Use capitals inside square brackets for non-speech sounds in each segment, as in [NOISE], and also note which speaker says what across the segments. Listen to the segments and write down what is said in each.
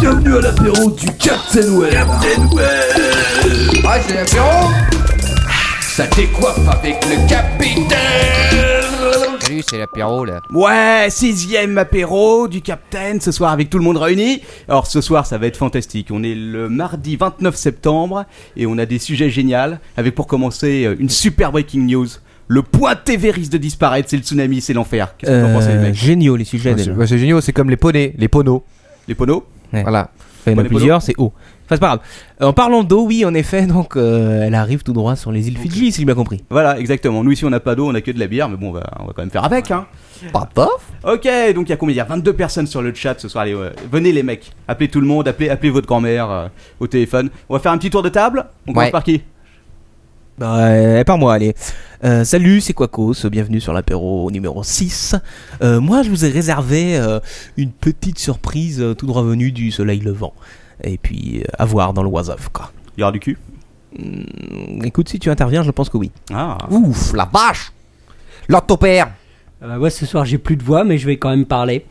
Speaker 1: bienvenue à l'apéro du Captain Web. Captain Web.
Speaker 2: Ah, c'est l'apéro
Speaker 1: Ça décoiffe avec le capitaine.
Speaker 2: Salut, c'est l'apéro là.
Speaker 3: Ouais, sixième apéro du Captain ce soir avec tout le monde réuni. Alors ce soir ça va être fantastique. On est le mardi 29 septembre et on a des sujets géniaux avec pour commencer euh, une super breaking news. Le point TV risque de disparaître, c'est le tsunami, c'est l'enfer. Qu'est-ce que vous en pensez les
Speaker 4: Euh,
Speaker 3: mecs
Speaker 4: géniaux les sujets. déjà.
Speaker 2: c'est génial, c'est comme les poneys, les poneaux.
Speaker 3: Les poneaux
Speaker 4: Ouais.
Speaker 2: Voilà.
Speaker 4: Enfin, il y en
Speaker 3: Bon, les
Speaker 4: a plusieurs, c'est haut. Enfin, c'est pas grave. Euh, En parlant d'eau, oui, en effet, [LAUGHS] donc euh, elle arrive tout droit sur les îles Fidji, si j'ai bien compris.
Speaker 3: Voilà, exactement. Nous ici on n'a pas d'eau, on a que de la bière, mais bon on va, on va quand même faire avec. Hein.
Speaker 2: Pas pof
Speaker 3: Ok, donc il y a combien Il y a 22 personnes sur le chat ce soir. Allez, ouais. venez les mecs, appelez tout le monde, appelez, appelez votre grand-mère euh, au téléphone. On va faire un petit tour de table. On commence
Speaker 2: Ouais.
Speaker 3: par qui
Speaker 4: Bah, euh, par moi, allez. Euh, salut, c'est Quacos, bienvenue sur l'apéro numéro 6. Euh, moi, je vous ai réservé euh, une petite surprise euh, tout droit venue du soleil levant. Et puis, euh, à voir dans le Oiseuf, quoi.
Speaker 3: Il y aura du cul.
Speaker 4: Mm, Écoute, si tu interviens, je pense que oui.
Speaker 3: Ah.
Speaker 2: Ouf, la vache L'antopère
Speaker 5: Ah bah ouais, ce soir j'ai plus de voix, mais je vais quand même parler.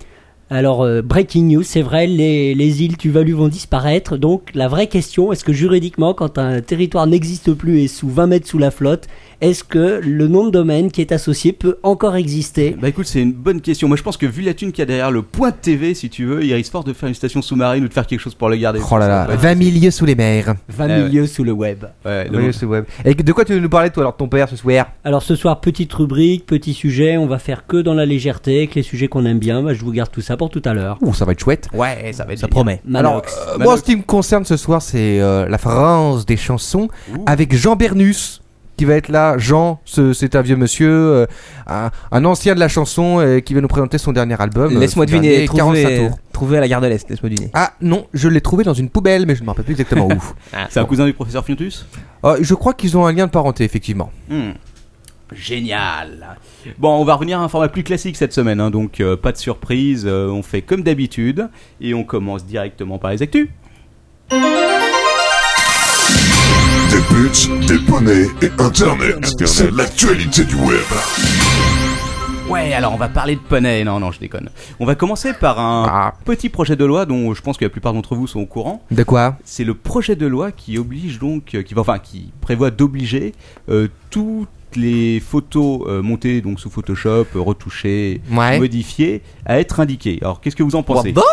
Speaker 5: Alors, euh, breaking news, c'est vrai, les, les îles Tuvalu vont disparaître. Donc, la vraie question, est-ce que juridiquement, quand un territoire n'existe plus et est sous 20 mètres sous la flotte, est-ce que le nom de domaine qui est associé peut encore exister
Speaker 3: Bah écoute, c'est une bonne question. Moi je pense que vu la thune qu'il y a derrière le point de TV, si tu veux, il risque fort de faire une station sous-marine ou de faire quelque chose pour le garder.
Speaker 2: Oh là là, 20 000 lieux sous les mers.
Speaker 5: 20
Speaker 4: Euh,
Speaker 3: Ah ouais.
Speaker 5: milieux sous le web.
Speaker 3: Ouais, donc-
Speaker 2: 20 lieux sous le web. Et de quoi tu veux nous parler, toi, alors, de ton père ce soir
Speaker 5: Alors, ce soir, petite rubrique, petit sujet, on va faire que dans la légèreté, avec les sujets qu'on aime bien. Bah, je vous garde tout ça pour tout à l'heure.
Speaker 2: Ouh, ça va être chouette.
Speaker 3: ouais, ça va être
Speaker 4: Ça
Speaker 3: bien.
Speaker 4: promet.
Speaker 2: Alors,
Speaker 5: Manox.
Speaker 2: euh,
Speaker 3: Manox.
Speaker 2: moi, ce qui me concerne ce soir, c'est euh, la France des chansons
Speaker 3: Ouh.
Speaker 2: avec Jean Bernus qui va être là. Jean, ce- c'est un vieux monsieur, euh, un, un ancien de la chanson euh, qui va nous présenter son dernier album. euh,
Speaker 4: Laisse-moi
Speaker 2: son
Speaker 4: deviner,
Speaker 2: dernier, 45
Speaker 4: trouver,
Speaker 2: tours.
Speaker 4: trouver à la gare de l'Est, laisse-moi deviner.
Speaker 2: Ah non, je l'ai trouvé dans une poubelle, mais je ne me rappelle plus exactement où.
Speaker 3: C'est un cousin du professeur Fiontus
Speaker 2: Euh, je crois qu'ils ont un lien de parenté, effectivement.
Speaker 3: Hmm. Génial. Bon, on va revenir à un format plus classique cette semaine, hein, donc euh, pas de surprise. euh, on fait comme d'habitude et on commence directement par les actus.
Speaker 6: Des buts, des poneys et Internet. C'est l'actualité du web.
Speaker 3: Ouais, alors on va parler de poney. Non, non, je déconne. On va commencer par un
Speaker 2: Ah.
Speaker 3: petit projet de loi dont je pense que la plupart d'entre vous sont au courant.
Speaker 2: De quoi
Speaker 3: C'est le projet de loi qui oblige donc, euh, qui va, enfin, qui prévoit d'obliger euh, toutes les photos euh, montées donc sous Photoshop, euh, retouchées,
Speaker 2: Ouais.
Speaker 3: modifiées, à être indiquées. Alors, qu'est-ce que vous en pensez
Speaker 2: What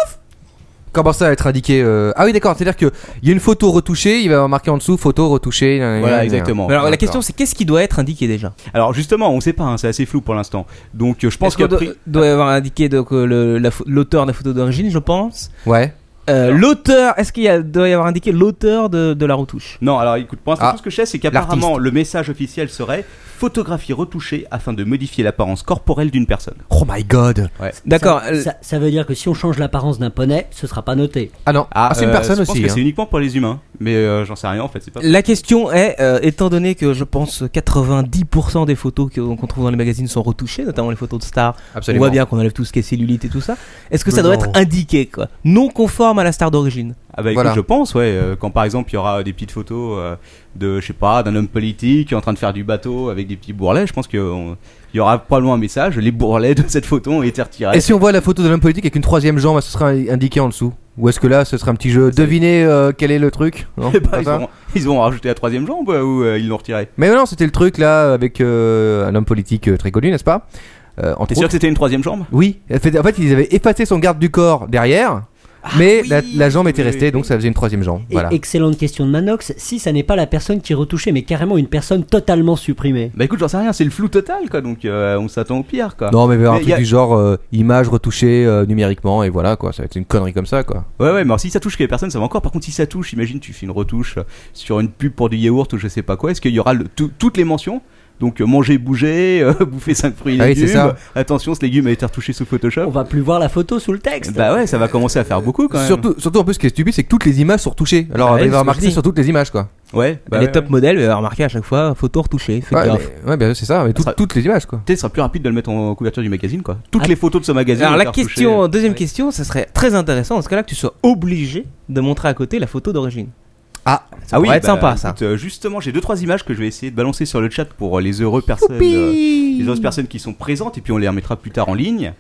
Speaker 2: Comment ça va être indiqué euh, Ah oui, d'accord, c'est-à-dire qu'il y a une photo retouchée, il va marquer en dessous photo retouchée. nan, nan, nan,
Speaker 3: Voilà,
Speaker 2: nan.
Speaker 3: exactement.
Speaker 4: Mais Alors, la
Speaker 2: D'accord.
Speaker 4: question, c'est qu'est-ce qui doit être indiqué déjà
Speaker 3: Alors justement, on sait pas, hein, c'est assez flou pour l'instant. Donc, euh, je pense
Speaker 4: Est-ce qu'on
Speaker 3: qu'après,
Speaker 4: doit, doit avoir indiqué donc, euh, le- la pho- l'auteur de la photo d'origine, je pense.
Speaker 2: Ouais.
Speaker 4: Euh, l'auteur, est-ce qu'il y a- doit y avoir indiqué l'auteur de, de la retouche
Speaker 3: Non, alors écoute, pour l'instant,
Speaker 2: Ah,
Speaker 3: tout ce que je sais, c'est qu'apparemment, le message officiel serait photographie retouchée afin de modifier l'apparence corporelle d'une personne.
Speaker 2: Oh my god
Speaker 4: D'accord.
Speaker 5: Ça,
Speaker 4: euh,
Speaker 5: ça- ça veut dire que si on change l'apparence d'un poney, ce sera pas noté.
Speaker 2: Ah non, ah, c'est une
Speaker 3: euh,
Speaker 2: personne
Speaker 3: je pense
Speaker 2: aussi.
Speaker 3: que
Speaker 2: hein.
Speaker 3: c'est uniquement pour les humains, mais euh, j'en sais rien en fait, c'est pas.
Speaker 4: La question est, euh, étant donné que je pense 90% des photos que- qu'on trouve dans les magazines sont retouchées, notamment les photos de stars,
Speaker 2: Absolument.
Speaker 4: on voit bien qu'on enlève tout ce qui est cellulite et tout ça, est-ce que
Speaker 2: Mais
Speaker 4: ça doit
Speaker 2: non.
Speaker 4: être indiqué quoi Non conforme à la star d'origine.
Speaker 3: Ah bah écoute,
Speaker 2: Voilà.
Speaker 3: je pense, ouais. euh, quand par exemple, il y aura des petites photos euh, de, je sais pas, d'un homme politique en train de faire du bateau avec des petits bourrelets, je pense qu'il y aura probablement un message. Les bourrelets de cette photo ont été retirés.
Speaker 2: Et
Speaker 3: [LAUGHS]
Speaker 2: si on voit la photo de l'homme politique avec une troisième jambe, ce sera indiqué en dessous Ou est-ce que là, ce sera un petit jeu Devinez euh, quel est le truc Non,
Speaker 3: Eh ben,
Speaker 2: pas
Speaker 3: ils,
Speaker 2: ça
Speaker 3: ont, ils ont rajouté la troisième jambe euh, ou euh, ils l'ont retirée
Speaker 2: Mais non, c'était le truc là avec euh, un homme politique euh, très connu, n'est-ce pas Euh, entre
Speaker 3: T'es sûr
Speaker 2: autres.
Speaker 3: que c'était une troisième jambe
Speaker 2: Oui, en fait, en fait, ils avaient effacé son garde du corps derrière, mais
Speaker 3: oui,
Speaker 2: la, la jambe était
Speaker 3: oui,
Speaker 2: restée,
Speaker 3: oui,
Speaker 2: donc ça faisait une troisième jambe.
Speaker 5: Et
Speaker 2: voilà.
Speaker 5: excellente question de Manox, si ça n'est pas la personne qui est retouchée, mais carrément une personne totalement supprimée.
Speaker 3: Bah écoute, j'en sais rien, c'est le flou total quoi, donc euh, on s'attend au pire quoi.
Speaker 2: Non, mais il va y avoir
Speaker 3: Mais
Speaker 2: un
Speaker 3: y
Speaker 2: truc
Speaker 3: a-
Speaker 2: du genre euh, image retouchée euh, numériquement, et voilà quoi, ça va être une connerie comme ça quoi.
Speaker 3: Ouais, ouais, mais alors si ça touche que les personnes, ça va encore. Par contre, si ça touche, imagine, tu fais une retouche sur une pub pour du yaourt ou je sais pas quoi, est-ce qu'il y aura le- tout- toutes les mentions donc euh, manger, bouger, euh, [LAUGHS] bouffer 5 fruits et
Speaker 2: Ah oui,
Speaker 3: légumes.
Speaker 2: c'est ça.
Speaker 3: Attention, ce légume a été retouché sous
Speaker 5: On
Speaker 3: Photoshop.
Speaker 5: va plus voir la photo sous le texte.
Speaker 3: Bah ouais, ça va commencer à faire beaucoup quand même.
Speaker 2: Surtout, surtout en plus, ce qui est stupide, c'est que toutes les images sont retouchées. Alors,
Speaker 4: Ah
Speaker 2: vous
Speaker 4: ouais,
Speaker 2: allez
Speaker 4: c'est ce que je
Speaker 2: remarquer
Speaker 4: dis.
Speaker 2: sur toutes les images quoi.
Speaker 3: Ouais, bah,
Speaker 4: les
Speaker 3: ouais,
Speaker 4: top
Speaker 3: ouais.
Speaker 4: modèles, euh, remarquez à chaque fois, photo retouchée, faites
Speaker 2: Ouais,
Speaker 4: gaffe.
Speaker 2: mais- ouais, bien sûr, c'est ça. Mais tout-
Speaker 3: sera-
Speaker 2: toutes les images, quoi.
Speaker 3: Peut-être ce sera plus rapide de le mettre en couverture du magazine quoi. Toutes
Speaker 4: Ah.
Speaker 3: les photos de ce magazine.
Speaker 4: Alors
Speaker 3: ont
Speaker 4: la
Speaker 3: été retouchées.
Speaker 4: question, deuxième question, ça serait très intéressant dans ce cas-là que tu sois obligé de montrer à côté la photo d'origine.
Speaker 2: Ah,
Speaker 3: Ah oui,
Speaker 4: pourrait être
Speaker 3: bah,
Speaker 4: sympa, ça.
Speaker 3: écoute, euh, justement, j'ai deux trois images que je vais essayer de balancer sur le chat pour euh, les heureux personnes, euh, les heureuses personnes qui sont présentes et puis on les remettra plus tard en ligne.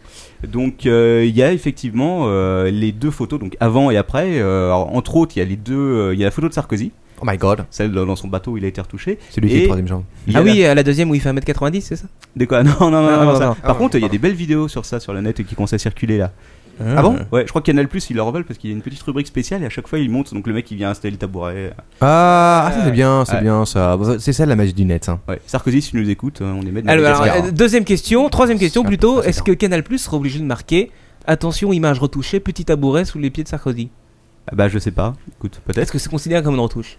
Speaker 3: Donc euh, il y a effectivement euh, les deux photos, donc avant et après. Euh, alors, entre autres, il y a les deux, euh, il y a la photo de Sarkozy,
Speaker 2: Oh my god.
Speaker 3: celle dans dans son bateau où il a été retouché.
Speaker 2: Celui qui
Speaker 3: Et
Speaker 2: est troisième jambe.
Speaker 3: il y a
Speaker 4: Ah
Speaker 3: la-
Speaker 4: oui, à la deuxième où il fait 1m90, c'est ça
Speaker 3: de quoi [LAUGHS] Non, non, non, non,
Speaker 2: non,
Speaker 3: non,
Speaker 2: non,
Speaker 3: ça.
Speaker 2: non.
Speaker 3: Par
Speaker 2: Ah,
Speaker 3: contre, il y a
Speaker 2: pardon.
Speaker 3: des belles vidéos sur ça sur la net qui commencent à circuler là.
Speaker 2: Ah bon
Speaker 3: Ouais, je crois que Canal Plus ils le reveulent parce qu'il y a une petite rubrique spéciale et à chaque fois ils montent. Donc le mec il vient installer le tabouret.
Speaker 2: Ah, ah, ça c'est bien, c'est
Speaker 3: Ouais.
Speaker 2: bien ça. C'est ça la magie du net. hein.
Speaker 3: Ouais. Sarkozy, si tu nous écoutes, euh, on est maître de
Speaker 4: Alors,
Speaker 3: la
Speaker 4: alors,
Speaker 3: Madagascar,
Speaker 4: euh, deuxième question, troisième question
Speaker 2: C'est
Speaker 4: plutôt,
Speaker 2: impressionnant.
Speaker 4: est-ce que Canal Plus sera obligé de marquer Attention, image retouchée, petit tabouret sous les pieds de Sarkozy.
Speaker 3: hein. Bah je sais pas. Écoute,
Speaker 4: Est-ce
Speaker 3: peut-être.
Speaker 4: que c'est considéré comme une retouche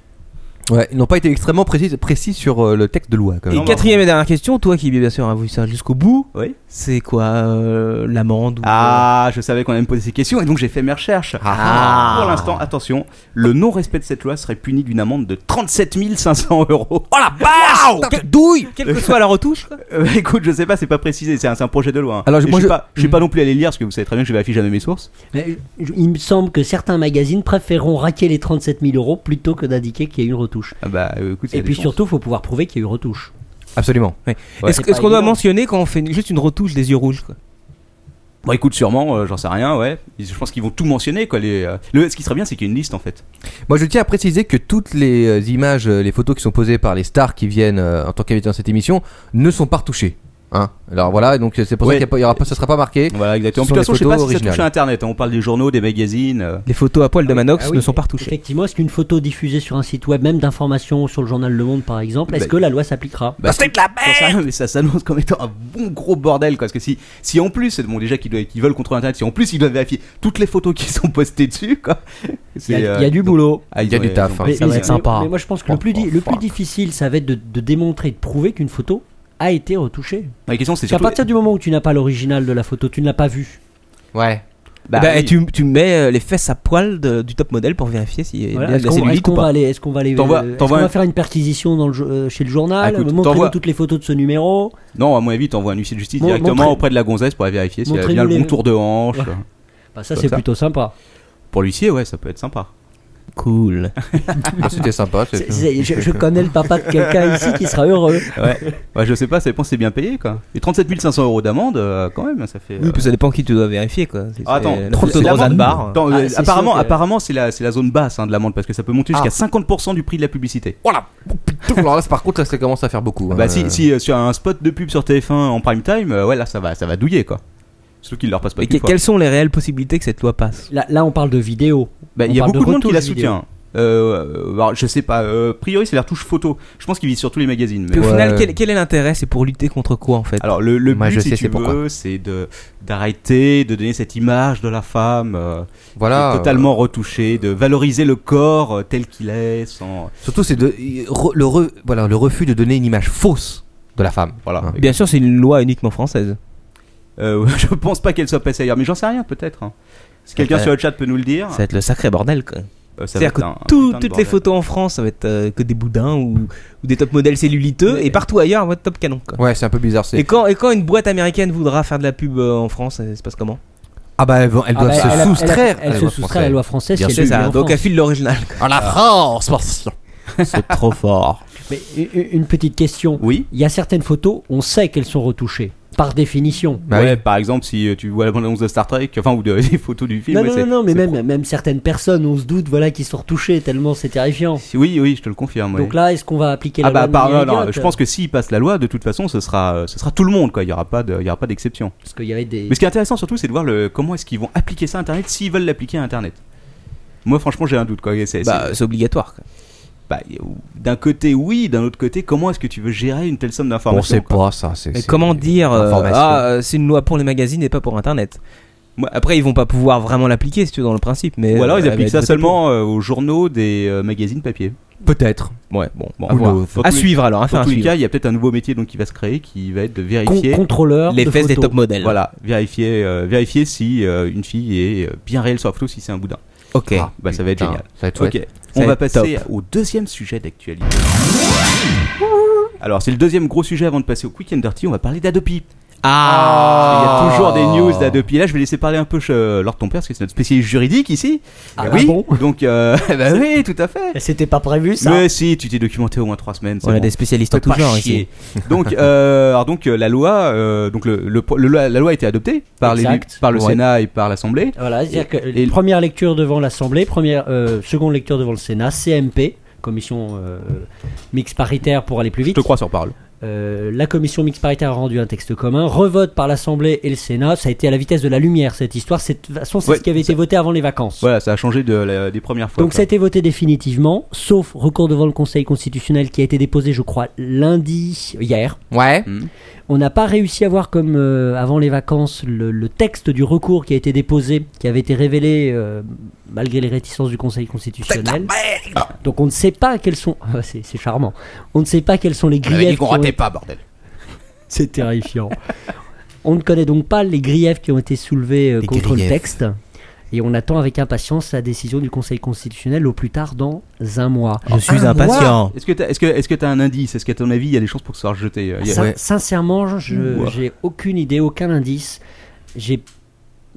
Speaker 3: Euh,
Speaker 2: Ouais, ils n'ont pas été extrêmement précis, précis sur euh, le texte de loi quand
Speaker 4: Et
Speaker 2: même.
Speaker 3: non,
Speaker 4: quatrième et dernière question, toi qui bien sûr as vu ça jusqu'au bout,
Speaker 3: Oui.
Speaker 4: c'est quoi euh, l'amende ou-
Speaker 3: Ah, je savais qu'on allait me poser ces questions et donc j'ai fait mes recherches.
Speaker 4: Ah.
Speaker 3: Pour l'instant, attention, le non-respect de cette loi serait puni d'une amende de 37 500 euros.
Speaker 4: Oh la vache Quelle douille Quelle que soit la retouche quoi.
Speaker 3: Euh, écoute, je sais pas, c'est pas précisé, c'est un, c'est un projet de loi. hein.
Speaker 2: Alors,
Speaker 3: Et
Speaker 2: moi,
Speaker 3: je,
Speaker 2: je-
Speaker 3: suis pas, je suis pas non plus allé lire parce que vous savez très bien que je vérifie jamais mes sources.
Speaker 5: Mais je- Il me semble que certains magazines préféreront raquer les 37 000 euros plutôt que d'indiquer qu'il y a eu une retouche.
Speaker 3: Ah bah, euh, écoute, il y a
Speaker 5: Et
Speaker 3: des
Speaker 5: puis
Speaker 3: chances.
Speaker 5: surtout, faut pouvoir prouver qu'il y a eu retouche.
Speaker 2: Absolument.
Speaker 3: Ouais.
Speaker 4: Est-ce
Speaker 5: C'est
Speaker 4: que- est-ce
Speaker 5: pas
Speaker 4: qu'on doit
Speaker 5: évident.
Speaker 4: mentionner quand on fait une- juste une retouche des yeux rouges quoi
Speaker 3: Bon, écoute, sûrement, euh, j'en sais rien, ouais. Ils- Je pense qu'ils vont tout mentionner, quoi. Les, euh, le, ce qui serait bien, c'est qu'il y ait une liste en fait.
Speaker 2: Moi, je tiens à préciser que toutes les euh, images, euh, les photos qui sont posées par les stars qui viennent euh, en tant qu'invités dans cette émission ne sont pas retouchées. Hein Alors voilà, donc euh, c'est pour
Speaker 3: Ouais.
Speaker 2: ça qu'il y a pas- il y aura pas, ça sera pas marqué.
Speaker 3: Voilà, exactement.
Speaker 2: Ce sont
Speaker 3: Puis, De toute façon,
Speaker 2: les
Speaker 3: je sais pas
Speaker 2: photos
Speaker 3: si ça touche à
Speaker 2: originales.
Speaker 3: internet. hein. On parle des journaux, des magazines. euh.
Speaker 4: Les photos à poil de Manox
Speaker 5: Ah
Speaker 4: ne
Speaker 5: oui,
Speaker 4: sont pas
Speaker 5: mais
Speaker 4: retouchées.
Speaker 5: Effectivement, est-ce qu'une photo diffusée sur un site web, même d'information sur le journal Le Monde par exemple, est-ce
Speaker 3: Bah,
Speaker 5: que la loi s'appliquera
Speaker 3: Bah, c'est la
Speaker 5: Eh
Speaker 3: merde Mais ça s'annonce comme étant un bon gros bordel, quoi. Parce que si, si en plus, bon, déjà qu'ils doivent- qu'ils veulent contrôler Internet, si en plus ils doivent vérifier toutes les photos qui sont postées dessus,
Speaker 5: [LAUGHS]
Speaker 3: quoi. ah,
Speaker 5: Il y a-
Speaker 3: euh,
Speaker 5: il y a du boulot.
Speaker 2: Il y a du taf, hein.
Speaker 5: mais,
Speaker 4: ça va
Speaker 5: mais-
Speaker 4: être sympa.
Speaker 5: mais moi, je pense que le plus, di- le plus difficile, ça va être de, de démontrer, de prouver qu'une photo a été retouchée.
Speaker 3: La question, c'est
Speaker 5: Parce qu'à
Speaker 3: surtout.
Speaker 5: partir du moment où tu n'as pas l'original de la photo, tu ne l'as pas vue.
Speaker 2: [LAUGHS] Ouais.
Speaker 3: Bah,
Speaker 4: Bah,
Speaker 3: oui.
Speaker 4: et tu, tu mets euh, les fesses à poil de- du top modèle pour vérifier s'il y a
Speaker 5: Voilà.
Speaker 4: bien de
Speaker 5: Est-ce
Speaker 4: la
Speaker 5: qu'on est-ce
Speaker 4: cellulite
Speaker 5: qu'on
Speaker 4: ou
Speaker 5: va
Speaker 4: pas.
Speaker 5: aller, est-ce qu'on va aller,
Speaker 3: T'envoies-
Speaker 5: euh, est-ce
Speaker 3: t'envoies
Speaker 5: qu'on va
Speaker 3: un-
Speaker 5: faire une perquisition dans le, jo- euh, chez le journal
Speaker 3: Ah, écoute, t'envoies-
Speaker 5: Montrez-nous toutes les photos de ce numéro.
Speaker 3: Non, à mon avis, t'envoies un huissier de justice
Speaker 5: Mon-
Speaker 3: directement
Speaker 5: montrez-
Speaker 3: auprès de la gonzesse pour la vérifier si elle a
Speaker 5: montrez-nous
Speaker 3: bien le
Speaker 5: les-
Speaker 3: bon tour de hanche.
Speaker 5: Ouais. Bah, ça,
Speaker 3: Comme
Speaker 5: c'est
Speaker 3: ça.
Speaker 5: plutôt sympa.
Speaker 3: Pour l'huissier, ouais, ça peut être
Speaker 5: [LAUGHS]
Speaker 3: sympa.
Speaker 4: Cool.
Speaker 2: Ah, C'était sympa. c'est-
Speaker 5: C'est- c'est- je, je connais le papa de quelqu'un ici qui sera heureux.
Speaker 3: Ouais, ouais je sais pas, ça dépend si c'est bien payé, quoi. Et 37 500 euros d'amende, euh, quand même, ça fait. euh,
Speaker 4: Oui, puis ça dépend qui tu dois vérifier quoi. C'est-
Speaker 3: Ah, attends,
Speaker 4: c'est la
Speaker 3: 30
Speaker 4: photo de
Speaker 3: c'est l'amende.
Speaker 4: Rosanne Barre.
Speaker 3: Attends,
Speaker 5: Ah,
Speaker 3: euh,
Speaker 5: c'est
Speaker 3: apparemment,
Speaker 5: sûr que- Ah.
Speaker 3: apparemment, c'est la, c'est la zone basse hein, de l'amende parce que ça peut monter jusqu'à 50% du prix de la publicité.
Speaker 2: Alors là, c'est- par contre, là, ça commence à faire beaucoup. hein.
Speaker 3: Bah si, si euh, sur un spot de pub sur TF1 en prime time, euh, ouais là ça va, ça va douiller quoi. Surtout qu'il leur passe pas
Speaker 4: Mais
Speaker 3: qu'une
Speaker 4: que-
Speaker 3: fois.
Speaker 4: quelles sont les réelles possibilités que cette loi passe
Speaker 5: Là, là, on parle de vidéo.
Speaker 3: Bah,
Speaker 5: on
Speaker 3: il y a
Speaker 5: parle
Speaker 3: beaucoup de monde qui
Speaker 5: retouches
Speaker 3: la
Speaker 5: vidéo.
Speaker 3: soutient. Euh, euh, alors, je sais pas. Euh, a priori c'est la retouche photo. Je pense qu'ils visent surtout les magazines.
Speaker 4: Puis
Speaker 3: Mais
Speaker 4: au
Speaker 2: Ouais.
Speaker 4: final, quel, quel est l'intérêt C'est pour lutter contre quoi en fait
Speaker 3: Alors le, le
Speaker 2: Moi,
Speaker 3: but
Speaker 2: je
Speaker 3: si
Speaker 2: sais,
Speaker 3: tu
Speaker 2: c'est pourquoi.
Speaker 3: veux, c'est de d'arrêter de donner cette image de la femme euh,
Speaker 2: voilà.
Speaker 3: qui est totalement retouchée, de valoriser le corps euh, tel qu'il est, sans
Speaker 2: euh, Surtout, c'est de- re- le, re- voilà, le refus de donner une image fausse de la femme.
Speaker 3: voilà.
Speaker 2: Hein.
Speaker 4: Bien sûr, c'est une loi uniquement française.
Speaker 3: Euh, [LAUGHS] je pense pas qu'elle soit passée ailleurs, mais j'en sais rien peut-être. hein. Si
Speaker 4: Ça va
Speaker 3: quelqu'un
Speaker 4: être-
Speaker 3: sur le chat peut nous le dire,
Speaker 4: Ça va être le sacré bordel quoi.
Speaker 3: euh, Ah. ça va
Speaker 4: C'est-à-dire
Speaker 3: être
Speaker 4: que
Speaker 3: un- un
Speaker 4: tout-
Speaker 3: putain de
Speaker 4: toutes les
Speaker 3: bordel.
Speaker 4: photos en France, ça va être euh, que des boudins ou, ou des top modèles celluliteux, et partout ailleurs, on va être top canon. Quoi.
Speaker 2: Ouais, c'est un peu bizarre. c'est-
Speaker 4: Et, quand, et quand une boîte américaine voudra faire de la pub euh, en France, ça se passe comment
Speaker 2: Ah bah, elles, vont- elles
Speaker 5: Ah
Speaker 2: doivent
Speaker 5: bah,
Speaker 2: se
Speaker 5: elle a- elle a-
Speaker 2: soustraire. à
Speaker 5: Elle,
Speaker 2: la
Speaker 5: se
Speaker 2: loi
Speaker 5: soustrait à la
Speaker 2: française.
Speaker 5: loi française.
Speaker 2: Bien
Speaker 5: si
Speaker 2: sûr,
Speaker 5: elle
Speaker 4: C'est
Speaker 5: est
Speaker 3: Ah,
Speaker 4: ça,
Speaker 5: en
Speaker 4: donc
Speaker 5: France.
Speaker 4: à fil l'original. quoi.
Speaker 2: En Oh, la France, parce-
Speaker 4: [LAUGHS] C'est trop fort.
Speaker 5: Mais u- une petite question.
Speaker 3: Oui.
Speaker 5: Il y a certaines photos, on sait qu'elles sont retouchées, par définition.
Speaker 2: Bah
Speaker 3: ouais,
Speaker 2: oui.
Speaker 3: par exemple, si euh, tu vois la bande-annonce de Star Trek, enfin, ou de- [LAUGHS] des photos du film.
Speaker 5: non,
Speaker 3: ouais,
Speaker 5: non,
Speaker 3: c'est-
Speaker 5: non, non, mais
Speaker 3: c'est
Speaker 5: même,
Speaker 3: pro-
Speaker 5: même certaines personnes, on se doute, voilà, qui sont retouchées tellement c'est terrifiant.
Speaker 3: Si- Oui, oui, je te le confirme. ouais.
Speaker 5: Donc là, est-ce qu'on va appliquer la
Speaker 3: ah bah,
Speaker 5: loi de
Speaker 3: par-
Speaker 5: manière
Speaker 3: non, non,
Speaker 5: idiote
Speaker 3: je pense que s'ils passent la loi, de toute façon, ce sera, euh, ce sera tout le monde, quoi. Il n'y aura pas de- il y aura pas d'exception.
Speaker 5: Parce qu'il y avait des.
Speaker 3: Mais ce qui est intéressant surtout, c'est de voir le, comment est-ce qu'ils vont appliquer ça à Internet, s'ils veulent l'appliquer à Internet. Moi, franchement, j'ai un doute, quoi. C'est- c'est-
Speaker 4: Bah, c'est obligatoire. quoi.
Speaker 3: bah, y- ou- d'un côté, oui, d'un autre côté, comment est-ce que tu veux gérer une telle somme
Speaker 2: Bon,
Speaker 3: d'informations
Speaker 2: c'est
Speaker 3: quoi
Speaker 2: pas ça. c'est-
Speaker 4: Mais
Speaker 2: c'est-
Speaker 4: comment dire euh,
Speaker 2: l'information.
Speaker 4: Ah, euh, c'est une loi pour les magazines et pas pour Internet.
Speaker 3: Moi-
Speaker 4: Après, ils vont pas pouvoir vraiment l'appliquer, si tu veux, dans le principe. Mais
Speaker 3: Ou alors, ils
Speaker 4: euh,
Speaker 3: appliquent
Speaker 4: elle va
Speaker 3: ça
Speaker 4: être
Speaker 3: seulement euh, aux journaux des euh, magazines papier.
Speaker 2: Peut-être.
Speaker 4: votée pour. Ouais, bon.
Speaker 3: Bon,
Speaker 4: à
Speaker 3: who
Speaker 4: voir.
Speaker 3: knows. Dans
Speaker 4: À
Speaker 3: tous les-
Speaker 4: suivre alors, à faire
Speaker 3: Dans
Speaker 4: à
Speaker 3: tous les
Speaker 4: suivre.
Speaker 3: cas, il y a peut-être un nouveau métier donc, qui va se créer, qui va être de
Speaker 5: con-
Speaker 3: vérifier.
Speaker 5: contrôleurs.
Speaker 4: Les
Speaker 5: de
Speaker 4: fesses des
Speaker 5: photos.
Speaker 4: top modèles.
Speaker 3: Voilà, vérifier, euh, vérifier si euh, une fille est euh, bien réelle sur la photo, si c'est un boudin.
Speaker 4: Ok.
Speaker 2: Ah,
Speaker 3: bah, ça va être
Speaker 2: putain,
Speaker 3: génial.
Speaker 2: Ça va être chouette.
Speaker 3: Ok, on
Speaker 4: va
Speaker 3: va
Speaker 4: être
Speaker 3: passer au deuxième sujet d'actualité. Alors, c'est le deuxième gros sujet avant de passer au Quick and Dirty, on va parler d'Adopi.
Speaker 4: Ah
Speaker 3: Il y a toujours des news là depuis. Là, je vais laisser parler un peu euh, Lord Ton Père, parce que c'est notre spécialiste juridique ici.
Speaker 5: Ah,
Speaker 3: Eh
Speaker 5: ah
Speaker 3: oui.
Speaker 5: bon
Speaker 3: Donc, euh, [LAUGHS] bah oui, tout à fait.
Speaker 5: C'était pas prévu ça
Speaker 3: Mais si, tu t'es documenté au moins trois semaines. c'est
Speaker 4: On a
Speaker 3: bon.
Speaker 4: des spécialistes en
Speaker 3: Fais
Speaker 4: tout
Speaker 3: pas
Speaker 4: genre ici.
Speaker 3: chier. Donc, euh, alors donc euh, la loi, euh, donc le, le- le- la la loi a été adoptée par, les,
Speaker 5: Exact.
Speaker 3: par le
Speaker 2: Ouais.
Speaker 3: Sénat et par l'Assemblée.
Speaker 5: Voilà, c'est-à-dire que
Speaker 3: et-
Speaker 5: première lecture devant l'Assemblée, première, euh, seconde lecture devant le Sénat, CMP, commission euh, mixte paritaire pour aller plus
Speaker 3: Je
Speaker 5: vite.
Speaker 3: te crois sur parole.
Speaker 5: Euh, la commission mixte paritaire a rendu un texte commun, revote par l'Assemblée et le Sénat. Ça a été à la vitesse de la lumière cette histoire. C'est- De toute façon, c'est
Speaker 3: Ouais,
Speaker 5: ce qui avait été voté avant les vacances.
Speaker 3: Voilà, ça a changé de la- des premières fois.
Speaker 5: Donc ça a été voté définitivement, sauf recours devant le Conseil constitutionnel qui a été déposé, je crois, lundi, hier.
Speaker 2: Ouais.
Speaker 5: On n'a pas réussi à voir comme euh, avant les vacances le, le texte du recours qui a été déposé, qui avait été révélé euh, malgré les réticences du Conseil constitutionnel. Donc on ne sait pas quels sont... [LAUGHS] Ah, c'est c'est charmant. On ne sait pas quels sont les griefs... qui ont été-
Speaker 3: pas, bordel.
Speaker 5: C'est terrifiant. on ne connaît donc pas les griefs qui ont été soulevés euh,
Speaker 4: Les
Speaker 5: contre
Speaker 4: griefs.
Speaker 5: le texte. Et on attend avec impatience la décision du Conseil constitutionnel au plus tard dans un mois.
Speaker 4: Je suis
Speaker 3: Ah,
Speaker 5: un mois
Speaker 4: impatient.
Speaker 3: Est-ce que t'as est-ce que, est-ce que t'as un indice Est-ce qu'à ton avis, il y a des chances pour que ça soit rejeté euh, il y a-
Speaker 5: Sin-
Speaker 2: Ouais.
Speaker 5: Sincèrement, je
Speaker 3: Ouah.
Speaker 5: j'ai aucune idée, aucun indice. J'ai,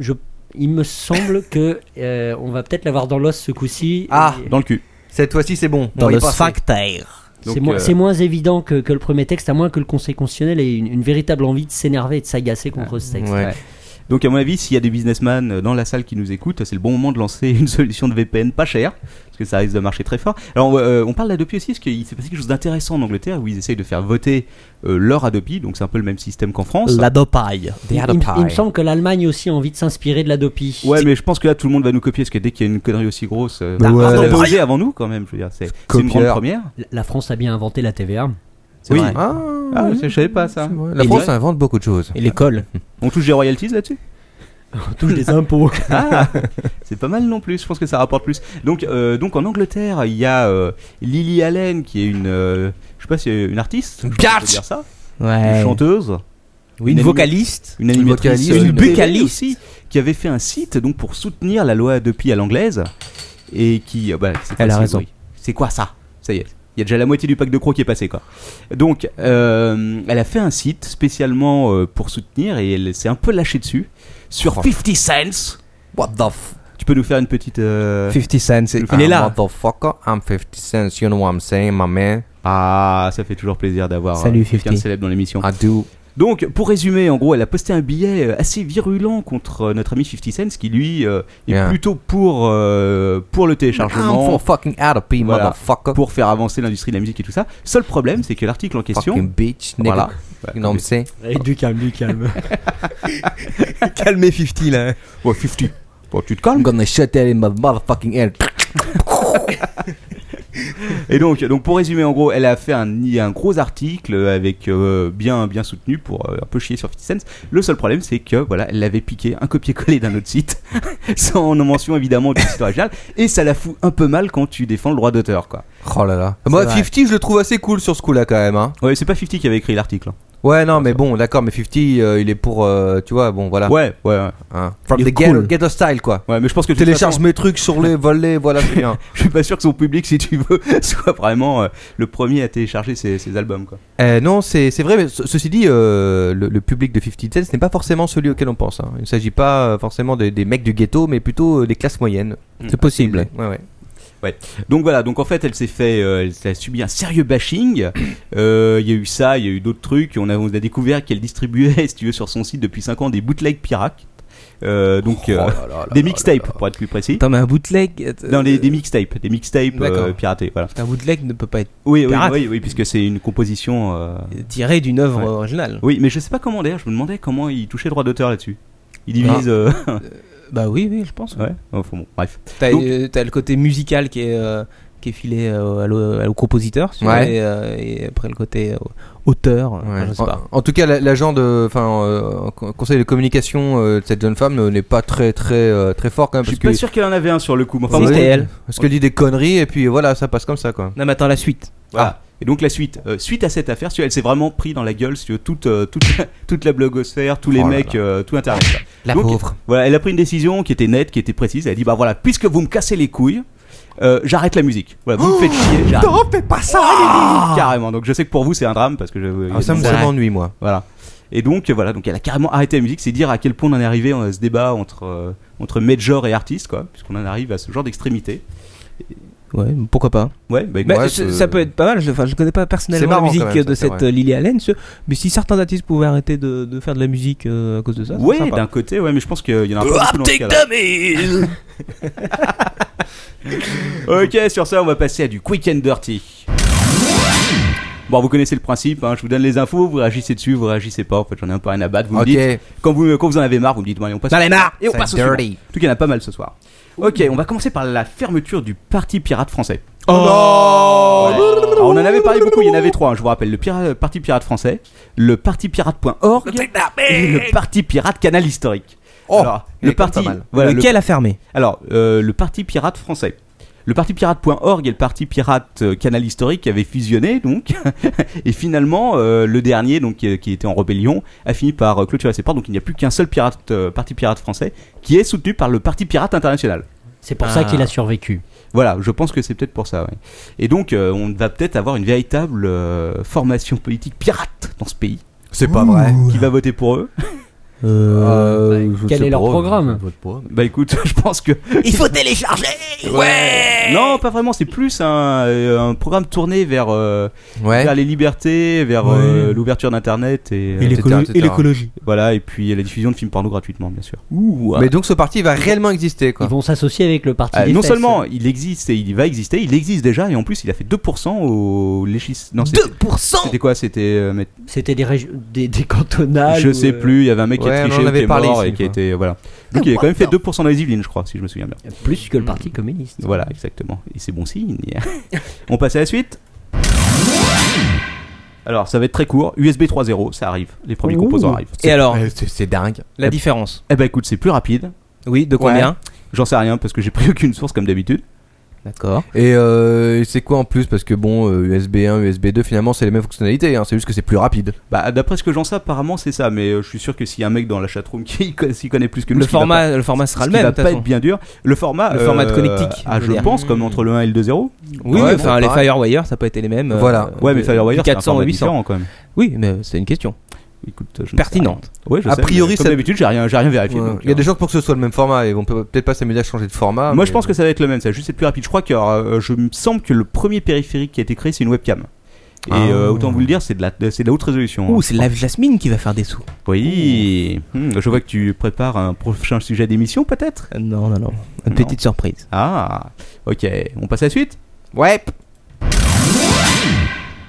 Speaker 5: je, il me semble que euh, on va peut-être l'avoir dans l'os ce coup-ci.
Speaker 2: Ah,
Speaker 5: Et
Speaker 3: Dans le cul.
Speaker 2: Cette fois-ci, c'est bon. On
Speaker 4: Dans
Speaker 2: va y
Speaker 4: le
Speaker 2: passer.
Speaker 4: sphincter.
Speaker 3: Donc,
Speaker 5: c'est moins,
Speaker 3: euh,
Speaker 5: c'est moins évident que, que le premier texte, à moins que le Conseil constitutionnel ait une, une véritable envie de s'énerver et de s'agacer contre ce texte.
Speaker 2: Ouais.
Speaker 3: Donc à mon avis, s'il y a des businessmen euh, dans la salle qui nous écoutent, c'est le bon moment de lancer [LAUGHS] une solution de VPN pas chère, parce que ça risque de marcher très fort. Alors euh, on parle d'Adopi aussi, parce qu'il s'est passé quelque chose d'intéressant en Angleterre, où ils essayent de faire voter euh, leur Adopi, donc c'est un peu le même système qu'en France.
Speaker 4: La dopaille.
Speaker 5: Il, il me- il me semble que l'Allemagne aussi a envie de s'inspirer de la dopi.
Speaker 3: Ouais, mais je pense que là tout le monde va nous copier, parce que dès qu'il y a une connerie aussi grosse, euh,
Speaker 2: Bah
Speaker 3: on
Speaker 2: ouais.
Speaker 3: l'a posé avant nous quand même, je veux dire, c'est c'est une grande
Speaker 2: Copieur.
Speaker 3: première.
Speaker 5: La- La France a bien inventé la TVA.
Speaker 4: C'est
Speaker 3: Oui.
Speaker 4: vrai.
Speaker 2: Ah,
Speaker 3: Ah,
Speaker 2: oui,
Speaker 3: je savais pas ça.
Speaker 2: c'est vrai. La
Speaker 4: Et
Speaker 2: France
Speaker 3: les-
Speaker 2: invente beaucoup de choses.
Speaker 4: Et l'école.
Speaker 3: On touche des
Speaker 2: [LAUGHS]
Speaker 3: royalties là-dessus
Speaker 5: On touche des [LAUGHS] impôts.
Speaker 3: Ah, c'est pas mal non plus. Je pense que ça rapporte plus. Donc, euh, donc en Angleterre, il y a euh, Lily Allen qui est une, euh, je sais pas si une artiste, je pense qu'on peut
Speaker 2: Garth.
Speaker 3: dire ça,
Speaker 4: Ouais.
Speaker 3: une chanteuse,
Speaker 4: Oui, une
Speaker 3: Une
Speaker 4: vocaliste.
Speaker 3: une animatrice,
Speaker 2: vocaliste,
Speaker 3: euh,
Speaker 4: une
Speaker 3: télé
Speaker 4: bucaliste.
Speaker 3: aussi, qui avait fait un site donc pour soutenir la loi Adopi à l'anglaise et qui, euh, bah, c'est
Speaker 4: Elle a
Speaker 3: facile,
Speaker 4: raison.
Speaker 3: oui. C'est quoi ça Ça y est. Il y a déjà la moitié du pack de crocs qui est passé quoi. Donc, euh, elle a fait un site spécialement euh, pour soutenir et elle s'est un peu lâchée dessus sur
Speaker 2: Oh.
Speaker 3: 50 cents.
Speaker 2: What the f
Speaker 3: Tu peux nous faire une petite euh,
Speaker 4: 50 Cent, c'est- il est
Speaker 2: I'm
Speaker 4: là.
Speaker 2: Ah, Motherfucker, I'm 50 cents, you know what I'm saying, my man.
Speaker 3: Ah, ça fait toujours plaisir d'avoir
Speaker 4: Salut,
Speaker 3: euh, quelqu'un de
Speaker 4: 50.
Speaker 3: célèbre dans l'émission.
Speaker 2: I do.
Speaker 3: Donc, pour résumer, en gros, elle a posté un billet euh, assez virulent contre euh, notre ami 50 Cent, qui lui euh, est
Speaker 2: Yeah. Ah,
Speaker 3: plutôt pour, euh, pour le téléchargement,
Speaker 2: I'm for fucking out of P,
Speaker 3: Voilà.
Speaker 2: motherfucker.
Speaker 3: pour faire avancer l'industrie de la musique et tout ça. Seul problème, c'est que l'article en question...
Speaker 2: Fucking bitch, nigga.
Speaker 3: Voilà.
Speaker 2: You know what I'm saying?
Speaker 5: du calme, du calme.
Speaker 4: Calmez 50 là.
Speaker 3: Ouais, 50. Bon, tu
Speaker 2: I'm
Speaker 3: te calmes.
Speaker 2: gonna shut that in my motherfucking head.
Speaker 3: Et donc, donc, pour résumer, en gros, elle a fait un, un gros article avec euh, bien, bien soutenu pour euh, un peu chier sur 50 Cent. Le seul problème, c'est que voilà, elle l'avait piqué un copier-coller d'un autre site, [LAUGHS] sans mention évidemment du site original, et ça la fout un peu mal quand tu défends le droit d'auteur, quoi.
Speaker 2: Oh là là. Moi,
Speaker 4: vrai.
Speaker 2: 50, je le trouve assez cool sur ce coup-là quand même. Hein.
Speaker 3: Ouais, c'est pas 50 qui avait écrit l'article. hein.
Speaker 2: Ouais, non, mais bon, d'accord, mais 50, euh, il est pour, euh, tu vois, bon, voilà.
Speaker 3: Ouais, ouais, ouais,
Speaker 2: Hein. From
Speaker 4: Il est
Speaker 2: the ghetto,
Speaker 4: cool.
Speaker 2: ghetto style, quoi.
Speaker 3: ouais, mais je pense que de toute
Speaker 2: Télécharge
Speaker 3: façon,
Speaker 2: mes trucs sur [LAUGHS] les volets, voilà, c'est [LAUGHS] bien.
Speaker 3: Je suis pas sûr que son public, si tu veux, [LAUGHS] soit vraiment euh, le premier à télécharger ses, ses albums, quoi.
Speaker 2: Euh, non, c'est c'est vrai, mais ce- ceci dit, euh, le, le public de 50 Cent, ce n'est pas forcément celui auquel on pense. hein. Il ne s'agit pas euh, forcément des, des mecs du ghetto, mais plutôt euh, des classes moyennes.
Speaker 4: C'est possible.
Speaker 2: Ouais, ouais.
Speaker 3: Donc voilà, donc en fait, elle s'est fait, euh, elle a subi un sérieux bashing.
Speaker 4: [COUGHS]
Speaker 3: Euh, Il y a eu ça, il y a eu d'autres trucs. On a, on a découvert qu'elle distribuait, [LAUGHS] si tu veux, sur son site depuis 5 ans des bootlegs pirates. Euh, donc
Speaker 4: Oh
Speaker 3: euh, des mixtapes, pour être plus précis.
Speaker 4: Attends, mais un bootleg. euh,
Speaker 3: Non, des, des mixtapes, des mixtapes
Speaker 2: D'accord.
Speaker 3: euh, piratés, voilà.
Speaker 4: Un bootleg ne peut pas être
Speaker 3: Oui, oui,
Speaker 4: Pirate.
Speaker 3: oui, oui, puisque c'est une composition. euh,
Speaker 4: tiré d'une œuvre
Speaker 3: Ouais.
Speaker 4: originale.
Speaker 3: Oui, mais je sais pas comment d'ailleurs. Je me demandais comment il touchait le droit d'auteur là-dessus. Il divise.
Speaker 4: Ah.
Speaker 3: euh, [LAUGHS]
Speaker 4: Bah oui, oui, je pense.
Speaker 3: ouais. Enfin bon, bref.
Speaker 4: T'as
Speaker 3: Donc-
Speaker 4: euh, t'as le côté musical qui est, euh, qui est filé euh, à l'au- au compositeur, si tu
Speaker 2: Ouais.
Speaker 4: veux, et, euh, et après le côté euh, auteur, euh,
Speaker 2: Ouais.
Speaker 4: je sais
Speaker 2: En,
Speaker 4: pas.
Speaker 2: en tout cas, la- l'agent de, enfin, euh, co- conseil de communication euh, de cette jeune femme euh, n'est pas très, très, euh, très fort quand même.
Speaker 3: Je suis
Speaker 2: parce
Speaker 3: pas
Speaker 2: que-
Speaker 3: sûr qu'elle en avait un sur le coup. mais enfin
Speaker 4: Si,
Speaker 3: bon,
Speaker 4: c'était elle.
Speaker 2: Parce qu'elle dit des conneries et puis voilà, ça passe comme ça quoi.
Speaker 4: Non, mais attends la
Speaker 2: Ah.
Speaker 4: suite.
Speaker 3: Voilà. Et donc la suite, euh, suite à cette affaire, si tu veux, elle s'est vraiment pris dans la gueule, si tu veux, toute, euh, toute, [LAUGHS] toute la blogosphère, tous les
Speaker 2: Oh là
Speaker 3: mecs,
Speaker 2: là.
Speaker 3: euh, tout Internet. quoi.
Speaker 2: La
Speaker 3: Donc,
Speaker 2: pauvre.
Speaker 3: Voilà, elle a pris une décision qui était nette, qui était précise. Elle a dit bah voilà, puisque vous me cassez les couilles, euh, j'arrête la musique. Voilà, vous me faites chier. j'arrête.
Speaker 2: Oh,
Speaker 3: Ah,
Speaker 2: Non, fais pas ça
Speaker 3: Carrément. Donc je sais que pour vous c'est un drame parce que je. il y a
Speaker 2: ah, Ça
Speaker 3: des-
Speaker 2: me-
Speaker 4: C'est
Speaker 2: ça
Speaker 4: vrai.
Speaker 2: m'ennuie moi.
Speaker 3: Voilà. Et donc euh, voilà, donc elle a carrément arrêté la musique, c'est dire à quel point on en est arrivé à ce débat entre, euh, entre major et artiste, quoi, puisqu'on en arrive à ce genre d'extrémité.
Speaker 4: Ouais, pourquoi pas
Speaker 3: Ouais, bah,
Speaker 4: Bah,
Speaker 2: Ouais,
Speaker 4: c-
Speaker 2: c'est-
Speaker 4: ça peut être pas mal. Je, enfin, je connais pas
Speaker 2: C'est
Speaker 4: personnellement la
Speaker 2: marrant,
Speaker 4: musique
Speaker 2: quand même, ça,
Speaker 4: de
Speaker 2: c'est
Speaker 4: cette
Speaker 2: vrai.
Speaker 4: euh, Lily Allen, ce- mais si certains artistes pouvaient arrêter de, de faire de la musique euh, à cause de ça,
Speaker 3: ouais,
Speaker 4: c'est sympa.
Speaker 3: d'un côté, ouais, mais je pense qu'il y en a un peu beaucoup dans ce cas-là. [LAUGHS] Ok, sur ça, on va passer à du quick and dirty. Bon, vous connaissez le principe, hein, je vous donne les infos, vous réagissez dessus, vous réagissez pas, en fait, j'en ai un peu rien à battre, vous
Speaker 2: Ok.
Speaker 3: me dites. Quand vous, quand vous en avez marre, vous me dites, bon, allez, on passe.
Speaker 4: J'en ai marre
Speaker 3: Et on passe au
Speaker 2: C'est
Speaker 3: suivant.
Speaker 2: dirty.
Speaker 3: En tout cas, il y en a pas mal ce soir. Ok, on va commencer par la fermeture du Parti Pirate français.
Speaker 4: Oh
Speaker 3: Ouais. Alors, on en avait parlé beaucoup, il y en avait trois, hein, je vous rappelle. Le pira- Parti Pirate français, le Parti Pirate.org et le Parti Pirate Canal Historique.
Speaker 2: Oh,
Speaker 3: Alors,
Speaker 2: il
Speaker 3: le
Speaker 2: est quand même
Speaker 3: parti,
Speaker 2: pas mal.
Speaker 3: voilà, le-
Speaker 4: Lequel a fermé
Speaker 3: alors, euh, le Parti Pirate français. Le Parti Pirate.org et le Parti Pirate euh, Canal Historique avaient fusionné, donc. [LAUGHS] et finalement, euh, le dernier, donc, qui, qui était en rébellion, a fini par euh, clôturer ses portes. Donc, il n'y a plus qu'un seul pirate, euh, Parti Pirate français qui est soutenu par le Parti Pirate International.
Speaker 5: C'est pour ça qu'il a survécu.
Speaker 3: Voilà, je pense que c'est peut-être pour ça. ouais. Et donc, euh, on va peut-être avoir une véritable euh, formation politique pirate dans ce pays
Speaker 2: C'est pas vrai.
Speaker 3: qui va voter pour eux.
Speaker 2: Euh,
Speaker 5: bah, quel est leur programme
Speaker 3: Bah écoute, [LAUGHS] je pense que
Speaker 4: Il faut
Speaker 2: [LAUGHS]
Speaker 4: télécharger
Speaker 3: non, pas vraiment. C'est plus un, euh, un programme tourné vers euh,
Speaker 2: Ouais.
Speaker 3: vers les libertés, vers
Speaker 4: Ouais.
Speaker 3: euh, l'ouverture d'internet et, euh,
Speaker 4: Et
Speaker 2: l'écolo-
Speaker 4: l'écolo- et
Speaker 2: et
Speaker 4: l'écologie.
Speaker 3: voilà et puis la diffusion de films porno gratuitement, bien sûr.
Speaker 2: Mais donc ce parti va réellement exister quoi.
Speaker 5: Ils vont s'associer avec le parti
Speaker 2: Ah,
Speaker 3: Euh,
Speaker 5: des
Speaker 3: non
Speaker 5: fesses.
Speaker 3: seulement il existe et il va exister, il existe déjà et en plus il a fait 2% au léchis. Non, c'était-
Speaker 4: 2%
Speaker 3: C'était quoi C'était euh, mais-
Speaker 5: C'était des, régi- des, des cantonales.
Speaker 3: je
Speaker 5: ou,
Speaker 3: sais
Speaker 5: euh,
Speaker 3: plus. Il y avait un mec qui
Speaker 2: Ah, ouais,
Speaker 3: a
Speaker 2: on en
Speaker 3: triché,
Speaker 2: avait
Speaker 3: qui est
Speaker 2: parlé
Speaker 3: mort
Speaker 2: ici,
Speaker 3: et qui a
Speaker 2: quoi.
Speaker 3: été voilà. Donc il a quand même fait 2% dans les Yvelines, je crois, si je me souviens bien.
Speaker 5: Plus que le parti communiste.
Speaker 3: Voilà, exactement. Et c'est bon signe. [LAUGHS] On passe à la suite. Alors, ça va être très court. USB 3.0, ça arrive. Les premiers composants arrivent.
Speaker 4: Et alors,
Speaker 2: Ouais, c'est- C'est dingue.
Speaker 4: la différence
Speaker 3: Eh ben écoute, c'est plus rapide.
Speaker 4: Oui, de combien
Speaker 3: J'en sais rien parce que j'ai pris aucune source comme d'habitude.
Speaker 4: D'accord.
Speaker 2: Et euh, c'est quoi en plus Parce que bon, euh, USB 1, USB 2, finalement, c'est les mêmes fonctionnalités. hein, c'est juste que c'est plus rapide.
Speaker 3: Bah, d'après ce que j'en sais, apparemment c'est ça. Mais euh, je suis sûr que s'il y a un mec dans la chatroom qui [LAUGHS] co- s'y connaît plus que nous,
Speaker 4: Le
Speaker 3: ce qui va pas-
Speaker 4: format, le format sera
Speaker 3: ce
Speaker 4: le
Speaker 3: qui
Speaker 4: même.
Speaker 3: va
Speaker 4: de toute
Speaker 3: pas
Speaker 4: façon.
Speaker 3: être bien dur. Le format,
Speaker 4: Le format de connectique,
Speaker 3: Ah,
Speaker 4: je veux
Speaker 3: je
Speaker 4: dire.
Speaker 3: pense comme entre le 1 et le 2.0.
Speaker 4: Oui,
Speaker 2: Ouais,
Speaker 4: mais enfin,
Speaker 2: bon,
Speaker 4: les
Speaker 2: pareil.
Speaker 4: Firewire, ça peut être les mêmes. euh,
Speaker 2: Voilà.
Speaker 3: Ouais, mais
Speaker 4: euh,
Speaker 3: Firewire,
Speaker 4: du
Speaker 3: c'est un
Speaker 4: 400
Speaker 3: format
Speaker 4: et 800.
Speaker 3: différent quand même.
Speaker 4: Oui, mais c'est une question
Speaker 3: Écoute, je ne sais
Speaker 4: pertinente. Ah,
Speaker 3: rien. Ouais, je
Speaker 2: A
Speaker 3: sais,
Speaker 2: priori,
Speaker 3: mais comme
Speaker 2: ça-
Speaker 3: d'habitude, j'ai rien, j'ai rien vérifié.
Speaker 2: Ouais.
Speaker 3: donc,
Speaker 2: Il y a
Speaker 3: euh,
Speaker 2: des gens pour que ce soit le même format et vont peut- peut-être pas s'amuser à changer de format.
Speaker 3: Moi,
Speaker 2: mais
Speaker 3: je pense que ça va être le même. Ça va juste être plus rapide. Je crois que euh, je me semble que le premier périphérique qui a été créé, c'est une webcam. Et
Speaker 2: Ah.
Speaker 3: euh, autant vous le dire, c'est de la, c'est de la haute résolution. hein.
Speaker 4: Ouh, c'est Live Jasmine qui va faire des sous.
Speaker 3: Oui. Hmm, je vois que tu prépares un prochain sujet d'émission, peut-être.
Speaker 4: Euh, Non, non, non. Une
Speaker 3: Non.
Speaker 4: petite surprise.
Speaker 3: Ah. Ok. On passe à la suite.
Speaker 2: Ouais.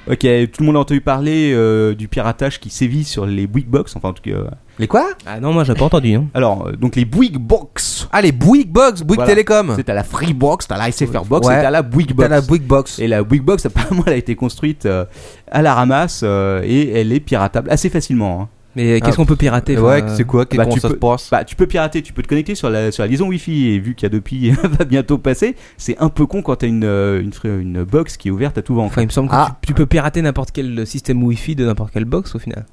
Speaker 3: Ok. Tout le monde a entendu parler euh, du piratage qui sévit sur les Bouygues Box. Enfin, en tout cas. euh,
Speaker 2: Les quoi
Speaker 4: Ah non, moi, j'ai pas entendu. hein.
Speaker 3: Alors, euh, donc les Bouygues Box.
Speaker 2: Ah, les Bouygues Box, Bouygues
Speaker 3: Voilà.
Speaker 2: Télécom.
Speaker 3: C'est à la Freebox, t'as la SFR Box,
Speaker 2: Ouais.
Speaker 3: et t'as la Bouygues
Speaker 2: T'as
Speaker 3: Box.
Speaker 2: la Bouygues Box.
Speaker 3: Et la Big Box, [LAUGHS] apparemment, elle a été construite euh, à la ramasse euh, et elle est piratable assez facilement. hein.
Speaker 4: Mais qu'est-ce
Speaker 2: Ah.
Speaker 4: qu'on peut pirater
Speaker 2: ouais,
Speaker 4: enfin,
Speaker 2: c'est quoi qu'est-
Speaker 3: bah,
Speaker 2: Comment
Speaker 3: tu
Speaker 2: ça
Speaker 3: peux-
Speaker 2: se passe
Speaker 3: Bah, tu peux pirater, tu peux te connecter sur la, sur la liaison Wi-Fi et vu [LAUGHS] qu'Adopi va bientôt passer, c'est un peu con quand t'as une, euh, une, fr- une box qui est ouverte à tout vent.
Speaker 4: Enfin, il me semble que
Speaker 2: Ah.
Speaker 4: tu, tu peux pirater n'importe quel système Wi-Fi de n'importe quelle box au final.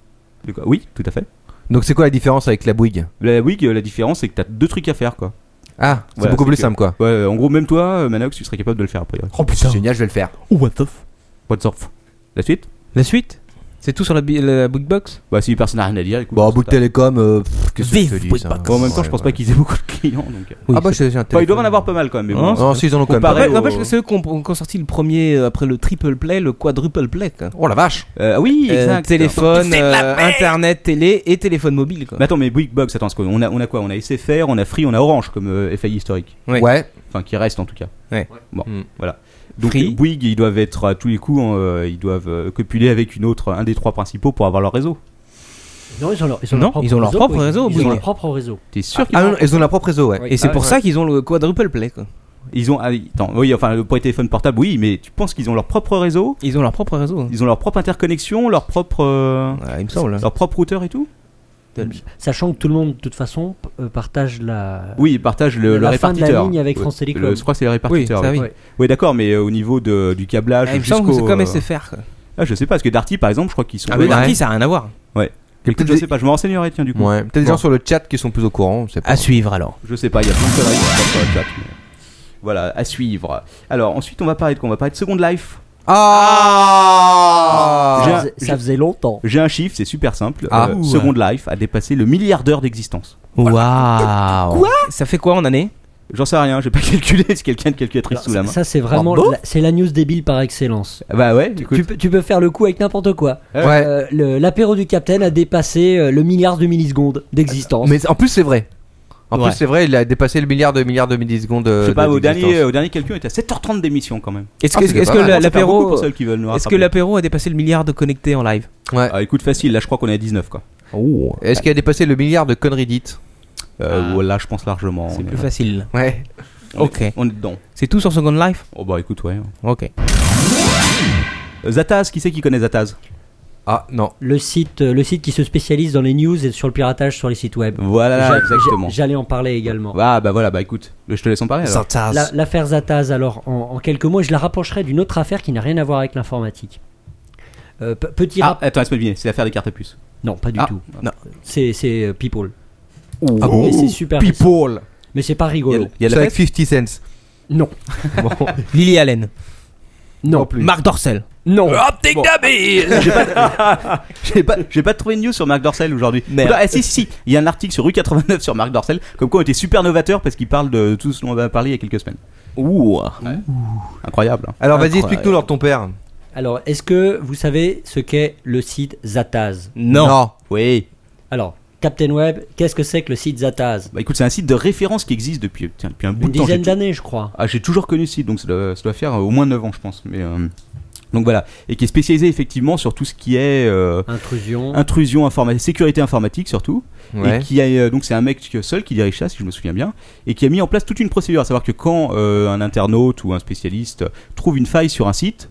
Speaker 3: De quoi Oui, tout à fait.
Speaker 2: Donc c'est quoi la différence avec la Bouygues
Speaker 3: La Bouygues, euh, la différence, c'est que t'as deux trucs à faire quoi.
Speaker 2: Ah, c'est
Speaker 3: Voilà,
Speaker 2: beaucoup
Speaker 3: c'est
Speaker 2: plus
Speaker 3: que-
Speaker 2: simple quoi.
Speaker 3: Ouais, euh, en gros, même toi, euh, Manox, tu serais capable de le faire après.
Speaker 2: Oh putain, génial, je vais le faire.
Speaker 4: What the f
Speaker 3: What's up La suite
Speaker 4: La suite C'est tout sur la, bi- la Big Box
Speaker 3: Bah, si personne n'a rien à dire, écoute.
Speaker 2: Bon,
Speaker 3: c'est
Speaker 2: Bouygues
Speaker 3: ça.
Speaker 2: Télécom, euh, pff, qu'est-ce que je
Speaker 4: Vive
Speaker 2: te dis,
Speaker 4: Bouygues
Speaker 2: ça
Speaker 4: Box.
Speaker 3: Bon, en même temps, je
Speaker 2: Ouais,
Speaker 3: pense
Speaker 2: ouais.
Speaker 3: pas qu'ils aient beaucoup de clients donc. euh.
Speaker 2: Ah bah, j'ai un
Speaker 3: Enfin,
Speaker 2: téléphone. Hein
Speaker 3: ils doivent en avoir pas mal quand même, mais
Speaker 4: Non,
Speaker 3: bon.
Speaker 2: Non, si, ils en ont quand même.
Speaker 3: Comparé-
Speaker 2: pas Oh,
Speaker 3: Pareil
Speaker 4: Ouais,
Speaker 3: au-
Speaker 4: en fait, c'est eux qui ont qui ont sorti le premier euh, après le triple play, le quadruple play. quoi.
Speaker 2: mal. Oh la vache
Speaker 3: Euh, ah oui,
Speaker 4: Euh,
Speaker 3: exact.
Speaker 4: téléphone, euh, internet, télé et téléphone mobile. Quoi.
Speaker 3: Mais attends, mais Bouygues Box, attends, parce qu'on a, on a quoi On a SFR, on a Free, on a Orange comme euh, FAI historique.
Speaker 4: Ouais.
Speaker 2: Ouais.
Speaker 3: Enfin, qui reste en tout cas.
Speaker 4: Ouais. Hmm.
Speaker 3: Bon,
Speaker 2: Mm.
Speaker 3: voilà. Donc
Speaker 4: Free.
Speaker 3: Bouygues, ils doivent être à tous les coups, en, euh, ils doivent euh, copuler avec une autre, un des trois principaux pour avoir leur réseau.
Speaker 5: Non, ils ont leur, ils ont
Speaker 4: Non,
Speaker 5: leur propre
Speaker 4: ils ont leur
Speaker 5: réseau.
Speaker 4: propre
Speaker 5: oui.
Speaker 4: réseau,
Speaker 5: Ils ont
Speaker 4: Bouygues.
Speaker 5: leur propre réseau.
Speaker 3: T'es sûr qu'ils
Speaker 2: Ah non, ils ont leur propre réseau, ouais.
Speaker 5: Ouais.
Speaker 4: Et c'est
Speaker 5: Ah,
Speaker 4: pour
Speaker 5: ouais.
Speaker 4: ça qu'ils ont le quadruple play. Quoi.
Speaker 3: ils ont ah, attends, oui, enfin pour les téléphones portables, oui, mais tu penses qu'ils ont leur propre réseau
Speaker 4: Ils ont leur propre réseau. hein.
Speaker 3: Ils ont leur propre interconnexion, leur propre euh,
Speaker 4: Ouais, il me semble. hein. Ah,
Speaker 3: leur propre routeur et tout
Speaker 5: Sachant que tout le monde, de toute façon, p- euh, partage la.
Speaker 3: Oui, ils partagent le,
Speaker 5: La
Speaker 3: le
Speaker 5: fin de la
Speaker 3: répartiteur.
Speaker 5: ligne avec
Speaker 3: Ouais,
Speaker 5: France Télécom.
Speaker 3: le- je crois que c'est le
Speaker 4: Oui,
Speaker 3: répartiteur.
Speaker 4: ça,
Speaker 3: oui,
Speaker 4: oui.
Speaker 5: Ouais.
Speaker 3: Ouais, d'accord, mais euh, au niveau de, du câblage
Speaker 4: Ah, il me semble que c'est
Speaker 3: jusqu'au
Speaker 4: comme
Speaker 3: euh,
Speaker 4: SFR. quoi.
Speaker 3: Ah, je sais pas, parce que Darty par exemple, je crois qu'ils sont
Speaker 4: Ah, mais
Speaker 3: eux,
Speaker 4: Darty, ça n'a rien à voir.
Speaker 3: Écoute,
Speaker 2: Peut-être
Speaker 3: je
Speaker 2: des-
Speaker 3: sais pas, je me renseignerai, tiens, du coup.
Speaker 2: Ouais. Peut-être des
Speaker 3: Bon.
Speaker 2: gens sur le chat qui sont plus au courant, c'est pas.
Speaker 4: À suivre alors.
Speaker 3: Je sais pas, il y a plein de conneries qui se passent sur le chat, mais- Voilà, à suivre. Alors, ensuite, on va parler de quoi On va parler de Second Life.
Speaker 2: Ah
Speaker 3: J'ai
Speaker 5: Ça
Speaker 3: un-
Speaker 5: faisait- ça faisait longtemps.
Speaker 3: J'ai un chiffre, c'est super simple.
Speaker 2: Ah.
Speaker 3: Euh, Second Life a dépassé le milliard d'heures d'existence.
Speaker 4: Waouh Quoi Ça fait quoi en année
Speaker 3: J'en sais rien, j'ai pas [LAUGHS] calculé, c'est quelqu'un de calculatrice sous la main.
Speaker 5: Ça, c'est vraiment
Speaker 2: Ah bon
Speaker 5: la- c'est la news débile par excellence.
Speaker 3: Bah ouais,
Speaker 5: Tu peux, tu peux faire le coup avec n'importe quoi.
Speaker 2: Ouais.
Speaker 5: Euh, le- L'apéro du Capitaine a dépassé euh, le milliard de millisecondes d'existence.
Speaker 2: Mais en plus, c'est vrai. En
Speaker 4: Ouais.
Speaker 2: plus, c'est vrai, il a dépassé le milliard de milliards de millisecondes.
Speaker 3: Je
Speaker 2: euh,
Speaker 3: sais pas,
Speaker 2: de-
Speaker 3: au
Speaker 2: d'existence.
Speaker 3: dernier, au dernier calcul, on était à 7h30 d'émission quand même.
Speaker 4: Est-ce
Speaker 2: Ah,
Speaker 4: que,
Speaker 2: c'est
Speaker 4: est-ce
Speaker 2: pas
Speaker 4: que
Speaker 2: mal,
Speaker 4: la-
Speaker 2: hein,
Speaker 3: Ça fait beaucoup
Speaker 4: l'apéro. euh,
Speaker 3: pour ceux qui veulent nous
Speaker 4: Est-ce que
Speaker 3: rattraper.
Speaker 4: l'apéro a dépassé le milliard de connectés en live
Speaker 2: Ouais.
Speaker 3: Ah, écoute, facile, là je crois qu'on est à 19 quoi.
Speaker 4: Oh.
Speaker 2: Est-ce qu'il a dépassé le milliard de conneries dites
Speaker 3: Euh, ouais, Là je pense largement.
Speaker 4: C'est
Speaker 3: on est-
Speaker 4: plus facile.
Speaker 2: Ouais.
Speaker 3: on est-
Speaker 4: Ok.
Speaker 3: On est dedans.
Speaker 4: C'est tout sur Second Life
Speaker 3: Oh bah écoute, ouais.
Speaker 4: Ok.
Speaker 3: Euh, Zataz, qui c'est qui connaît Zataz
Speaker 2: Ah non.
Speaker 5: Le site, euh, le site qui se spécialise dans les news et sur le piratage sur les sites web.
Speaker 3: Voilà,
Speaker 5: J'a-
Speaker 3: exactement.
Speaker 5: j'a- J'allais en parler également.
Speaker 3: Ah bah voilà, bah écoute, je te laisse en parler alors.
Speaker 4: [LAUGHS]
Speaker 5: La- L'affaire Zataz, alors, en, en quelques mots, je la rapprocherai d'une autre affaire qui n'a rien à voir avec l'informatique. Euh, pe- petit
Speaker 3: Ah,
Speaker 5: rap...
Speaker 3: attends, laisse-moi deviner, c'est l'affaire des cartes à puces.
Speaker 5: Non, pas du
Speaker 3: Ah,
Speaker 5: tout.
Speaker 4: non.
Speaker 5: C'est c'est, euh, People.
Speaker 2: Ah bon
Speaker 5: Mais c'est super.
Speaker 2: People
Speaker 5: Mais oh, c'est pas
Speaker 3: Il y a,
Speaker 5: rigolo.
Speaker 3: il y
Speaker 2: C'est
Speaker 3: a de la
Speaker 2: avec
Speaker 3: fête
Speaker 2: 50 cents.
Speaker 5: Non.
Speaker 4: Lily Allen.
Speaker 5: Non.
Speaker 2: plus.
Speaker 4: Marc Dorcel.
Speaker 5: Non.
Speaker 3: Ah. J'ai pas, j'ai pas trouvé de news sur Marc Dorcel aujourd'hui.
Speaker 4: Merde.
Speaker 3: Ah, si, si, si. Il y a un article sur rue 89 sur Marc Dorcel, comme quoi on était super novateur parce qu'il parle de tout ce dont on va parler il y a quelques semaines.
Speaker 4: Ouh.
Speaker 3: Incroyable. hein.
Speaker 2: Alors
Speaker 4: Incroyable.
Speaker 2: vas-y, explique-nous, Lord ton père.
Speaker 5: Alors, est-ce que vous savez ce qu'est le site Zataz
Speaker 4: Non.
Speaker 3: Oui.
Speaker 5: Alors, Captain Web, qu'est-ce que c'est que le site Zataz
Speaker 3: Bah écoute, c'est un site de référence qui existe depuis, tiens, depuis un bout
Speaker 5: Une
Speaker 3: de temps.
Speaker 5: dizaine
Speaker 3: j'ai-
Speaker 5: d'années, je crois.
Speaker 3: Ah, j'ai toujours connu ce site, donc ça doit, ça doit faire euh, au moins 9 ans, je pense. Mais, euh, Donc voilà. Et qui est spécialisé effectivement sur tout ce qui est euh,
Speaker 5: Intrusion.
Speaker 3: intrusion informatique, sécurité informatique surtout.
Speaker 2: Ouais.
Speaker 3: Et qui a, euh, donc c'est un mec que- seul qui dirige ça, si je me souviens bien, et qui a mis en place toute une procédure, à savoir que quand euh, un internaute ou un spécialiste trouve une faille sur un site,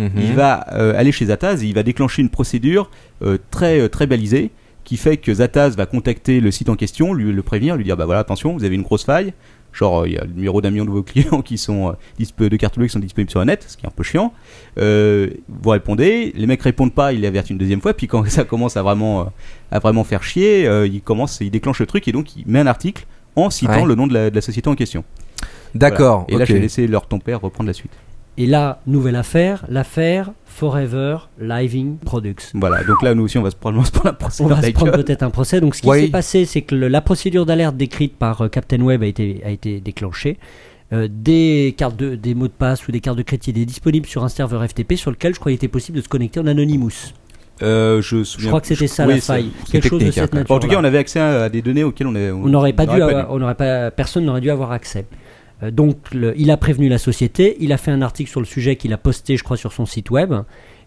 Speaker 2: Mhm.
Speaker 3: il va euh, aller chez Zataz et il va déclencher une procédure euh, très euh, très balisée qui fait que Zataz va contacter le site en question, lui le prévenir, lui dire bah voilà attention, vous avez une grosse faille. Genre, euh, il y a le numéro d'un million de vos [LAUGHS] clients qui sont euh, disp- de cartes bleues qui sont disponibles sur le net, ce qui est un peu chiant. Euh, vous répondez, les mecs répondent pas, il les avertit une deuxième fois, puis quand [LAUGHS] ça commence à vraiment, euh, à vraiment faire chier, euh, il commence, il déclenche le truc et donc il met un article en citant
Speaker 2: Ouais.
Speaker 3: le nom de la, de la société en question.
Speaker 2: D'accord.
Speaker 3: Voilà. Et là,
Speaker 2: ok.
Speaker 3: je vais laisser leur ton père reprendre la suite.
Speaker 5: Et là, nouvelle affaire, l'affaire Forever Living Products.
Speaker 3: Voilà, donc là, nous aussi, on va se probablement se prendre [LAUGHS] un procès
Speaker 5: On
Speaker 3: dans
Speaker 5: va se
Speaker 3: la
Speaker 5: prendre
Speaker 3: gueule.
Speaker 5: peut-être un procès. Donc, ce qui
Speaker 2: Oui.
Speaker 5: s'est passé, c'est que le- la procédure d'alerte décrite par euh, Captain Web a été, a été déclenchée. Euh, des cartes de, des mots de passe ou des cartes de crédit étaient disponibles sur un serveur FTP sur lequel je crois qu'il était possible de se connecter en Anonymous.
Speaker 3: Euh, je,
Speaker 5: Je crois que c'était ça la faille. Quelque chose de cette nature.
Speaker 3: hein. en tout cas, on avait accès à des données auxquelles on est-
Speaker 5: on n'aurait pas dû,
Speaker 3: n'aurait
Speaker 5: avoir- on n'aurait pas, personne n'aurait dû avoir accès. Euh, Donc, le- il a prévenu la société, il a fait un article sur le sujet qu'il a posté, je crois, sur son site web.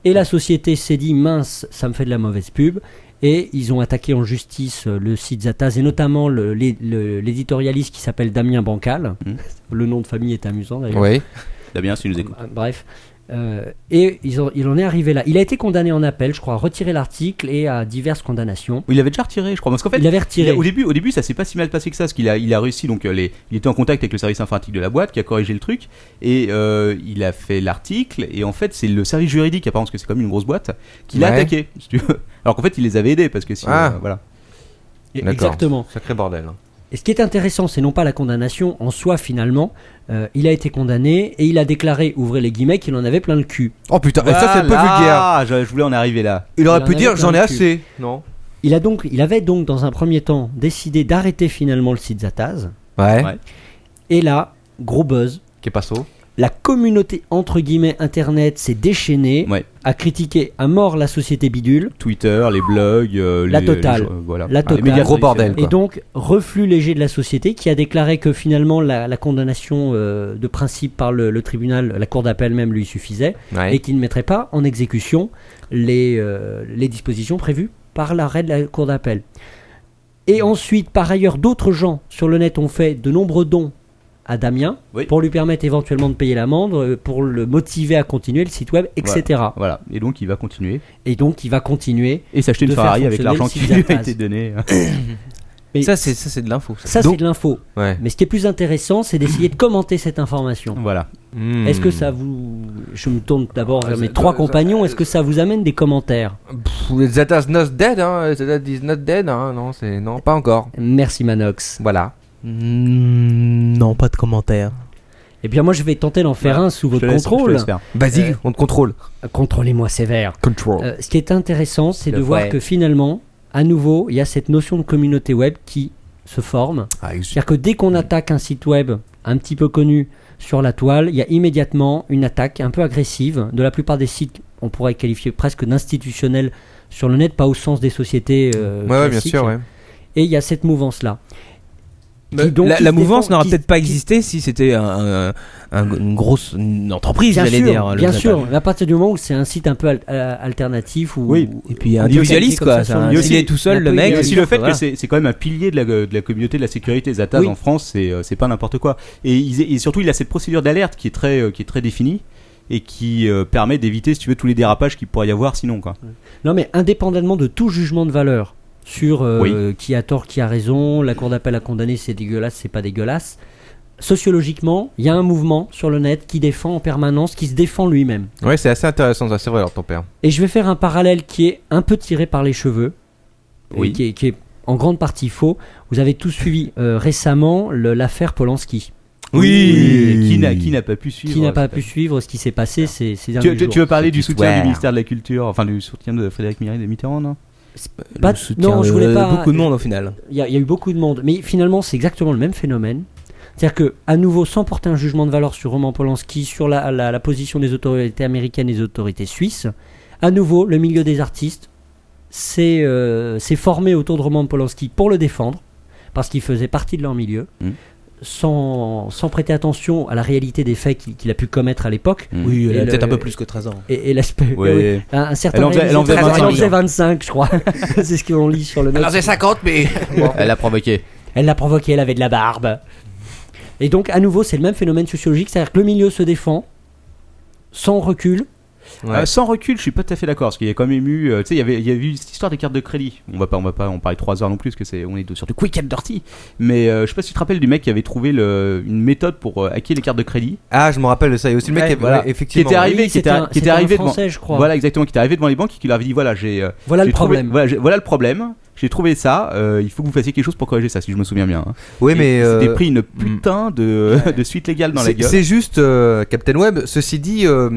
Speaker 5: Et la société s'est dit, mince, ça me fait de la mauvaise pub. Et ils ont attaqué en justice euh, le site Zataz et notamment le- l'é- le- l'éditorialiste qui s'appelle Damien Bancal.
Speaker 3: Mhm.
Speaker 5: [LAUGHS] Le nom de famille est amusant d'ailleurs.
Speaker 2: Oui.
Speaker 3: Damien, si tu nous écoutes.
Speaker 5: Euh, Bref. Euh, et ils ont- il en est arrivé là. Il a été condamné en appel, je crois, à retirer l'article et à diverses condamnations.
Speaker 3: Il avait déjà retiré, je crois. Parce qu'en fait,
Speaker 5: Il avait
Speaker 3: il
Speaker 5: retiré.
Speaker 3: a- au début, au début, ça s'est pas si mal passé que ça, parce qu'il a, il a réussi. Donc, euh, les, il était en contact avec le service informatique de la boîte, qui a corrigé le truc, et euh, il a fait l'article. Et en fait, c'est le service juridique, apparemment, parce que c'est comme une grosse boîte, qui l'a
Speaker 2: Ouais.
Speaker 3: attaqué. si tu veux. Alors qu'en fait, il les avait aidés, parce que si,
Speaker 2: Ah.
Speaker 3: euh, voilà.
Speaker 2: D'accord.
Speaker 5: Exactement.
Speaker 2: Sacré bordel. hein.
Speaker 5: Et ce qui est intéressant, c'est non pas la condamnation en soi finalement, Euh, il a été condamné et il a déclaré, ouvrez les guillemets, qu'il en avait plein le cul.
Speaker 2: Oh putain, et ça c'est un peu
Speaker 3: Voilà,
Speaker 2: vulgaire.
Speaker 3: Je, je voulais en arriver là.
Speaker 2: Il aurait
Speaker 5: en
Speaker 2: pu
Speaker 5: avait
Speaker 2: dire
Speaker 5: plein
Speaker 2: j'en ai
Speaker 5: le cul.
Speaker 2: assez. Non.
Speaker 5: Il, a donc, il avait donc dans un premier temps décidé d'arrêter finalement le site Zataz.
Speaker 2: Ouais.
Speaker 3: Ouais.
Speaker 5: Et là, gros buzz,
Speaker 2: Qui est pas saut.
Speaker 5: la communauté entre guillemets internet s'est déchaînée,
Speaker 3: Ouais.
Speaker 5: a critiqué à mort la société bidule.
Speaker 3: Twitter, les blogs, euh,
Speaker 5: La
Speaker 3: les-
Speaker 5: totale.
Speaker 3: les choses, voilà.
Speaker 5: La
Speaker 3: Ah, les
Speaker 5: totale.
Speaker 3: médias
Speaker 2: Gros bordel.
Speaker 5: Et
Speaker 2: Quoi.
Speaker 5: donc, reflux léger de la société qui a déclaré que finalement la, la condamnation euh, de principe par le- le tribunal, la cour d'appel même lui suffisait. et
Speaker 2: Ouais.
Speaker 5: qui ne mettrait pas en exécution les, euh, les dispositions prévues par l'arrêt de la Cour d'appel. Et ensuite, par ailleurs, d'autres gens sur le net ont fait de nombreux dons à Damien
Speaker 3: Oui.
Speaker 5: pour lui permettre éventuellement de payer l'amende, euh, pour le motiver à continuer le site web, etc.
Speaker 3: Voilà. Et donc, il va continuer.
Speaker 5: Et donc, il va continuer.
Speaker 3: Et s'acheter une
Speaker 5: de faire
Speaker 3: Ferrari avec
Speaker 5: fonctionner
Speaker 3: l'argent
Speaker 5: le
Speaker 3: qui
Speaker 5: site
Speaker 3: lui a
Speaker 5: Zataz.
Speaker 3: été donné. [LAUGHS]
Speaker 5: Et
Speaker 4: Ça, c'est ça, c'est de l'info. ça.
Speaker 5: ça, c'est
Speaker 2: Donc-
Speaker 5: de l'info.
Speaker 2: Ouais.
Speaker 5: Mais ce qui est plus intéressant, c'est d'essayer de commenter cette information.
Speaker 3: voilà.
Speaker 2: Hmm.
Speaker 5: Est-ce que ça vous... Je me tourne d'abord vers
Speaker 2: Ah,
Speaker 5: mes
Speaker 2: ça-
Speaker 5: trois
Speaker 2: ça-
Speaker 5: compagnons. Est-ce que ça vous amène des commentaires
Speaker 2: Pff, Zata's not dead, hein. Zata's is not dead, hein. Non, c'est. Non, pas encore.
Speaker 5: Merci Manox.
Speaker 2: Voilà.
Speaker 4: Mm, non, pas de commentaire.
Speaker 5: Eh bien, moi, je vais tenter d'en faire
Speaker 3: Voilà.
Speaker 5: un sous
Speaker 3: Je te
Speaker 5: votre
Speaker 3: laisse- je te
Speaker 5: contrôle.
Speaker 3: laisse faire.
Speaker 4: Euh.
Speaker 2: Vas-y, on te contrôle.
Speaker 5: Contrôlez-moi sévère.
Speaker 2: Control.
Speaker 5: Euh, ce qui est intéressant, c'est
Speaker 2: Le
Speaker 5: de voir
Speaker 2: vrai.
Speaker 5: que finalement, à nouveau, il y a cette notion de communauté web qui se forme.
Speaker 2: Ah,
Speaker 5: C'est-à-dire que dès
Speaker 2: Mm.
Speaker 5: qu'on attaque un site web un petit peu connu sur la toile, il y a immédiatement une attaque un peu agressive de la plupart des sites, on pourrait qualifier presque d'institutionnels sur le net, pas au sens des sociétés. euh,
Speaker 2: ouais, ouais, bien
Speaker 5: classiques.
Speaker 2: sûr, ouais.
Speaker 5: Et il y a cette mouvance-là.
Speaker 4: Bah,
Speaker 5: Qui donc-
Speaker 4: la,
Speaker 5: qui
Speaker 4: la
Speaker 5: se
Speaker 4: mouvance
Speaker 5: défend-
Speaker 4: n'aurait
Speaker 5: qui-
Speaker 4: peut-être pas
Speaker 5: qui-
Speaker 4: existé si c'était un- un- un- une grosse une entreprise,
Speaker 5: Bien
Speaker 4: j'allais
Speaker 5: sûr,
Speaker 4: dire. le
Speaker 5: bien
Speaker 4: Zapad.
Speaker 5: sûr. mais À partir du moment où c'est un site un peu al- euh, alternatif ou
Speaker 3: Oui.
Speaker 4: Et puis
Speaker 5: On
Speaker 4: individualiste,
Speaker 5: peut
Speaker 4: quoi.
Speaker 5: calquer comme ça
Speaker 4: ça,
Speaker 5: sur
Speaker 4: hein.
Speaker 5: le-
Speaker 4: S'il est tout seul,
Speaker 5: Il
Speaker 4: le
Speaker 5: y a
Speaker 4: mec.
Speaker 3: Et
Speaker 5: Et
Speaker 3: aussi le fait
Speaker 4: voilà.
Speaker 3: que c'est c'est quand même un pilier de la, de la communauté de la sécurité. Zataz
Speaker 5: Oui.
Speaker 3: en France, c'est euh, c'est pas n'importe quoi. Et, ils- et surtout, il a cette procédure d'alerte qui est très euh, qui est très définie et qui euh, permet d'éviter, si tu veux, tous les dérapages qu'il pourrait y avoir sinon. Quoi.
Speaker 5: Non, mais indépendamment de tout jugement de valeur sur euh,
Speaker 3: Oui.
Speaker 5: qui a tort, qui a raison, la cour d'appel a condamné, c'est dégueulasse, c'est pas dégueulasse. Sociologiquement, il y a un mouvement sur le net qui défend en permanence, qui se défend lui-même.
Speaker 2: Ouais, c'est assez intéressant, ça, c'est vrai, alors ton père.
Speaker 5: Et je vais faire un parallèle qui est un peu tiré par les cheveux, et
Speaker 3: Oui.
Speaker 5: qui, est, qui est en grande partie faux. Vous avez tous suivi euh, récemment le- l'affaire Polanski,
Speaker 3: Oui. Qui n'a qui n'a pas pu suivre
Speaker 5: qui n'a pas
Speaker 3: cette-
Speaker 5: pu suivre ce qui s'est passé ces, ces
Speaker 3: Tu,
Speaker 5: derniers
Speaker 3: tu-
Speaker 5: jours.
Speaker 3: tu veux parler du
Speaker 4: Cette
Speaker 3: soutien
Speaker 4: histoire.
Speaker 3: du ministère de la Culture, enfin du soutien de Frédéric Mirey de Mitterrand, non
Speaker 4: Le
Speaker 5: Pas-
Speaker 4: soutien
Speaker 5: non, je
Speaker 4: de
Speaker 5: voulais pas-
Speaker 4: Beaucoup de monde au final.
Speaker 5: Il y, a- il y a eu beaucoup de monde, mais finalement c'est exactement le même phénomène. C'est-à-dire que, à nouveau, sans porter un jugement de valeur sur Roman Polanski, sur la, la- la position des autorités américaines et des autorités suisses, à nouveau, le milieu des artistes s'est euh, s'est formé autour de Roman Polanski pour le défendre, parce qu'il faisait partie de leur milieu,
Speaker 3: Mm.
Speaker 5: sans, sans prêter attention à la réalité des faits qu'il qu'il a pu commettre à l'époque.
Speaker 2: Mmh.
Speaker 4: Oui,
Speaker 5: Et
Speaker 4: elle a
Speaker 5: le-
Speaker 4: peut-être un peu plus que 13 ans.
Speaker 5: Et, et l'aspect. euh,
Speaker 3: Ouais.
Speaker 5: oui, Un, un certain
Speaker 3: Elle en faisait- elle en faisait
Speaker 5: réalisateur-
Speaker 3: 25,
Speaker 5: elle en faisait 25, je crois. [LAUGHS] C'est ce qu'on lit sur le net.
Speaker 2: c'est 50, mais. Elle l'a provoqué.
Speaker 5: Elle l'a provoqué, elle avait de la barbe. Et donc, à nouveau, c'est le même phénomène sociologique, c'est-à-dire que le milieu se défend sans recul.
Speaker 2: Ouais.
Speaker 3: Euh, sans recul, je suis pas tout à fait d'accord, parce qu'il y a quand même eu, euh, tu sais, il y avait, il y a eu cette histoire des cartes de crédit. On va pas, on va pas en parler trois heures non plus, parce que c'est, on est sur du quick and dirty. Mais euh, je sais pas si tu te rappelles du mec qui avait trouvé le- une méthode pour euh, hacker les cartes de crédit,
Speaker 2: Ah, je me rappelle de ça. Il y a aussi le mec
Speaker 3: Ouais,
Speaker 2: qui avait-
Speaker 3: voilà.
Speaker 2: ouais, effectivement.
Speaker 3: Qui était arrivé,
Speaker 5: Oui,
Speaker 3: qui était,
Speaker 5: c'était un-
Speaker 3: qui
Speaker 5: c'était
Speaker 3: était
Speaker 5: un
Speaker 3: arrivé devant.
Speaker 5: français, je crois. Voilà,
Speaker 3: Voilà, exactement, qui était arrivé devant les banques et qui leur avait dit, voilà, j'ai, euh,
Speaker 5: le
Speaker 3: j'ai trouvé-
Speaker 5: problème.
Speaker 3: voilà, j'ai- voilà le problème. J'ai trouvé ça. euh, il faut que vous fassiez quelque chose pour corriger ça, si je me souviens bien. hein.
Speaker 2: Oui,
Speaker 3: Et
Speaker 2: mais.
Speaker 3: il s'était
Speaker 2: euh,
Speaker 3: pris une putain de, de suite légale dans la
Speaker 2: c'est-
Speaker 3: gueule.
Speaker 2: C'est juste euh, Captain Web. Ceci dit, euh,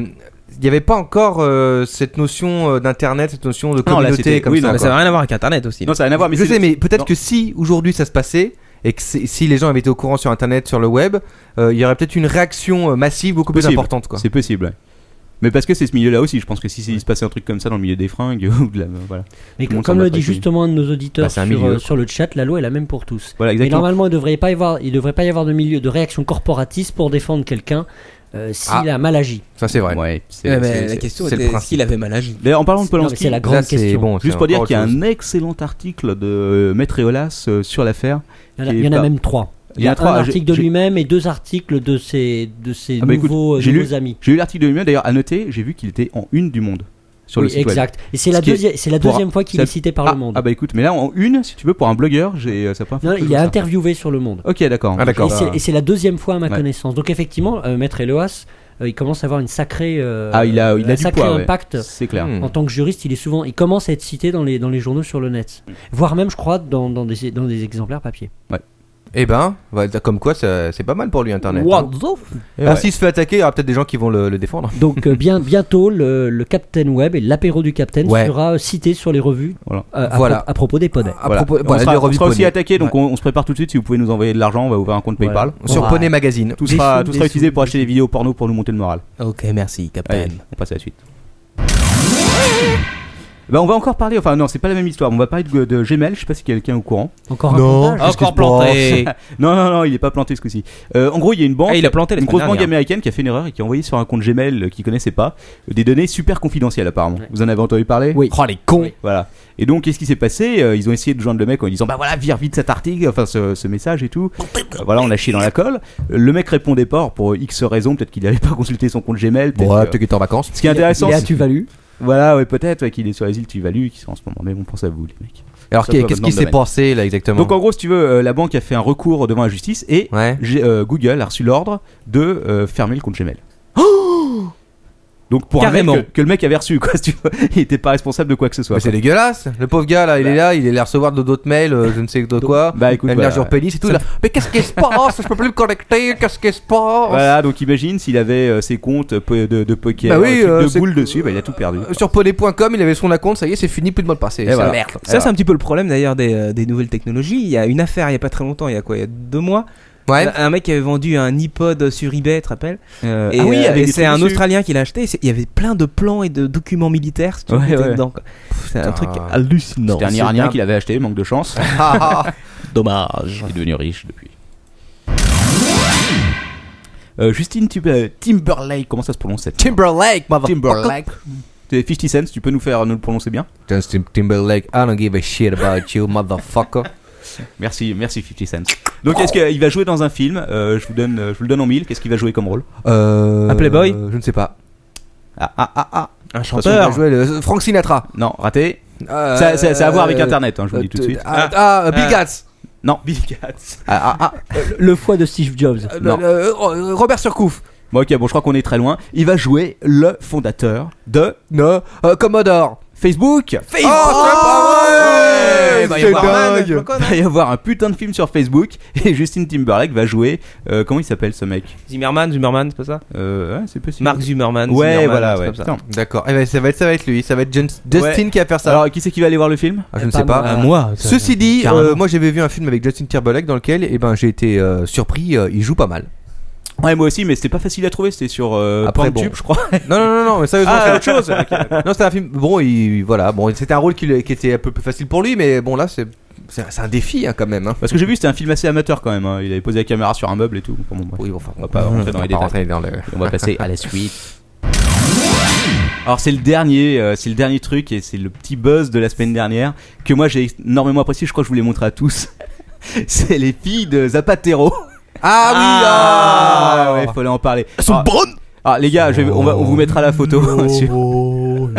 Speaker 2: il n'y avait pas encore euh, cette notion euh, d'internet, cette notion de
Speaker 3: Non, là,
Speaker 2: communauté
Speaker 3: c'était-
Speaker 2: comme
Speaker 3: oui,
Speaker 2: ça.
Speaker 3: non,
Speaker 4: Bah,
Speaker 2: quoi.
Speaker 4: ça n'a rien à voir avec Internet aussi.
Speaker 3: Non, ça n'a rien à voir. Mais
Speaker 2: je
Speaker 3: c'est-
Speaker 2: sais, mais peut-être
Speaker 3: Non.
Speaker 2: que si aujourd'hui ça se passait et que c'est- si les gens avaient été au courant sur internet, sur le web, euh, il y aurait peut-être une réaction euh, massive beaucoup plus
Speaker 3: Possible.
Speaker 2: importante. Quoi.
Speaker 3: C'est possible. ouais. Mais parce que c'est ce milieu-là aussi, je pense que si s'il se passait un truc comme ça dans le milieu des fringues [LAUGHS] ou de la- voilà.
Speaker 5: Mais
Speaker 3: tout le monde
Speaker 5: comme
Speaker 3: semble
Speaker 5: le
Speaker 3: pas
Speaker 5: dit
Speaker 3: connu.
Speaker 5: justement un de nos auditeurs
Speaker 2: Bah, c'est
Speaker 5: sur,
Speaker 2: un milieu,
Speaker 5: euh,
Speaker 2: quoi.
Speaker 5: sur le chat, la loi est la même pour tous.
Speaker 3: Voilà,
Speaker 5: Mais
Speaker 3: exactement.
Speaker 5: normalement, il ne devrait, pas y avoir- il devrait pas y avoir de milieu de réaction corporatiste pour défendre quelqu'un euh, s'il
Speaker 3: Ah.
Speaker 5: a mal agi.
Speaker 2: Ça c'est vrai.
Speaker 3: Ouais, c'est-
Speaker 4: Ouais, mais
Speaker 3: c'est-
Speaker 4: la
Speaker 3: c'est-
Speaker 4: question
Speaker 2: c'est le
Speaker 4: était est-ce
Speaker 2: principe.
Speaker 4: qu'il avait mal agi
Speaker 3: D'ailleurs, en parlant de
Speaker 5: Non, mais
Speaker 3: Polanski,
Speaker 5: c'est la grande
Speaker 2: Ça, c'est
Speaker 5: question.
Speaker 2: bon,
Speaker 3: juste
Speaker 2: c'est
Speaker 3: pour dire
Speaker 2: encore
Speaker 3: qu'il y a
Speaker 2: autre chose.
Speaker 3: un excellent article de euh, Maître Eolas euh, sur l'affaire.
Speaker 5: Il y en a,
Speaker 3: qui est
Speaker 5: il y en a
Speaker 3: pas-
Speaker 5: même trois.
Speaker 3: Il y en a
Speaker 5: un
Speaker 3: trois, ah, j'ai-
Speaker 5: article de
Speaker 3: j'ai-
Speaker 5: lui-même et deux articles de ses, de ses
Speaker 3: Ah bah écoute,
Speaker 5: nouveaux, euh,
Speaker 3: j'ai lu-
Speaker 5: nouveaux amis.
Speaker 3: J'ai eu l'article de lui-même, d'ailleurs, à noter, j'ai vu qu'il était en une du monde sur le
Speaker 5: Oui,
Speaker 3: site web.
Speaker 5: exact. Et c'est la,
Speaker 3: Ce qui est-
Speaker 5: deuxième- c'est la
Speaker 3: pour-
Speaker 5: deuxième fois qu'il
Speaker 3: ça-
Speaker 5: est cité par
Speaker 3: Ah,
Speaker 5: le monde.
Speaker 3: ah bah écoute, mais là en une, si tu veux, pour un blogueur, j'ai euh, ça pas.
Speaker 5: Non, il est interviewé sur le monde.
Speaker 3: Ok, d'accord.
Speaker 2: Ah, d'accord.
Speaker 5: Et c'est- Et c'est la deuxième fois à ma
Speaker 3: Ouais.
Speaker 5: connaissance. Donc effectivement, euh, Maître Eloas, euh, il commence à avoir une sacrée, euh,
Speaker 3: Ah, il a, il
Speaker 5: un
Speaker 3: a du
Speaker 5: sacré
Speaker 3: poids. ouais.
Speaker 5: impact.
Speaker 3: C'est clair.
Speaker 2: Hmm.
Speaker 5: En tant que juriste, il est souvent, il commence à être cité dans les dans les journaux sur le net, voire même, je crois, dans, dans des dans des exemplaires papier.
Speaker 2: Eh ben, voilà, comme quoi ça- c'est pas mal pour lui internet.
Speaker 5: What
Speaker 2: Ah, s'il se fait attaquer, il y aura peut-être des gens qui vont le, le défendre.
Speaker 5: Donc euh, bien bientôt, le, le Captain Web et l'apéro du Captain
Speaker 2: Ouais.
Speaker 5: sera euh, cité sur les revues.
Speaker 3: Voilà.
Speaker 5: euh, à,
Speaker 2: Voilà.
Speaker 5: pro- à propos des podets.
Speaker 2: Ah, À propos,
Speaker 3: on
Speaker 2: voilà,
Speaker 3: sera,
Speaker 2: les
Speaker 3: on
Speaker 2: revues
Speaker 3: sera aussi
Speaker 2: Poney.
Speaker 3: attaqué, donc on, on se prépare tout de suite. Si vous pouvez nous envoyer de l'argent, on va ouvrir un compte
Speaker 5: Voilà.
Speaker 3: PayPal.
Speaker 2: sur
Speaker 5: Ouais.
Speaker 2: Poney Magazine.
Speaker 3: Tout
Speaker 5: Des
Speaker 3: sera,
Speaker 5: sous,
Speaker 3: tout
Speaker 5: des
Speaker 3: sera utilisé
Speaker 5: sous.
Speaker 3: pour acheter des vidéos porno pour nous monter le moral.
Speaker 4: Ok, merci, Captain.
Speaker 3: Allez, on passe à la suite. Bah, on va encore parler, enfin non, c'est pas la même histoire. On va parler de, de Gmail, je sais pas si quelqu'un est au courant.
Speaker 5: Encore un
Speaker 2: Non.
Speaker 5: montage.
Speaker 2: Ah, Encore
Speaker 4: Encore
Speaker 2: planté.
Speaker 4: planté.
Speaker 3: [LAUGHS]
Speaker 4: Ah,
Speaker 3: Non, non, non, il est pas planté ce coup-ci. Euh, en gros, il y a une banque.
Speaker 4: il a planté la
Speaker 3: Une
Speaker 4: semaine
Speaker 3: grosse banque
Speaker 4: dernière.
Speaker 3: américaine qui a fait une erreur et qui a envoyé sur un compte Gmail euh, qu'il connaissait pas euh, des données super confidentielles apparemment.
Speaker 5: Ouais.
Speaker 3: Vous en avez entendu parler
Speaker 5: Oui.
Speaker 2: Oh les cons
Speaker 3: Voilà. Et donc, qu'est-ce qui s'est passé Euh, Ils ont essayé de joindre le mec en lui disant Bah voilà, vire vite cet article, enfin ce, ce message et tout. Euh, voilà, on l'a chié dans la colle. Euh, Le mec répondait pas or, pour X raisons, peut-être qu'il n'avait pas [LAUGHS] consulté son compte Gmail. peut-être
Speaker 2: Bon, ouais,
Speaker 3: que-
Speaker 2: peut-être qu'il est en vacances.
Speaker 3: Ce qui est intéressant,
Speaker 5: Il est à
Speaker 3: c'est-
Speaker 5: Tuvalu.
Speaker 3: voilà, ouais, peut-être ouais, qu'il est sur les îles Tuvalu, qui sont en ce moment. Mais bon, pense à vous, les mecs.
Speaker 2: Alors
Speaker 3: Ça
Speaker 2: qu'est-
Speaker 3: peut
Speaker 2: qu'est-ce
Speaker 3: maintenant
Speaker 2: qui s'est
Speaker 3: de
Speaker 2: passé là exactement
Speaker 3: Donc, en gros, si tu veux, euh, la banque a fait un recours devant la justice et
Speaker 2: Ouais. Oh
Speaker 3: j'ai- euh, Google a reçu l'ordre de euh, fermer le compte Gmail. Donc pour
Speaker 4: Carrément.
Speaker 3: un mec que, que le mec avait reçu, quoi, [LAUGHS] si tu veux. il était pas responsable de quoi que ce soit.
Speaker 2: Mais c'est dégueulasse. Le pauvre gars là, il est là, il est allé recevoir de- d'autres mails, euh, je ne sais de quoi.
Speaker 3: bah, écoute,
Speaker 2: Avenir
Speaker 3: voilà.
Speaker 2: Jourpelli, c'est tout. là. Mais qu'est-ce qui se passe Je peux plus me connecter. Qu'est-ce qui se passe
Speaker 3: Voilà, donc imagine s'il avait euh, ses comptes euh, po- de, de poker,
Speaker 2: Bah oui,
Speaker 3: euh, trucs
Speaker 2: euh,
Speaker 3: de
Speaker 2: c'est-
Speaker 3: boules dessus, bah, il a tout perdu.
Speaker 2: Euh, Sur poney.com, il avait son compte, ça y est, c'est fini, plus de mot de passe. C'est c'est
Speaker 3: voilà.
Speaker 2: la merde.
Speaker 4: Ça, c'est un petit peu le problème d'ailleurs des, euh, des nouvelles technologies. Il y a une affaire il y a pas très longtemps, il y a quoi Il y a deux mois.
Speaker 3: [LAUGHS]
Speaker 2: Ouais.
Speaker 3: Ah,
Speaker 4: Un un mec qui avait vendu un iPod sur eBay, tu te rappelles
Speaker 3: Euh,
Speaker 4: Et,
Speaker 3: ah oui, avec
Speaker 4: euh, et
Speaker 3: des
Speaker 4: c'est
Speaker 3: trucs
Speaker 4: un
Speaker 3: dessus.
Speaker 4: Australien qui l'a acheté. et c'est- Il y avait plein de plans et de documents militaires si tu veux,
Speaker 3: Ouais,
Speaker 4: qui étaient
Speaker 3: ouais.
Speaker 4: dedans, quoi. Pff, C'est un
Speaker 2: Putain.
Speaker 4: truc ah, hallucinant.
Speaker 3: C'était un
Speaker 4: C'est
Speaker 3: Iranien
Speaker 4: dingue.
Speaker 3: qui l'avait acheté, manque de chance.
Speaker 2: Ah, ah.
Speaker 4: Dommage.
Speaker 3: Il est devenu riche depuis. Euh, Justine Tub- euh, Timberlake, comment ça se prononce cette
Speaker 2: Timberlake, motherfucker.
Speaker 3: Timberlake. C'est 50 Cent, tu peux nous faire nous le prononcer bien
Speaker 2: Justin Timberlake, I don't give a shit about you, motherfucker.
Speaker 3: [LAUGHS] Merci, merci 50 Cent. Donc est-ce qu'il va jouer dans un film Euh, Je vous donne, euh, je vous le donne en mille. Qu'est-ce qu'il va jouer comme rôle
Speaker 2: Euh,
Speaker 4: Un Playboy
Speaker 2: Je ne sais pas.
Speaker 3: Ah ah ah ah
Speaker 2: Il
Speaker 4: Un
Speaker 2: a
Speaker 4: chanteur.
Speaker 2: joué le- euh, Frank Sinatra.
Speaker 3: Non, raté.
Speaker 2: Euh,
Speaker 3: ça, ça- ça a à voir avec
Speaker 2: euh,
Speaker 3: Internet, hein, je vous le dis tout de
Speaker 2: euh,
Speaker 3: suite.
Speaker 2: Ah, ah, euh, Bill
Speaker 4: Ah.
Speaker 2: Gates.
Speaker 3: Non, Bill Gates. Ah ah ah.
Speaker 5: Le foie de Steve Jobs.
Speaker 2: Euh,
Speaker 3: Non.
Speaker 2: le- le- euh, Robert Surcouf.
Speaker 3: Bon ok, bon je crois qu'on est très loin. Il va jouer le fondateur de
Speaker 2: Non. Euh, Commodore.
Speaker 3: Facebook.
Speaker 2: Oh, [LAUGHS] c'est pas vrai
Speaker 3: Il va y
Speaker 2: C'est
Speaker 3: avoir un-
Speaker 2: dingue.
Speaker 3: il va y avoir un putain de film sur Facebook [LAUGHS] et Justin Timberlake va jouer. euh, comment il s'appelle ce mec
Speaker 4: Zimmerman, Zimmerman, c'est pas ça
Speaker 3: euh, ouais, C'est possible.
Speaker 4: Mark Zimmerman.
Speaker 3: Ouais,
Speaker 4: Zimmerman,
Speaker 3: voilà,
Speaker 4: c'est
Speaker 3: ouais.
Speaker 4: comme ça.
Speaker 3: Putain.
Speaker 2: D'accord. Eh ben, ça va être, ça va être lui. Ça va être Jun- Justin
Speaker 3: Ouais.
Speaker 2: qui va faire ça.
Speaker 3: Alors, qui c'est qui va aller voir le film
Speaker 2: Ah, je ne
Speaker 5: Euh, Pas
Speaker 2: sais pas.
Speaker 5: moi.
Speaker 4: Ah, moi. ça-
Speaker 2: Ceci dit,
Speaker 4: carrément.
Speaker 2: euh, moi j'avais vu un film avec Justin Timberlake dans lequel eh ben, j'ai été euh, surpris, euh, il joue pas mal.
Speaker 3: Ouais, moi aussi, mais c'était pas facile à trouver. C'était sur euh,
Speaker 2: Après,
Speaker 3: Pornhub,
Speaker 2: bon.
Speaker 3: je crois. [LAUGHS]
Speaker 2: Non, non, non, non, mais sérieusement,
Speaker 3: Ah,
Speaker 2: c'est autre chose. Non, c'était un film. Bon, il, voilà, bon, c'était un rôle qui, qui était un peu plus facile pour lui, mais bon, là, c'est, c'est, un- c'est un défi hein, quand même. Hein.
Speaker 3: Parce que j'ai vu, c'était un film assez amateur quand même. hein. Il avait posé la caméra sur un meuble et tout. Enfin, bon, bref.
Speaker 2: Oui, bon, enfin,
Speaker 3: On va pas rentrer dans les
Speaker 2: pas
Speaker 3: détails.
Speaker 2: rentrer dans le-
Speaker 3: On va passer à la suite. Alors c'est le dernier, euh, c'est le dernier truc et c'est le petit buzz de la semaine dernière que moi j'ai énormément apprécié. Je crois que je vous l'ai montré à tous. [LAUGHS] C'est les filles de Zapatero.
Speaker 2: Ah oui, ah,
Speaker 3: ouais, fallait en parler. Elles sont bonnes. Oh. Ah les gars, je vais- on, va, on vous mettra la photo. [LAUGHS] sur-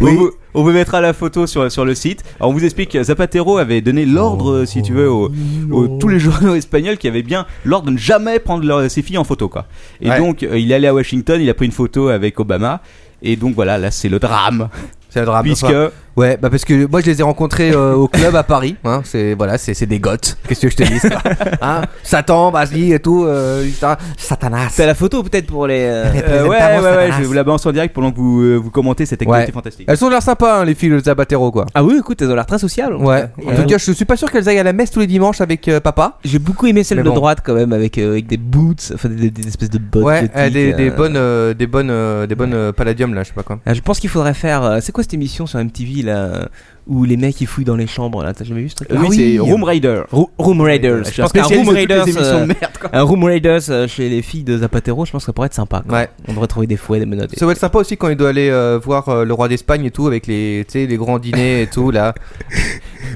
Speaker 3: on, vous, on vous mettra la photo sur, sur le site. Alors, on vous explique, euh, Zapatero avait donné l'ordre, si tu veux, aux, aux- tous les journaux espagnols qui avaient bien l'ordre de ne jamais prendre leur- ses filles en photo. quoi. Et
Speaker 2: Ouais.
Speaker 3: donc, euh, il est allé à Washington, il a pris une photo avec Obama. Et donc voilà, là c'est le drame.
Speaker 2: C'est un drame.
Speaker 3: puisque... euh,
Speaker 2: enfin. ouais, bah parce que moi je les ai rencontrés euh, au club à Paris. Hein, c'est, voilà, c'est, c'est des goths. Qu'est-ce que je te dis ça hein Satan, vas-y et tout. Euh, putain, Satanas.
Speaker 4: T'as la photo peut-être pour
Speaker 2: [LAUGHS]
Speaker 4: les. euh,
Speaker 3: Euh, ouais, ouais, ouais, je vais vous la balance en direct pendant que vous, euh, vous commentez cette activité
Speaker 2: Ouais.
Speaker 3: fantastique.
Speaker 2: Elles sont l'air sympas, hein, les filles de Zapatero, quoi.
Speaker 4: Ah oui, écoute, elles ont l'air très sociales. en tout
Speaker 2: Ouais.
Speaker 4: cas.
Speaker 2: En tout cas, je suis pas sûr qu'elles aillent à la messe tous les dimanches avec euh, papa.
Speaker 4: J'ai beaucoup aimé celle
Speaker 2: Mais
Speaker 4: de
Speaker 2: bon.
Speaker 4: droite quand même, avec, euh, avec des boots, enfin des, des espèces de bottes.
Speaker 2: ouais,
Speaker 4: gothiques,
Speaker 2: euh, des, des
Speaker 4: euh.
Speaker 2: bonnes, euh, des bonnes, euh, des bonnes euh, palladium là, je sais pas quoi.
Speaker 4: Ah, je pense qu'il faudrait faire. euh, C'est quoi cette émission sur MTV là euh, où les mecs ils fouillent dans les chambres là T'as jamais vu ce truc
Speaker 3: Euh, oui, c'est Room Raider.
Speaker 4: Roo- Room Raiders. Je
Speaker 3: un
Speaker 4: pense qu'un
Speaker 3: spécialiste
Speaker 4: Room
Speaker 3: de toutes les
Speaker 4: Raiders,
Speaker 3: émissions de
Speaker 4: euh,
Speaker 3: merde, quoi.
Speaker 4: un Room Raiders euh, chez les filles de Zapatero, je pense que ça pourrait être sympa. quoi.
Speaker 2: Ouais.
Speaker 4: On devrait trouver des fouets, des menottes.
Speaker 2: Ça doit être sympa aussi quand il doit aller euh, voir euh, le roi d'Espagne et tout avec les, tu sais, les grands dîners et tout
Speaker 3: [LAUGHS]
Speaker 2: là.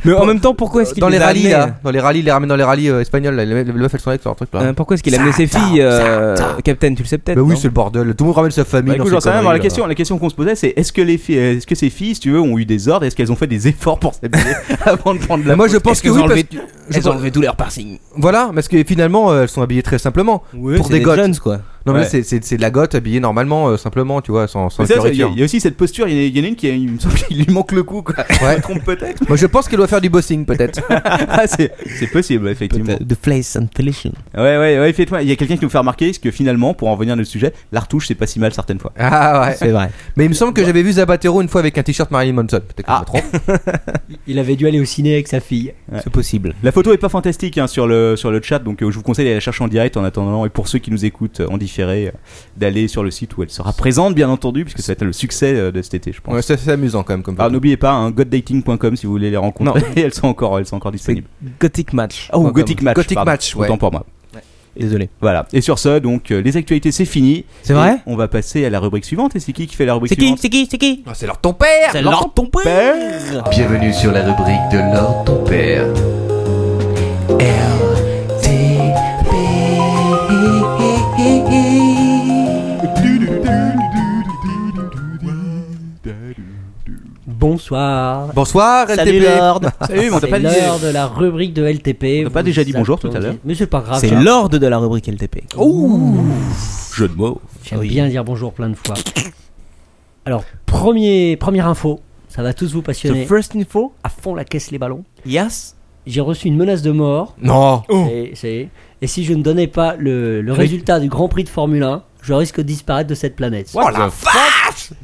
Speaker 4: Mais en même temps, pourquoi est-ce qu'il
Speaker 2: Dans les
Speaker 4: a
Speaker 2: rallyes
Speaker 4: amenés,
Speaker 2: là, dans les rallyes, les ramène dans les rallyes euh, espagnoles. Là, les, meufs- les meufs elles sont avec sur leur truc là.
Speaker 4: euh, Pourquoi est-ce qu'il a amené ses filles euh, Captain, tu le sais peut-être
Speaker 2: bah oui,
Speaker 4: non
Speaker 2: c'est le bordel. Tout le monde ramène sa famille.
Speaker 3: Bah, écoute,
Speaker 2: dans
Speaker 3: j'en
Speaker 2: ses
Speaker 3: sais
Speaker 2: conneries,
Speaker 3: rien, alors la
Speaker 2: là.
Speaker 3: question, la question qu'on se posait, c'est est-ce que les filles, est-ce que ces filles, si tu veux, ont eu des ordres, est-ce qu'elles ont fait des efforts pour
Speaker 2: [LAUGHS]
Speaker 3: s'habiller [LAUGHS] avant de prendre la.
Speaker 2: Moi, je
Speaker 3: photo
Speaker 2: pense
Speaker 4: Est-ce
Speaker 2: que
Speaker 4: qu'ils
Speaker 2: oui,
Speaker 4: ont
Speaker 2: parce
Speaker 4: enlevé-
Speaker 2: que- je
Speaker 4: Elles ont
Speaker 2: pense-
Speaker 4: enlevé tous leurs piercings.
Speaker 2: voilà, parce que finalement euh, elles sont habillées très simplement.
Speaker 4: Pour
Speaker 2: c'est
Speaker 4: des
Speaker 2: des gottes.
Speaker 4: jeunes quoi.
Speaker 2: Non mais là,
Speaker 3: Ouais.
Speaker 2: c'est- c'est c'est de la goth habillée normalement, euh, simplement, tu vois, sans hein. sans
Speaker 3: Mais ça, ça, Il y, a-
Speaker 2: fioritures.
Speaker 3: il y a aussi cette posture, il y en a- il y en a une [LAUGHS] qui a- il me semble qu'il lui manque le
Speaker 2: [LAUGHS]
Speaker 3: cou, quoi. Je
Speaker 2: Ouais.
Speaker 3: [LAUGHS] me trompe peut-être.
Speaker 2: Moi, je pense qu'elle doit faire du bossing peut-être.
Speaker 3: Ah, c'est c'est possible, effectivement.
Speaker 4: The Place and Felition.
Speaker 3: Ouais, ouais, ouais, faites-moi. Il y a quelqu'un qui nous fait remarquer ce que finalement, pour en revenir à notre sujet, la retouche, c'est pas si mal certaines fois.
Speaker 2: Ah ouais.
Speaker 4: C'est vrai.
Speaker 2: Mais il me semble que j'avais vu Zapatero une fois avec un t-shirt Marilyn Manson. Peut-être que je
Speaker 3: Ah.
Speaker 2: me trompe.
Speaker 5: Il avait dû aller au ciné avec sa fille.
Speaker 4: C'est possible.
Speaker 3: La photo est pas fantastique hein, sur, le, sur le chat, donc euh, je vous conseille d'aller la chercher en direct en attendant. Et pour ceux qui nous écoutent euh, en différé, euh, d'aller sur le site où elle sera présente, bien entendu, puisque ça va être le succès euh, de cet été, je pense.
Speaker 2: Ouais, c'est c'est amusant quand même comme
Speaker 3: Alors
Speaker 2: photo.
Speaker 3: n'oubliez pas, hein, goddating.com si vous voulez les rencontrer. [LAUGHS] elles sont encore, elles sont encore disponibles.
Speaker 4: Gothic Match.
Speaker 3: Oh, Gothic Match.
Speaker 2: Gothic
Speaker 3: pardon.
Speaker 2: Match, ouais.
Speaker 3: Autant pour moi.
Speaker 4: Désolé.
Speaker 3: Voilà. Et sur ce, donc euh, les actualités, c'est fini.
Speaker 4: C'est vrai
Speaker 3: Et On va passer à la rubrique suivante. Et c'est qui qui fait la rubrique
Speaker 4: C'est qui
Speaker 3: suivante
Speaker 4: C'est qui C'est qui
Speaker 2: Ah, c'est leur ton père
Speaker 4: C'est Lord ton père
Speaker 7: Bienvenue sur la rubrique de l'or ton père.
Speaker 5: Bonsoir.
Speaker 2: Bonsoir,
Speaker 4: Salut
Speaker 2: LTP.
Speaker 4: Lord [LAUGHS]
Speaker 3: Salut, Ah mais on t'a pas
Speaker 5: C'est
Speaker 3: dit.
Speaker 5: l'heure de la rubrique de LTP.
Speaker 3: On t'a pas
Speaker 5: Vous
Speaker 3: déjà dit bonjour tout à
Speaker 5: attendiez-
Speaker 3: l'heure
Speaker 5: Mais c'est pas grave.
Speaker 4: C'est
Speaker 5: ça.
Speaker 4: Lord de la rubrique LTP.
Speaker 2: Ouh
Speaker 3: Jeu de mots.
Speaker 5: J'aime
Speaker 4: Oui.
Speaker 5: bien dire bonjour plein de fois. Alors, premier, première info, ça va tous vous passionner.
Speaker 4: first info
Speaker 5: À fond la caisse les ballons.
Speaker 4: Yes
Speaker 5: J'ai reçu une menace de mort.
Speaker 2: Non.
Speaker 3: Oh.
Speaker 5: Et, c'est- et si je ne donnais pas le, le résultat du Grand Prix de Formule 1, je risque de disparaître de cette planète.
Speaker 2: Oh,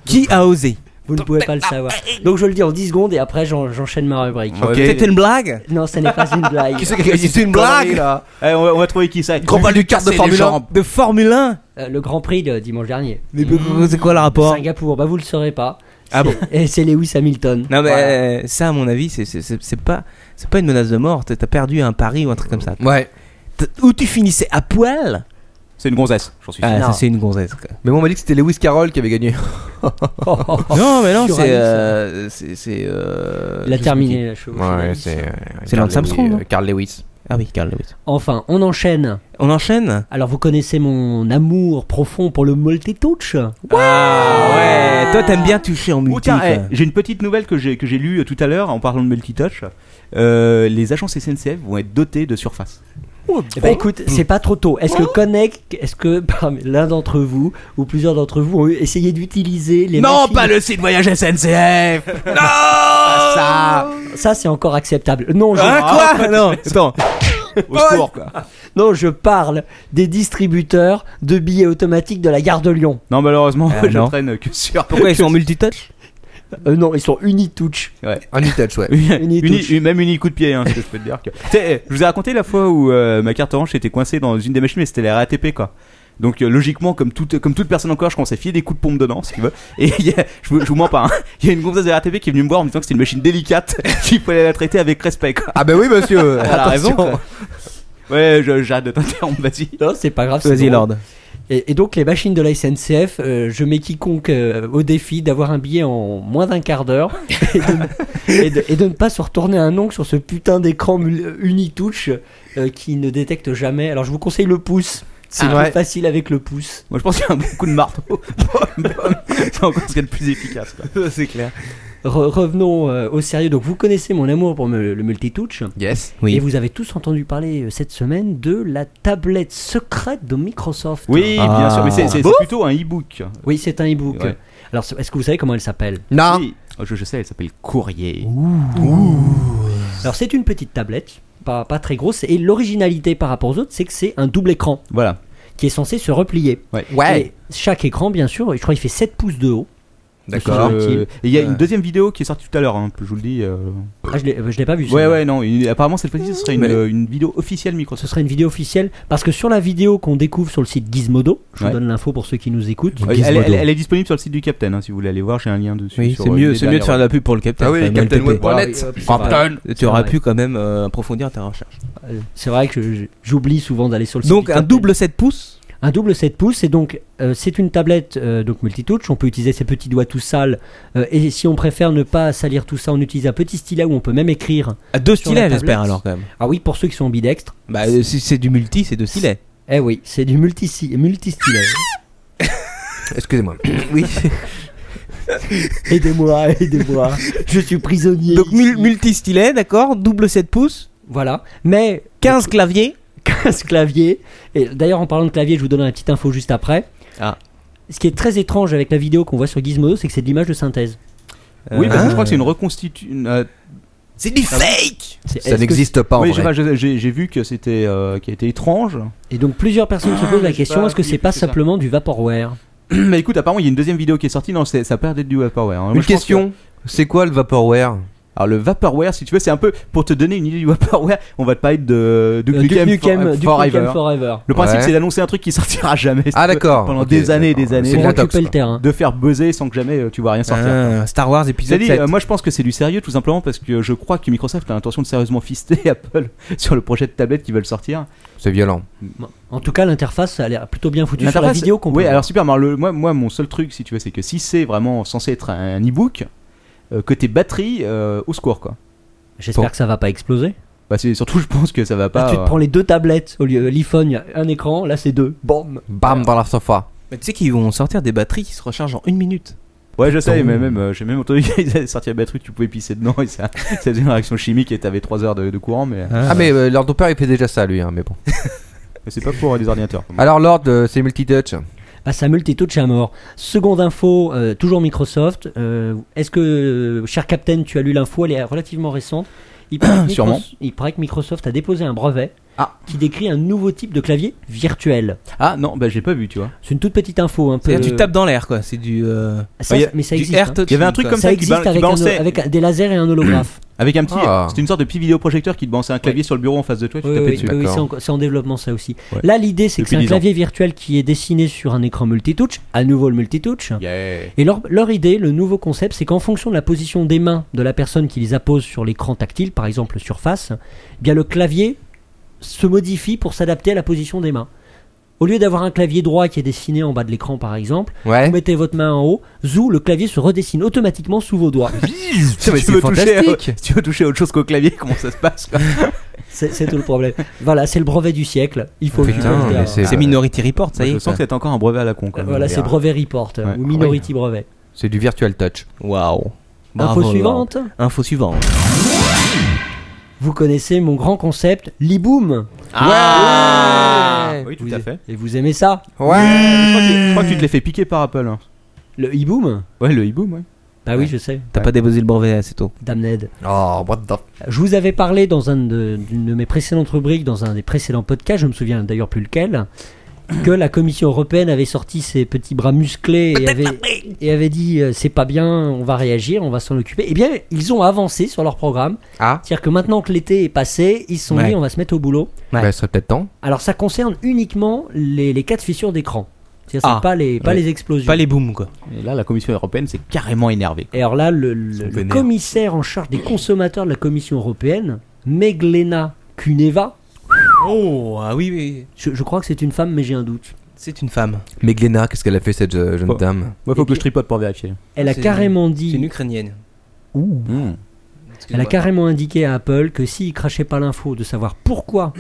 Speaker 4: Qui a osé
Speaker 5: Vous ne pouvez pas le
Speaker 3: Ah.
Speaker 5: savoir. Donc je le dis en 10 secondes et après j'en- j'enchaîne ma rubrique.
Speaker 3: Ok.
Speaker 4: C'était une blague
Speaker 5: Non, ce n'est pas
Speaker 3: [LAUGHS]
Speaker 5: une blague.
Speaker 2: Qui c'est qui a réalisé une blague là
Speaker 3: Eh, on, va, on va trouver qui ça.
Speaker 2: Grand bal du quart de
Speaker 3: Casser les
Speaker 2: Formule 1.
Speaker 3: jambes.
Speaker 4: De Formule 1
Speaker 5: Euh, Le Grand Prix de dimanche dernier.
Speaker 4: Mais c'est quoi le rapport
Speaker 5: Singapour, bah vous le saurez pas.
Speaker 4: Ah
Speaker 5: C'est- Et c'est Lewis Hamilton.
Speaker 4: Non mais
Speaker 5: Voilà.
Speaker 4: euh, ça à mon avis c'est- c'est c'est- c'est pas c'est pas une menace de mort t'as t'as perdu un pari ou un truc comme ça
Speaker 2: Ouais.
Speaker 4: T- ou tu finissais à poil
Speaker 3: C'est une gonzesse, j'en suis sûr.
Speaker 4: ah,
Speaker 5: Non.
Speaker 4: ça c'est une gonzesse quoi.
Speaker 2: Mais moi, on m'a dit que c'était Lewis Carroll qui avait gagné.
Speaker 4: non mais non
Speaker 5: Oh. Sur
Speaker 4: c'est
Speaker 5: Alice.
Speaker 4: euh, c'est c'est, euh,
Speaker 5: Il a
Speaker 4: je sais
Speaker 5: terminé la chose.
Speaker 2: [LAUGHS]
Speaker 4: C'est Lance Armstrong, non
Speaker 2: Carl Lewis.
Speaker 4: plus qui. ah oui Carl Lewis
Speaker 5: Enfin, on enchaîne.
Speaker 4: on enchaîne
Speaker 5: Alors vous connaissez mon amour profond pour le multi-touch
Speaker 4: ah ouais toi t'aimes bien toucher en
Speaker 3: Oh,
Speaker 4: multi
Speaker 3: tiens,
Speaker 4: quoi.
Speaker 3: eh, j'ai une petite nouvelle que j'ai que j'ai lue euh, tout à l'heure en parlant de multitouch. Euh, les agences SNCF vont être dotées de surface.
Speaker 5: Eh ben, écoute, c'est pas trop tôt. Est-ce que Connect, est-ce que [LAUGHS] parmi- l'un d'entre vous ou plusieurs d'entre vous ont essayé d'utiliser les machines-
Speaker 3: le site voyage SNCF. non. Ah, ça.
Speaker 5: Ça c'est encore acceptable. Non, je,
Speaker 4: ah, quoi non attends
Speaker 3: Au secours quoi.
Speaker 5: non, je parle des distributeurs de billets automatiques de la gare de Lyon.
Speaker 3: Non malheureusement,
Speaker 4: Ah,
Speaker 3: je
Speaker 4: non.
Speaker 3: traîne que sur. [LAUGHS]
Speaker 4: pourquoi ils sont en multi touch
Speaker 5: Euh, non, ils sont unitouch.
Speaker 2: Un touch, ouais.
Speaker 3: Uni-
Speaker 5: Uni
Speaker 3: uni-
Speaker 5: touche.
Speaker 3: une- même uni coup de pied, hein, ce que je peux te dire. Que... Tu sais, je vous ai raconté la fois où euh, ma carte orange était coincée dans une des machines, mais c'était la RATP quoi. Donc euh, logiquement, comme toute, comme toute personne encore, je commence à filer des coups de pompe dedans, si tu veux. Et il y a- je, vous- je vous mens pas, hein. il y a une gonzesse de la RATP qui est venue me voir en me disant que c'était une machine délicate, [LAUGHS] qu'il fallait la traiter avec respect. Quoi.
Speaker 2: Ah, ben oui, monsieur.
Speaker 3: Elle a raison.
Speaker 2: Attention.
Speaker 3: quoi. [LAUGHS] Ouais, je- j'arrête de t'interrompre, vas-y.
Speaker 5: Non, c'est pas grave. c'est
Speaker 4: vas-y
Speaker 5: drôle.
Speaker 4: Lord
Speaker 5: Et, et donc les machines de la SNCF, euh, je mets quiconque euh, au défi d'avoir un billet en moins d'un quart d'heure [LAUGHS] et, de- et de- et de ne pas se retourner un ongle sur ce putain d'écran mul- unitouch euh, qui ne détecte jamais. Alors je vous conseille le pouce. C'est
Speaker 2: Ah,
Speaker 5: plus
Speaker 2: ouais.
Speaker 5: facile avec le pouce.
Speaker 3: Moi je pense qu'il y a un bon coup de marteau. [LAUGHS] Pomme, pomme. C'est encore ce qu'il y a de plus efficace. Quoi. [LAUGHS]
Speaker 4: c'est clair
Speaker 5: Re- revenons euh, au sérieux. Donc vous connaissez mon amour pour me- le multitouch.
Speaker 2: Yes.
Speaker 4: Oui.
Speaker 5: Et vous avez tous entendu parler euh, cette semaine de la tablette secrète de Microsoft.
Speaker 3: Oui, bien
Speaker 4: Ah.
Speaker 3: sûr, mais c'est- c'est c'est plutôt un e-book.
Speaker 5: Oui, c'est un e-book.
Speaker 3: Ouais.
Speaker 5: Alors est-ce que vous savez comment elle s'appelle
Speaker 2: Non.
Speaker 3: Oui. Oh, je, je sais, elle s'appelle Courrier.
Speaker 5: Alors c'est une petite tablette, pas, pas très grosse, et l'originalité par rapport aux autres, c'est que c'est un double écran
Speaker 3: Voilà.
Speaker 5: qui est censé se replier.
Speaker 2: Ouais.
Speaker 5: Et chaque écran, bien sûr, je crois qu'il fait 7 pouces de haut.
Speaker 2: D'accord.
Speaker 5: Euh,
Speaker 3: Et Il y a une
Speaker 4: Ouais.
Speaker 3: deuxième vidéo qui est sortie tout à l'heure, hein, je vous le dis. euh.
Speaker 5: Ah, je l'ai euh, je l'ai pas vu.
Speaker 3: Ouais,
Speaker 5: celle-là.
Speaker 3: ouais, non. une- apparemment, cette fois-ci, ce serait une,
Speaker 4: Mais-
Speaker 3: euh, une vidéo officielle
Speaker 5: Ce
Speaker 3: Microsoft.
Speaker 5: serait une vidéo officielle, parce que sur la vidéo qu'on découvre sur le site Gizmodo, je
Speaker 3: Ouais.
Speaker 5: vous donne l'info pour ceux qui nous écoutent,
Speaker 3: Euh, Elle,
Speaker 4: Gizmodo.
Speaker 3: elle- elle est disponible sur le site du Captain, hein, si vous voulez aller voir, j'ai un lien dessus.
Speaker 4: oui
Speaker 3: sur,
Speaker 4: c'est
Speaker 3: euh,
Speaker 4: mieux
Speaker 3: les
Speaker 4: c'est mieux de faire de
Speaker 3: dernières-
Speaker 4: la pub pour le Captain
Speaker 2: Ah oui,
Speaker 4: quand même,
Speaker 2: Captain
Speaker 4: LTP.
Speaker 2: Web.net.
Speaker 5: Voilà. Captain.
Speaker 4: tu aurais
Speaker 5: Ouais.
Speaker 4: pu quand même euh, approfondir ta recherche
Speaker 5: euh, c'est vrai que je- j'oublie souvent d'aller sur le site.
Speaker 4: donc
Speaker 5: du
Speaker 4: un
Speaker 5: Captain.
Speaker 4: double 7 pouces
Speaker 5: Un double 7 pouces, et donc euh, c'est une tablette euh, donc multitouch, on peut utiliser ses petits doigts tout sales, euh, et si on préfère ne pas salir tout ça, on utilise un petit stylet où on peut même écrire.
Speaker 4: à deux
Speaker 5: Sur la
Speaker 4: stylets j'espère
Speaker 5: tablette.
Speaker 4: alors quand même
Speaker 5: Ah oui, pour ceux qui sont ambidextres.
Speaker 4: Bah, euh, si c'est du multi, c'est de stylets.
Speaker 5: Eh oui, c'est du multi multistylet.
Speaker 2: Excusez-moi.
Speaker 4: [COUGHS] Oui.
Speaker 5: aidez-moi, aidez-moi. Je suis prisonnier.
Speaker 4: Donc
Speaker 5: ici.
Speaker 4: mul- multi-stylet, d'accord, double 7 pouces,
Speaker 5: Voilà. Mais
Speaker 4: 15 claviers.
Speaker 5: 15 claviers. Et d'ailleurs, en parlant de clavier, je vous donne la petite info juste après.
Speaker 4: Ah.
Speaker 5: Ce qui est très étrange avec la vidéo qu'on voit sur Gizmodo, c'est que c'est de l'image de synthèse.
Speaker 3: Oui, parce que
Speaker 4: Hein
Speaker 3: je crois que c'est une reconstitution.
Speaker 4: C'est du fake
Speaker 5: C'est- est-ce
Speaker 2: Ça
Speaker 5: que-
Speaker 2: n'existe pas en
Speaker 3: oui, je sais
Speaker 2: vrai.
Speaker 3: pas, je- j'ai j'ai vu que c'était euh, qui a été étrange.
Speaker 5: Et donc plusieurs personnes se posent la
Speaker 3: je sais pas,
Speaker 5: question est-ce que
Speaker 3: oui,
Speaker 5: c'est pas
Speaker 3: c'est ça.
Speaker 5: simplement du vaporware
Speaker 3: [CLEARS THROAT] Mais écoute, apparemment, il y a une deuxième vidéo qui est sortie. Non, c'est- ça perd d'être du Vaporware. hein. Moi,
Speaker 2: Une
Speaker 3: je pense que-
Speaker 2: question. C'est quoi le Vaporware
Speaker 3: Alors, le Vaporware, si tu veux, c'est un peu pour te donner une idée du Vaporware. On va te parler de de
Speaker 5: Euh,
Speaker 3: Glucam
Speaker 5: Nukem-
Speaker 3: for-
Speaker 5: du
Speaker 3: Forever.
Speaker 5: Nukem Forever.
Speaker 3: Le principe,
Speaker 2: Ouais.
Speaker 3: c'est d'annoncer un truc qui [LAUGHS] sortira jamais. si
Speaker 2: Ah,
Speaker 3: tu veux,
Speaker 2: d'accord.
Speaker 3: Pendant
Speaker 2: Ok,
Speaker 3: des années et des
Speaker 2: d'accord.
Speaker 3: années.
Speaker 2: C'est de
Speaker 5: Pour
Speaker 2: la
Speaker 5: occuper
Speaker 2: tox,
Speaker 5: le
Speaker 2: quoi.
Speaker 5: terrain.
Speaker 3: de faire buzzer sans que jamais euh, tu vois rien sortir.
Speaker 8: Ah.
Speaker 4: Star Wars
Speaker 3: Cela
Speaker 4: épisode
Speaker 3: dit,
Speaker 4: 7.
Speaker 3: euh, moi je pense que c'est du sérieux tout simplement parce que je crois que Microsoft a l'intention de sérieusement fister [LAUGHS] Apple sur le projet de tablette qu'ils veulent sortir.
Speaker 2: C'est violent.
Speaker 5: En tout cas, l'interface ça a l'air plutôt bien foutue sur la
Speaker 3: L'interface-
Speaker 5: vidéo qu'on
Speaker 3: Oui,
Speaker 5: peut
Speaker 3: alors super, mais alors, le- moi, moi mon seul truc si tu veux c'est que si c'est vraiment censé être un, un e-book, euh, côté batterie, euh, au secours quoi.
Speaker 5: J'espère que ça va pas exploser.
Speaker 3: Bah, c'est surtout je pense que ça va pas...
Speaker 5: Là, Ah, tu te
Speaker 3: euh,
Speaker 5: prends les deux tablettes au lieu l'iPhone, il y a un écran, là c'est deux. Bam.
Speaker 2: Bam dans la sofa.
Speaker 4: Mais tu sais qu'ils vont sortir des batteries qui se rechargent en une minute.
Speaker 3: Ouais je sais, mais même euh, j'ai même [LAUGHS] entendu qu'ils avaient sorti la batterie, que tu pouvais pisser dedans et ça, [LAUGHS] ça faisait une réaction chimique et t'avais 3 heures de, de courant, mais
Speaker 2: Ah, mais euh, Lord ton père il fait déjà ça lui, hein, mais bon.
Speaker 3: mais c'est pas pour euh, les ordinateurs.
Speaker 2: Alors Lord, euh, c'est multi-touch.
Speaker 5: bah, Samuel, t'es tout de mort. Seconde info, euh, toujours Microsoft. euh, Est-ce que, euh, cher Captain, tu as lu l'info Elle est relativement récente. Il
Speaker 8: [COUGHS]
Speaker 5: paraît, que
Speaker 8: Sûrement.
Speaker 5: Micros- il paraît que Microsoft a déposé un brevet
Speaker 3: Ah.
Speaker 5: qui décrit un nouveau type de clavier virtuel.
Speaker 3: Ah non, bah j'ai pas vu, tu vois.
Speaker 5: C'est une toute petite info.
Speaker 2: Ah.
Speaker 5: Un peu...
Speaker 4: C'est-à-dire, tu tapes dans l'air, quoi. C'est du. euh,
Speaker 5: Ça,
Speaker 8: Ouais,
Speaker 5: mais ça
Speaker 4: du
Speaker 5: existe.
Speaker 4: air
Speaker 5: hein.
Speaker 4: touching,
Speaker 8: Il y avait un truc
Speaker 4: quoi.
Speaker 8: comme
Speaker 5: Ça
Speaker 8: ça qui
Speaker 5: existe
Speaker 8: bal- qui
Speaker 5: avec, un-
Speaker 8: balançait
Speaker 5: avec un- des lasers et un holographe.
Speaker 8: avec un petit.
Speaker 2: Ah.
Speaker 8: C'était une sorte de petit vidéoprojecteur qui te balançait un clavier sur le bureau en face de toi et [COUGHS] tu
Speaker 5: Oui,
Speaker 8: tapais
Speaker 5: oui,
Speaker 8: dessus.
Speaker 5: oui,
Speaker 2: D'accord.
Speaker 5: c'est en, c'est en développement ça aussi.
Speaker 8: Ouais.
Speaker 5: Là, l'idée, c'est que
Speaker 8: Depuis
Speaker 5: c'est un
Speaker 8: 10 ans.
Speaker 5: clavier virtuel qui est dessiné sur un écran multitouch, à nouveau le multitouch.
Speaker 3: Yeah.
Speaker 5: Et leur, leur idée, le nouveau concept, c'est qu'en fonction de la position des mains de la personne qui les appose sur l'écran tactile, par exemple surface, eh bien le clavier se modifie pour s'adapter à la position des mains. Au lieu d'avoir un clavier droit qui est dessiné en bas de l'écran, par exemple,
Speaker 2: Ouais.
Speaker 5: vous mettez votre main en haut, zou, le clavier se redessine automatiquement sous vos doigts. [LAUGHS]
Speaker 2: Putain, mais
Speaker 3: Si
Speaker 2: c'est
Speaker 3: tu veux toucher,
Speaker 2: fantastique.
Speaker 3: euh, [LAUGHS] si tu veux toucher à autre chose qu'au clavier, [LAUGHS] comment ça se passe quoi
Speaker 5: C'est c'est tout le problème. Voilà, c'est le brevet du siècle. Il faut il faut
Speaker 2: Putain,
Speaker 5: le dire.
Speaker 2: mais c'est
Speaker 4: C'est Minority Report, ça y
Speaker 3: Je
Speaker 4: est.
Speaker 3: sens que c'est encore un brevet à la con. Quoi.
Speaker 5: Euh, Voilà, c'est brevet report
Speaker 3: Ouais.
Speaker 5: ou minority brevet.
Speaker 2: c'est du virtual touch.
Speaker 4: Waouh.
Speaker 5: Info
Speaker 4: Bravo, Laurent.
Speaker 5: suivante.
Speaker 4: Info suivante.
Speaker 5: Vous connaissez mon grand concept, l'e-boom.
Speaker 3: Oui, tout
Speaker 5: Vous-
Speaker 3: à fait.
Speaker 5: Et vous aimez ça
Speaker 2: Ouais.
Speaker 3: Je crois, que, je crois que tu te l'es fait piquer par Apple. hein.
Speaker 5: Le e-boom
Speaker 3: Ouais, le hibou, ouais.
Speaker 5: Bah oui, je sais.
Speaker 4: T'as pas déposé le brevet assez tôt.
Speaker 5: Damned.
Speaker 2: Oh, what the.
Speaker 5: Je vous avais parlé dans un de- d'une de, mes précédentes rubriques, dans un des précédents podcasts, je me souviens d'ailleurs plus
Speaker 4: [CLEARS THROAT]
Speaker 5: lequel, que la Commission européenne avait sorti ses petits bras musclés et avait, et avait dit euh, c'est pas bien, on va réagir, on va s'en occuper. Eh bien, ils ont avancé sur leur programme.
Speaker 2: Ah.
Speaker 5: C'est-à-dire que maintenant que l'été est passé, ils se sont
Speaker 4: Ouais.
Speaker 5: dit on va se mettre au boulot.
Speaker 4: Ouais.
Speaker 2: Bah, ce serait peut-être temps.
Speaker 5: Alors ça concerne uniquement les, les cas de fissures d'écran. C'est-à-dire
Speaker 4: Ah.
Speaker 5: c'est pas les, pas
Speaker 4: Ouais.
Speaker 5: les explosions.
Speaker 4: Pas les booms, quoi.
Speaker 3: Et là, la Commission européenne s'est carrément énervée.
Speaker 5: Et alors là, le, le- le
Speaker 2: vénères.
Speaker 5: commissaire en charge des consommateurs de la Commission européenne, Meglena Kuneva,
Speaker 4: Oh, ah oui, oui.
Speaker 5: je, je crois que c'est une femme, mais j'ai un doute.
Speaker 4: C'est une femme.
Speaker 2: Mais Glénat, qu'est-ce qu'elle a fait cette euh, jeune
Speaker 3: Bon.
Speaker 2: dame
Speaker 3: Moi, faut
Speaker 5: Et
Speaker 3: que
Speaker 5: puis-
Speaker 3: je tripote pour vérifier.
Speaker 5: Elle a
Speaker 4: C'est-
Speaker 5: carrément
Speaker 4: C'est une
Speaker 5: dit,
Speaker 4: ukrainienne.
Speaker 3: Hmm.
Speaker 5: elle a carrément indiqué à Apple que s'ils crachaient pas l'info de savoir pourquoi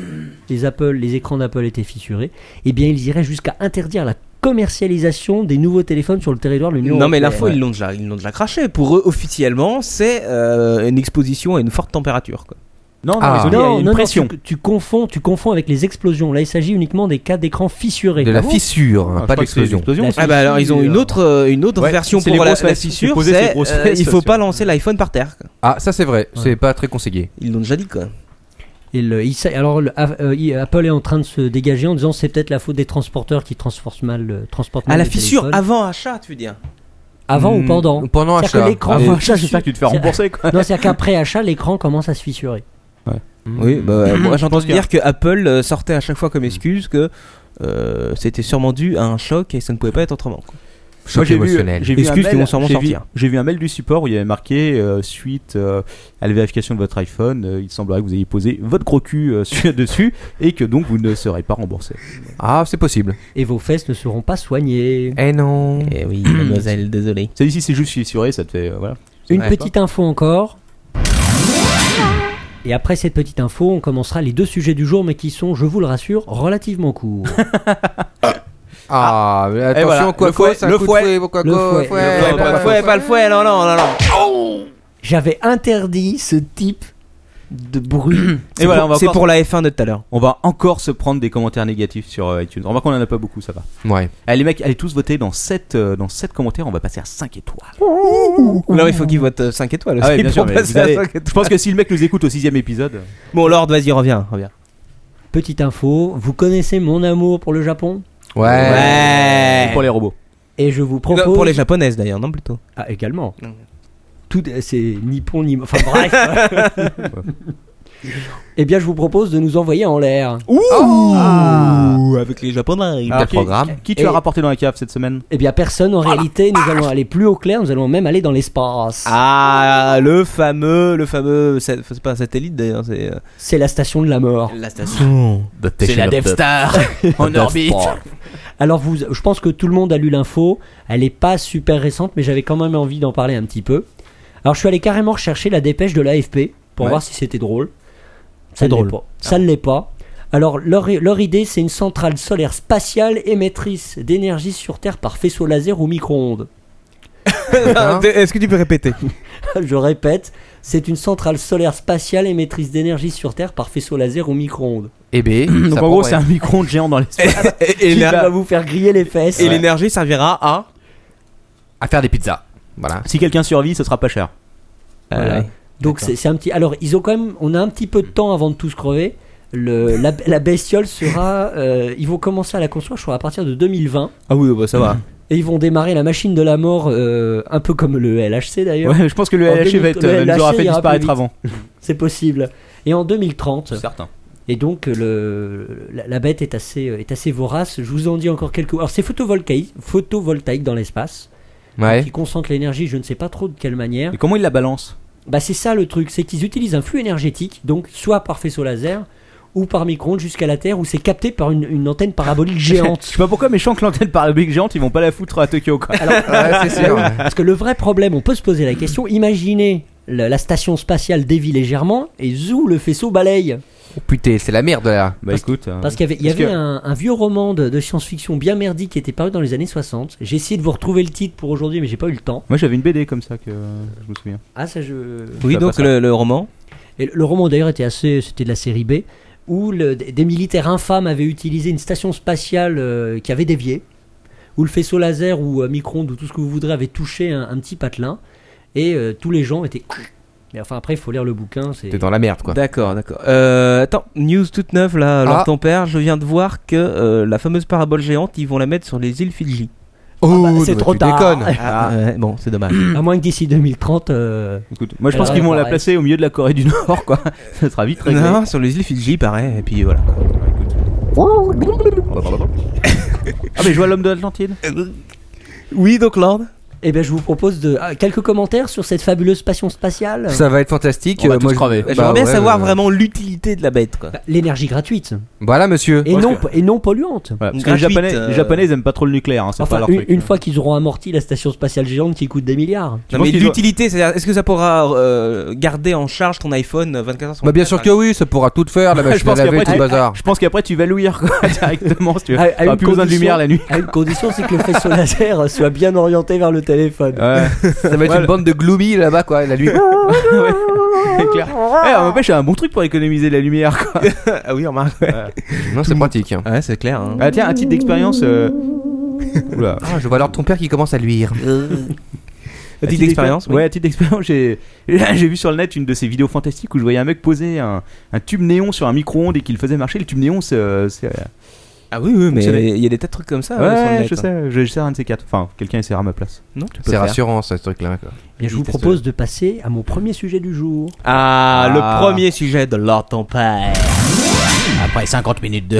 Speaker 5: les Apple, les écrans d'Apple étaient fissurés, eh bien ils iraient jusqu'à interdire la commercialisation des nouveaux téléphones sur le territoire de l'Union
Speaker 4: Non mais
Speaker 5: européenne.
Speaker 4: l'info ils l'ont déjà, ils l'ont déjà craché. Pour eux officiellement c'est euh, une exposition à une forte température. Quoi.
Speaker 3: Non, non,
Speaker 2: Ah.
Speaker 3: ils ont dit, il y a
Speaker 5: Non,
Speaker 3: une
Speaker 5: non, non,
Speaker 3: pression.
Speaker 5: tu, tu confonds, tu confonds avec les explosions. Là, il s'agit uniquement des cas d'écran fissuré.
Speaker 2: De
Speaker 5: Ah
Speaker 2: la
Speaker 5: bon
Speaker 2: fissure, hein,
Speaker 3: Ah, je
Speaker 2: pas
Speaker 3: crois que c'est
Speaker 2: d'explosion.
Speaker 3: l'explosion,
Speaker 5: La
Speaker 3: c'est-
Speaker 4: Ah bah alors ils ont une autre, euh, une autre
Speaker 3: Ouais,
Speaker 4: version
Speaker 3: c'est
Speaker 4: pour
Speaker 3: les
Speaker 4: la,
Speaker 3: grosses
Speaker 4: la
Speaker 3: fesses.
Speaker 4: fissure.
Speaker 3: Supposé, c'est
Speaker 4: C'est
Speaker 3: les grosses
Speaker 4: euh,
Speaker 3: fesses,
Speaker 4: il faut
Speaker 3: sûr.
Speaker 4: pas lancer l'iPhone par terre. quoi.
Speaker 2: Ah, ça c'est vrai,
Speaker 5: Ouais.
Speaker 2: c'est pas très conseillé.
Speaker 4: Ils l'ont déjà dit quoi.
Speaker 5: Et le- il sait- alors, le- A- euh, il- Apple est en train de se dégager en disant c'est peut-être la faute des transporteurs qui transportent mal, euh, transportent mal
Speaker 4: À la
Speaker 5: les
Speaker 4: fissure
Speaker 5: téléphones.
Speaker 4: avant achat tu veux dire.
Speaker 5: avant ou
Speaker 2: Hmm,
Speaker 5: [LAUGHS] pendant.
Speaker 2: Pendant
Speaker 5: C'est-à-dire que
Speaker 2: achat.
Speaker 5: l'écran-
Speaker 3: [LAUGHS] Ah,
Speaker 5: Et-
Speaker 3: bah, ça, j'espère que tu te fais rembourser, quoi.
Speaker 5: Non, c'est-à-dire qu'après achat, l'écran commence à se fissurer.
Speaker 2: hmm.
Speaker 4: Oui bah [CLEARS THROAT] moi j'ai entendu
Speaker 3: qu'il y a-
Speaker 4: dire que Apple euh, sortait à chaque fois comme excuse que euh, c'était sûrement dû à un choc et ça ne pouvait pas être autrement. quoi.
Speaker 2: Choc
Speaker 3: j'ai vu-
Speaker 2: émotionnel.
Speaker 3: j'ai vu un
Speaker 4: Excuse,
Speaker 3: mail-
Speaker 4: ils vont sûrement
Speaker 3: j'ai vu-
Speaker 4: sortir.
Speaker 3: J'ai vu un mail du support où il y avait marqué euh, suite euh, à la vérification de votre iPhone, euh, il semblerait que vous ayez posé votre gros cul euh, [LAUGHS] sur- dessus et que donc vous ne serez pas remboursé.
Speaker 2: Ah, c'est possible.
Speaker 5: Et vos fesses ne seront pas soignées.
Speaker 2: Eh non.
Speaker 4: Eh oui mademoiselle désolé.
Speaker 3: Celui-ci, c'est juste fissuré, ça te fait. euh, voilà.
Speaker 5: Une
Speaker 4: Ouais.
Speaker 5: petite info encore. Et après cette petite info, on commencera les deux sujets du jour, mais qui sont, je vous le rassure, relativement courts.
Speaker 2: Ah, mais attention,
Speaker 3: voilà,
Speaker 2: quoi
Speaker 3: le
Speaker 2: quoi,
Speaker 3: fouet,
Speaker 2: ça
Speaker 3: le
Speaker 2: coûte
Speaker 3: fouet,
Speaker 2: fouet, quoi,
Speaker 5: le
Speaker 2: quoi,
Speaker 5: fouet.
Speaker 2: fouet,
Speaker 4: Ouais,
Speaker 2: quoi,
Speaker 4: pas le
Speaker 2: quoi.
Speaker 4: fouet pas le fouet non non non non.
Speaker 5: [LAUGHS] J'avais interdit ce type de bruit.
Speaker 4: C'est
Speaker 3: voilà, on va
Speaker 4: pour- c'est
Speaker 3: encore-
Speaker 4: pour la F1 de tout à l'heure.
Speaker 3: On va encore se prendre des commentaires négatifs sur euh, iTunes. Remarque, on en a pas beaucoup, ça va.
Speaker 2: Ouais.
Speaker 3: Allez, les mecs, allez tous voter dans 7, dans sept commentaires, on va passer à 5 étoiles.
Speaker 4: Non il faut qu'ils votent 5 étoiles aussi.
Speaker 3: Ah ouais,
Speaker 4: [LAUGHS]
Speaker 3: bien
Speaker 4: pour
Speaker 3: sûr, mais
Speaker 4: passer
Speaker 3: vous
Speaker 4: à
Speaker 3: allez-
Speaker 4: cinq étoiles.
Speaker 3: Je pense que si le mec nous écoute au sixième épisode,
Speaker 4: Bon Lord vas-y reviens reviens.
Speaker 5: Petite info, vous connaissez mon amour pour le Japon
Speaker 2: Ouais.
Speaker 3: c'est pour les robots.
Speaker 5: Et je vous
Speaker 4: Pour,
Speaker 5: propose.
Speaker 4: pour les japonaises d'ailleurs, non plutôt.
Speaker 5: Ah, également.
Speaker 4: Non.
Speaker 5: Tout, euh, c'est ni pont ni. Enfin bref. Eh bien, je vous propose de nous envoyer en l'air.
Speaker 4: Ouh Ah. Avec les japonais.
Speaker 3: Alors, qui,
Speaker 2: programme.
Speaker 3: qui tu
Speaker 5: Et-
Speaker 3: as rapporté dans la cave cette semaine
Speaker 5: Eh bien, personne en réalité. Nous allons aller plus au clair. Nous allons même aller dans l'espace.
Speaker 4: Ah, le fameux, le fameux, c'est c'est pas un satellite d'ailleurs, c'est euh,
Speaker 5: C'est la station de la mort.
Speaker 4: la station.
Speaker 2: C'est la Dev Star
Speaker 3: [LAUGHS]
Speaker 2: en orbite.
Speaker 5: [LAUGHS] Alors, vous, je pense que tout le monde a lu l'info. Elle n'est pas super récente, mais j'avais quand même envie d'en parler un petit peu. Alors, je suis allé carrément rechercher la dépêche de l'AFP pour
Speaker 3: Ouais.
Speaker 5: voir si c'était drôle. Ça
Speaker 4: C'est
Speaker 5: ne l'est
Speaker 4: drôle.
Speaker 5: pas. Ça ne l'est pas. Alors, leur, leur idée, c'est une centrale solaire spatiale émettrice d'énergie sur Terre par faisceau laser ou micro-ondes. [LAUGHS]
Speaker 4: [LAUGHS]
Speaker 2: Hein
Speaker 4: Est-ce que tu peux répéter
Speaker 5: Je répète, c'est une centrale solaire spatiale émettrice d'énergie sur Terre par faisceau laser ou micro-ondes.
Speaker 2: Et B.
Speaker 3: [LAUGHS] Donc en gros, c'est un micro-ondes géant [LAUGHS] dans l'espace.
Speaker 4: Et,
Speaker 5: Qui
Speaker 4: et la-
Speaker 5: va vous faire griller les fesses.
Speaker 4: et l'énergie servira à.
Speaker 2: à faire des pizzas. Voilà.
Speaker 3: si quelqu'un survit, ce sera pas cher.
Speaker 4: Voilà.
Speaker 5: Donc c'est c'est un petit. Alors ils ont quand même. On a un petit peu de temps avant de tous crever. Le, la, la bestiole sera. euh, ils vont commencer à la construire, je crois, à partir de 2020.
Speaker 4: Ah oui, bah, ça va.
Speaker 5: Et ils vont démarrer la machine de la mort, euh, un peu comme le LHC d'ailleurs.
Speaker 3: Ouais, je pense que le
Speaker 5: En
Speaker 3: LHC va
Speaker 5: 2000,
Speaker 3: être,
Speaker 5: le
Speaker 3: euh, nous aura
Speaker 5: LHC
Speaker 3: fait
Speaker 5: ira plus
Speaker 3: disparaître
Speaker 5: vite.
Speaker 3: avant.
Speaker 5: C'est possible. Et en 2030.
Speaker 3: Certain.
Speaker 5: Et donc le, la, la bête est assez, est assez vorace. Je vous en dis encore quelques. Alors c'est photovoltaïque, photovoltaïque dans l'espace,
Speaker 2: Ouais.
Speaker 5: qui concentre l'énergie. Je ne sais pas trop de quelle manière.
Speaker 3: Et comment il la balance
Speaker 5: Bah c'est ça le truc, c'est qu'ils utilisent un flux énergétique, donc soit par faisceau laser ou par micro-ondes jusqu'à la Terre, où c'est capté par une, une antenne parabolique [LAUGHS]
Speaker 3: Je
Speaker 5: géante.
Speaker 3: sais pas pourquoi, mais je sens que l'antenne parabolique géante, ils vont pas la foutre à Tokyo quoi.
Speaker 2: Ouais, c'est sûr. ouais.
Speaker 5: Parce que le vrai problème, on peut se poser la question. Imaginez la, la station spatiale dévie légèrement et zou le faisceau balaye.
Speaker 2: Oh, putain, c'est la merde là.
Speaker 3: Bah écoute. euh,
Speaker 5: Parce qu'il y avait, il y
Speaker 3: Parce
Speaker 5: avait
Speaker 3: que-
Speaker 5: un, un vieux roman de, de science-fiction bien merdique qui était paru dans les années 60. J'ai essayé de vous retrouver le titre pour aujourd'hui, mais j'ai pas eu le temps.
Speaker 3: Moi j'avais une BD comme ça que euh, je me souviens.
Speaker 5: Ah ça je.
Speaker 4: Oui,
Speaker 3: Ça
Speaker 4: donc
Speaker 3: passera.
Speaker 4: le, le roman.
Speaker 5: Et le- le roman d'ailleurs était assez, c'était de la série B, où le- des des militaires infâmes avaient utilisé une station spatiale euh, qui avait dévié, où le faisceau laser ou euh, micro-ondes ou tout ce que vous voudrez avait touché un, un petit patelin, et euh, tous les gens étaient. Mais enfin après il faut lire le bouquin, c'est. Ah
Speaker 2: T'es dans la merde quoi.
Speaker 4: D'accord, d'accord. Euh, attends, news toute neuve là, alors
Speaker 2: Ah.
Speaker 4: ton père, je viens de voir que euh, la fameuse parabole géante, ils vont la mettre sur les îles Fidji. Ah,
Speaker 2: Oh,
Speaker 5: bah,
Speaker 2: non,
Speaker 5: c'est
Speaker 2: mais
Speaker 5: trop
Speaker 2: tu
Speaker 5: tard.
Speaker 2: déconnes.
Speaker 4: Ouais, bon,
Speaker 2: [CLEARS THROAT]
Speaker 4: c'est dommage.
Speaker 5: À moins que d'ici 2030. euh,
Speaker 3: Écoute, moi je
Speaker 5: Alors,
Speaker 3: pense qu'ils vont la
Speaker 5: pareil.
Speaker 3: placer au milieu de la Corée du Nord quoi. ça sera vite réglé.
Speaker 4: non, sur les îles Fidji, pareil, et puis voilà.
Speaker 3: Ah mais je vois l'homme de l'Atlantide.
Speaker 4: Oui, donc Lord
Speaker 5: Eh bien je vous propose de ah, quelques commentaires sur cette fabuleuse station spatiale.
Speaker 2: Ça va être fantastique.
Speaker 3: On va
Speaker 2: Euh,
Speaker 3: tous
Speaker 2: moi, je-
Speaker 3: crever.
Speaker 2: Bah,
Speaker 4: J'aimerais bien
Speaker 2: ouais,
Speaker 4: savoir
Speaker 2: ouais.
Speaker 4: vraiment l'utilité de la bête, quoi.
Speaker 5: Bah, L'énergie gratuite
Speaker 2: Voilà, monsieur.
Speaker 5: et non, et non polluante.
Speaker 3: Voilà, parce que les
Speaker 4: Gratuite,
Speaker 3: japonais,
Speaker 4: euh,
Speaker 3: les japonais ils aiment pas trop le nucléaire, hein, c'est pas
Speaker 5: Enfin,
Speaker 3: leur
Speaker 5: une,
Speaker 3: truc.
Speaker 5: une fois qu'ils auront amorti la station spatiale géante qui coûte des milliards.
Speaker 4: Non,
Speaker 3: pense
Speaker 4: mais
Speaker 3: qu'ils doivent-
Speaker 4: l'utilité, c'est-à-dire, est-ce que ça pourra euh, garder en charge ton iPhone 24 heures sur
Speaker 2: Bah, bien
Speaker 4: 24,
Speaker 2: sûr
Speaker 4: par
Speaker 2: que oui, ça pourra tout faire, la
Speaker 3: Je
Speaker 2: machine à
Speaker 3: pense
Speaker 2: laver,
Speaker 3: qu'après,
Speaker 2: tout le
Speaker 3: tu-
Speaker 2: bazar.
Speaker 3: Je pense qu'après tu vas louir quoi, [LAUGHS] directement si tu veux.
Speaker 5: À- à
Speaker 3: T'auras
Speaker 5: une
Speaker 3: plus besoin de
Speaker 5: condition-
Speaker 3: lumière la nuit.
Speaker 5: À une condition, c'est que le
Speaker 4: [LAUGHS]
Speaker 5: faisceau laser soit bien orienté vers le téléphone.
Speaker 4: Ah,
Speaker 3: Ouais, [LAUGHS]
Speaker 2: Ça va être une bande de gloomy là-bas, quoi, la nuit.
Speaker 3: c'est clair. Eh, on m'empêche, c'est un bon truc pour économiser la lumière quoi.
Speaker 4: exemple Ah oui, remarque. Ouais,
Speaker 2: Non, c'est pratique.
Speaker 4: Ouais, c'est clair. hein.
Speaker 3: Ah tiens, un titre d'expérience.
Speaker 4: [LAUGHS]
Speaker 3: euh, Oula.
Speaker 2: Ah, je vois alors ton père qui commence à luire.
Speaker 4: [LAUGHS] Un titre d'expérience Euh. oui.
Speaker 3: Ouais, à titre d'expérience, j'ai j'ai vu sur le net une de ces vidéos fantastiques où je voyais un mec poser un, un tube néon sur un micro-ondes et qu'il faisait marcher. Le tube néon, c'est. euh, c'est, euh,
Speaker 4: Ah oui, oui, mais
Speaker 3: Fonctionnait.
Speaker 4: il y a des tas de trucs comme ça.
Speaker 3: ouais,
Speaker 4: euh, sur le net,
Speaker 3: je
Speaker 4: hein.
Speaker 3: sais, je sais un de ces quatre. Enfin, quelqu'un essaiera à ma place.
Speaker 4: Non, tu peux
Speaker 2: C'est
Speaker 4: faire.
Speaker 2: rassurant, ça, ce truc-là. quoi.
Speaker 5: Et je vous propose de passer à mon premier sujet du jour.
Speaker 4: Ah,
Speaker 3: Ah.
Speaker 4: le premier sujet de Lord ton père.
Speaker 3: Après 50 minutes de.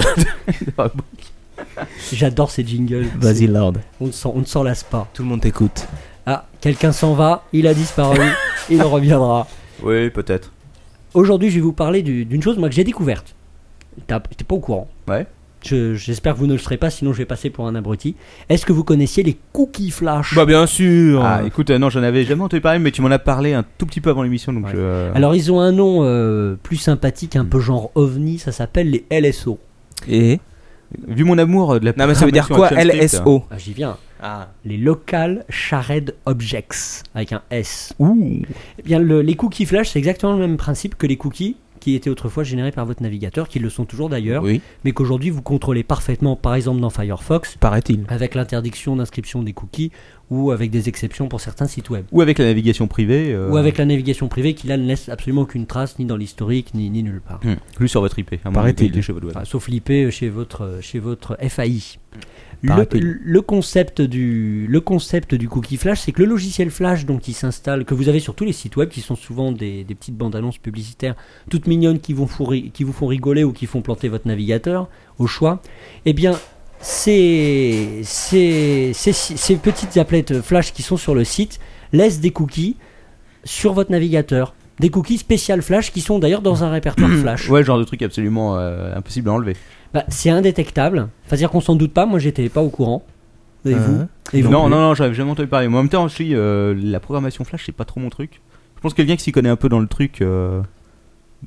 Speaker 5: J'adore ces jingles.
Speaker 4: Vas-y, Lord.
Speaker 5: On ne s'en on ne s'en lasse pas.
Speaker 4: Tout le monde t'écoute.
Speaker 5: Ah, quelqu'un s'en va, il
Speaker 4: [LAUGHS]
Speaker 5: a disparu, il reviendra.
Speaker 3: oui, peut-être.
Speaker 5: Aujourd'hui, je vais vous parler du- d'une chose moi, que j'ai découverte. T'as- T'es pas au courant.
Speaker 3: Ouais.
Speaker 5: Je- J'espère que vous ne le serez pas, sinon je vais passer pour un abruti. Est-ce que vous connaissiez les cookies flash
Speaker 4: Bah, bien sûr.
Speaker 3: Ah, écoute, euh, non, j'en avais jamais entendu parler, mais tu m'en as parlé un tout petit peu avant l'émission, donc je. euh,
Speaker 5: Alors, ils ont un nom euh, plus sympathique, un peu genre ovni, ça s'appelle les LSO.
Speaker 4: Et
Speaker 3: Vu mon amour euh, de la.
Speaker 4: Non, mais ça veut dire quoi,
Speaker 3: programmation ActionScript, hein.
Speaker 4: LSO
Speaker 5: Ah, J'y viens.
Speaker 4: Ah.
Speaker 5: les Local Shared Objects avec un S. Eh bien, le- les cookies flash, c'est exactement le même principe que les cookies qui étaient autrefois générés par votre navigateur, qui le sont toujours d'ailleurs,
Speaker 4: Oui,
Speaker 5: mais qu'aujourd'hui vous contrôlez parfaitement, par exemple dans Firefox,
Speaker 4: paraît-il.
Speaker 5: avec l'interdiction d'inscription des cookies ou avec des exceptions pour certains sites web.
Speaker 3: Ou avec la navigation privée. euh,
Speaker 5: Ou avec la navigation privée qui là ne laisse absolument aucune trace, ni dans l'historique, ni, ni nulle part.
Speaker 8: hum,
Speaker 3: Hmm, Plus sur votre IP, à moins
Speaker 4: Paraît-il.
Speaker 3: d'être chez votre web.
Speaker 5: Enfin, sauf l'IP euh, chez votre, chez votre FAI. Le,
Speaker 4: Paraît-il.
Speaker 5: le concept du, le concept du cookie flash, c'est que le logiciel flash donc, qui s'installe, que vous avez sur tous les sites web, qui sont souvent des, des petites bandes annonces publicitaires toutes mignonnes qui, vont fou- qui vous font rigoler ou qui font planter votre navigateur, au choix, eh bien, ces, ces, ces, ces petites applettes flash qui sont sur le site laissent des cookies sur votre navigateur. Des cookies spéciales flash qui sont d'ailleurs dans un répertoire flash.
Speaker 3: Ouais, genre de truc absolument euh, impossible à enlever.
Speaker 5: Bah, c'est indétectable. Enfin, dire qu'on s'en doute pas. Moi, j'étais pas au courant. Et
Speaker 4: Euh,
Speaker 5: vous Et vous
Speaker 3: Non, non, non, j'avais jamais entendu parler. Moi, en même temps, je suis, euh, la programmation Flash, c'est pas trop mon truc. Je pense que quelqu'un qui s'y connaît un peu dans le truc euh,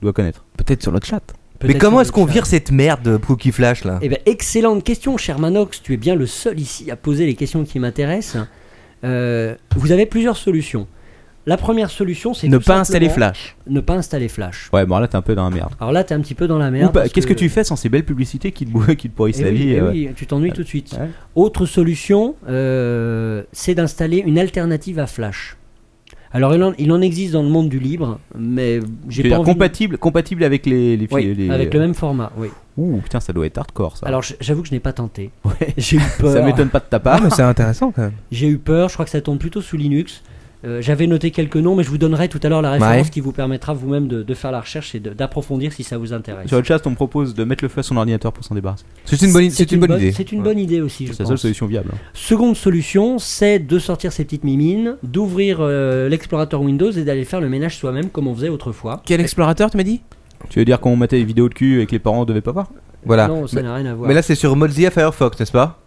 Speaker 3: doit connaître.
Speaker 4: Peut-être sur le chat.
Speaker 5: Peut-être
Speaker 2: Mais comment
Speaker 5: sur
Speaker 2: est-ce qu'on
Speaker 5: le chat.
Speaker 2: vire cette merde de Cookie Flash là
Speaker 5: Eh ben, excellente question, cher Manox. Tu es bien le seul ici à poser les questions qui m'intéressent. Euh, vous avez plusieurs solutions. La première solution, c'est
Speaker 4: Ne
Speaker 5: tout
Speaker 4: pas installer
Speaker 5: simplement
Speaker 4: Flash.
Speaker 5: Ne pas installer Flash.
Speaker 8: Ouais, bon, là, t'es un peu dans la merde.
Speaker 5: Alors là, t'es un petit peu dans la
Speaker 8: Ou
Speaker 5: merde.
Speaker 8: pas,
Speaker 5: parce
Speaker 8: Qu'est-ce que... tu fais sans ces belles publicités qui te, [LAUGHS] qui te pourrissent
Speaker 5: Eh
Speaker 8: la
Speaker 5: oui,
Speaker 8: vie
Speaker 5: eh
Speaker 8: euh,
Speaker 5: oui, tu t'ennuies tout de suite.
Speaker 8: ouais.
Speaker 5: Autre solution, euh, c'est d'installer une alternative à Flash. Alors il en, il en existe dans le monde du libre, mais j'ai pas
Speaker 8: Tu veux dire
Speaker 5: envie de-
Speaker 8: compatible, compatible avec les, les,
Speaker 5: Oui,
Speaker 8: filles- les-
Speaker 2: euh,
Speaker 5: avec le même format. Oui.
Speaker 8: Ouh, putain, ça doit être hardcore ça.
Speaker 5: Alors j- j'avoue que je n'ai pas tenté. [LAUGHS]
Speaker 2: [LAUGHS]
Speaker 5: J'ai eu peur.
Speaker 8: ça m'étonne pas de ta part.
Speaker 4: Ah, mais [LAUGHS] c'est intéressant quand même.
Speaker 5: J'ai eu peur. Je crois que ça tombe plutôt sous Linux. Euh, J'avais noté quelques noms, mais je vous donnerai tout à l'heure la référence
Speaker 2: Ouais.
Speaker 5: qui vous permettra vous-même de, de faire la recherche et de- d'approfondir si ça vous intéresse.
Speaker 8: Sur le chat, on me propose de mettre le feu à son ordinateur pour s'en débarrasser.
Speaker 2: C'est une bonne, c'est une bonne idée.
Speaker 5: C'est une bonne idée aussi. Je
Speaker 8: C'est la seule
Speaker 5: pense.
Speaker 8: solution viable.
Speaker 5: Seconde solution, c'est de sortir ses petites mimines, d'ouvrir euh, l'explorateur Windows et d'aller faire le ménage soi-même comme on faisait autrefois.
Speaker 4: Quel explorateur tu m'as dit
Speaker 8: Tu veux dire qu'on mettait des vidéos de cul et que les parents devaient pas voir
Speaker 2: Voilà.
Speaker 5: Non, ça
Speaker 2: Mais-
Speaker 5: n'a rien à voir.
Speaker 2: Mais là, c'est sur Mozilla Firefox, n'est-ce pas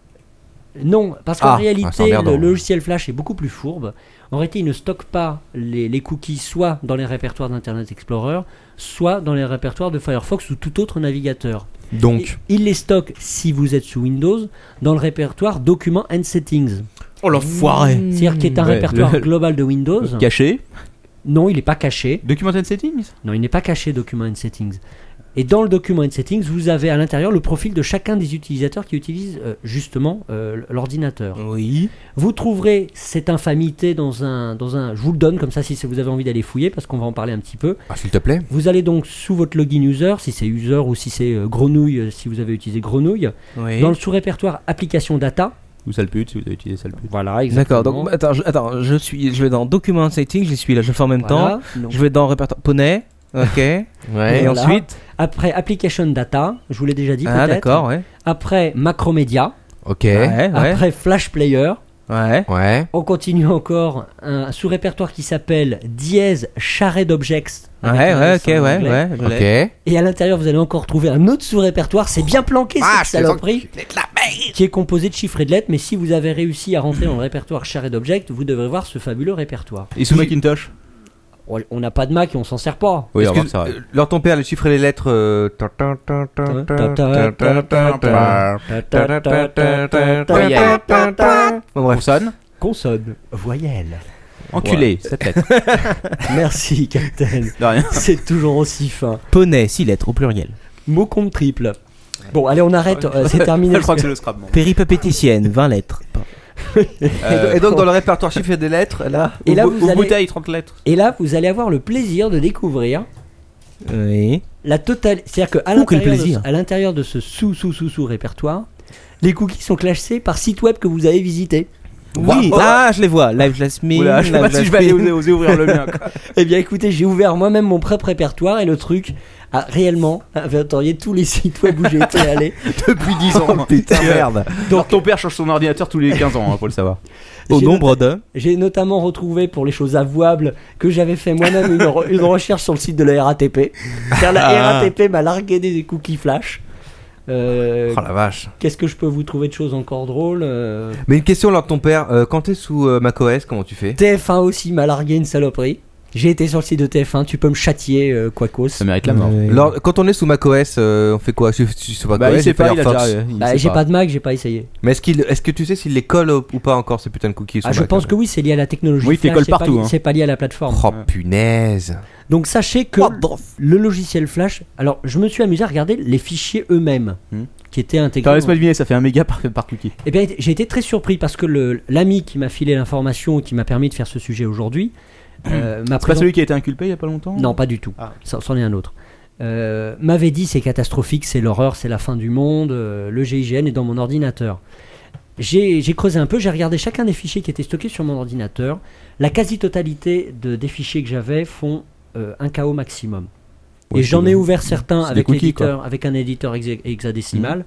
Speaker 5: Non, parce qu'en
Speaker 2: Ah, ah, c'est
Speaker 5: réalité,
Speaker 2: emmerdant.
Speaker 5: le logiciel Flash est beaucoup plus fourbe. En réalité, il ne stocke pas les, les cookies soit dans les répertoires d'Internet Explorer, soit dans les répertoires de Firefox ou tout autre navigateur.
Speaker 2: Donc.
Speaker 5: Il, il les stocke, si vous êtes sous Windows, dans le répertoire Documents and Settings. Mmh.
Speaker 4: Oh l'enfoiré
Speaker 5: C'est-à-dire qui est un
Speaker 2: [LAUGHS]
Speaker 8: Ouais,
Speaker 5: répertoire
Speaker 8: le-
Speaker 5: global de Windows.
Speaker 8: Caché.
Speaker 5: Non, il n'est pas caché.
Speaker 8: Documented settings
Speaker 5: Non, il n'est pas caché document and settings. Et dans le document and settings, vous avez à l'intérieur le profil de chacun des utilisateurs qui utilisent euh, justement euh, l'ordinateur.
Speaker 4: Oui.
Speaker 5: Vous trouverez cette infamité dans un, dans un. Je vous le donne comme ça si vous avez envie d'aller fouiller parce qu'on va en parler un petit peu.
Speaker 2: Ah, s'il te plaît.
Speaker 5: Vous allez donc sous votre login user, si c'est user ou si c'est euh, grenouille, euh, si vous avez utilisé grenouille,
Speaker 4: Oui.
Speaker 5: dans le sous-répertoire application data.
Speaker 8: Ou sale pute, si vous avez utilisé sale pute.
Speaker 5: Voilà,
Speaker 4: D'accord, donc attends, je, attends, je suis je vais dans document setting, j'y suis là, je le fais en même temps. Je vais dans répertoire poney. OK. [LAUGHS] Et
Speaker 2: Ouais.
Speaker 5: Voilà.
Speaker 4: ensuite
Speaker 5: Après application data, je vous l'ai déjà dit.
Speaker 4: Ah
Speaker 5: peut-être.
Speaker 4: d'accord, ouais.
Speaker 5: Après macromédia.
Speaker 2: Ok.
Speaker 4: Ouais, ouais.
Speaker 5: Après flash player.
Speaker 4: Ouais.
Speaker 2: Ouais.
Speaker 5: On continue encore un sous-répertoire qui s'appelle dièse charret d'objects. avec
Speaker 4: Ouais,
Speaker 5: un
Speaker 4: ouais,
Speaker 5: S
Speaker 4: OK,
Speaker 5: en
Speaker 4: ouais,
Speaker 5: anglais.
Speaker 4: ouais. je l'ai.
Speaker 2: Ok.
Speaker 5: Et à l'intérieur, vous allez encore trouver un autre sous-répertoire. C'est bien planqué
Speaker 8: Ah,
Speaker 5: cette saloperie. Qui est composé de chiffres et de lettres, mais si vous avez réussi à rentrer dans le répertoire charret d'objects, vous devrez voir ce fabuleux répertoire.
Speaker 8: Et sous Macintosh
Speaker 5: On on n'a pas de Mac et on s'en sert pas.
Speaker 8: Oui,
Speaker 2: Excuse-
Speaker 8: remarque, c'est vrai.
Speaker 2: euh, Leur ton père, le chiffre et les lettres. euh, ta- ta- ta- ta- ta- ta- ta- ta- ta- [LAUGHS] ta- Bon, bref.
Speaker 8: Consonne
Speaker 5: Consonne, voyelle.
Speaker 8: Enculé, cette [LAUGHS] lettre.
Speaker 5: Merci, Captain.
Speaker 8: De rien.
Speaker 5: C'est toujours aussi fin.
Speaker 4: Poney, six lettres au pluriel.
Speaker 5: Mot compte triple. Bon, allez, on
Speaker 8: [LAUGHS]
Speaker 5: arrête. euh, C'est terminé.
Speaker 8: Je crois que c'est le Scrabble.
Speaker 4: Péripapéticienne, 20 lettres.
Speaker 2: Et et donc, dans le répertoire chiffre et des lettres, là.
Speaker 5: Et là,
Speaker 8: Ou-
Speaker 5: vous
Speaker 8: ou
Speaker 5: allez-
Speaker 8: bouteille, 30 lettres.
Speaker 5: Et là, vous allez avoir le plaisir de découvrir
Speaker 4: Oui.
Speaker 5: la totale. C'est-à-dire qu'à
Speaker 4: Ouh, quel
Speaker 5: l'intérieur, de-
Speaker 4: plaisir.
Speaker 5: à l'intérieur de ce sous sous sous sous répertoire, les cookies sont classés par site web que vous avez visité.
Speaker 4: Oui. Ah, je les vois. Live Jasmine.
Speaker 8: Oula, je sais
Speaker 4: Live
Speaker 8: pas si je vais aller
Speaker 4: Jasmine. [LAUGHS]
Speaker 8: oser, oser ouvrir le mien.
Speaker 2: [LAUGHS]
Speaker 8: quoi.
Speaker 5: Eh bien, écoutez, j'ai ouvert moi-même mon propre répertoire et le truc a réellement [LAUGHS] inventorié tous les sites web où
Speaker 4: [LAUGHS]
Speaker 5: j'ai été allé.
Speaker 8: Depuis 10 [LAUGHS] ans.
Speaker 2: Putain, merde.
Speaker 8: Donc ton père change son ordinateur tous les 15 ans, hein, faut le savoir.
Speaker 4: Au
Speaker 5: J'ai
Speaker 4: nombre de.
Speaker 5: J'ai notamment retrouvé pour les choses avouables que j'avais fait moi-même une, re- une recherche sur le site de la RATP. Car la
Speaker 4: Ah.
Speaker 5: RATP m'a largué des cookies flash. Euh,
Speaker 2: Oh la vache.
Speaker 5: Qu'est-ce que je peux vous trouver de choses encore drôles euh,
Speaker 2: Mais une question, alors de ton père, euh, quand t'es sous euh, macOS, comment tu fais
Speaker 5: TF1 aussi m'a largué une saloperie. J'ai été sur le site de TF1, tu peux me châtier, euh, Quacos.
Speaker 8: Ça mérite la mort.
Speaker 4: Lors-
Speaker 2: Lors- Quand on est sous macOS, euh, on fait quoi Je je- je sais pas
Speaker 8: Bah,
Speaker 2: quoi,
Speaker 8: il
Speaker 2: j'ai
Speaker 8: sait pas, il a
Speaker 3: euh,
Speaker 2: Firefox.
Speaker 8: déjà. il
Speaker 5: Bah,
Speaker 8: sait
Speaker 5: j'ai pas de Mac, j'ai pas essayé.
Speaker 2: Mais est-ce qu'il, est-ce que tu sais s'il les colle au- ou pas encore ces putains de cookies
Speaker 5: Ah, je pense que oui, c'est lié à la technologie.
Speaker 8: Oui, t'es
Speaker 5: Flash,
Speaker 8: colle
Speaker 5: c'est pas
Speaker 8: partout,
Speaker 5: lié-
Speaker 8: hein.
Speaker 5: C'est pas lié à la plateforme.
Speaker 2: Oh punaise
Speaker 5: Donc sachez que
Speaker 8: Oh,
Speaker 5: le logiciel Flash. Alors, je me suis amusé à regarder les fichiers eux-mêmes
Speaker 8: Hmm.
Speaker 5: qui étaient intégrés.
Speaker 8: Attends, laisse-moi deviner, ça fait un méga par, par cookie.
Speaker 5: Eh bien, j'ai été très surpris parce que le- l'ami qui m'a filé l'information, qui m'a permis de faire ce sujet aujourd'hui, euh, m'a
Speaker 8: Hmm. C'est pas
Speaker 5: présenté-
Speaker 8: celui qui a été inculpé il y a pas longtemps
Speaker 5: Non, pas du tout. Ça, c'en est un autre. Euh, m'avait dit c'est catastrophique, c'est l'horreur, c'est la fin du monde, euh, le GIGN est dans mon ordinateur. J'ai j'ai creusé un peu, j'ai regardé chacun des fichiers qui étaient stockés sur mon ordinateur. La quasi-totalité de, des fichiers que j'avais font euh, un KO maximum.
Speaker 8: Ouais,
Speaker 5: Et j'en
Speaker 8: c'est-
Speaker 5: ai ouvert certains
Speaker 8: c'est des
Speaker 5: avec,
Speaker 8: cookies, Mhm.
Speaker 5: l'éditeur- avec un éditeur hexa- hexadécimal.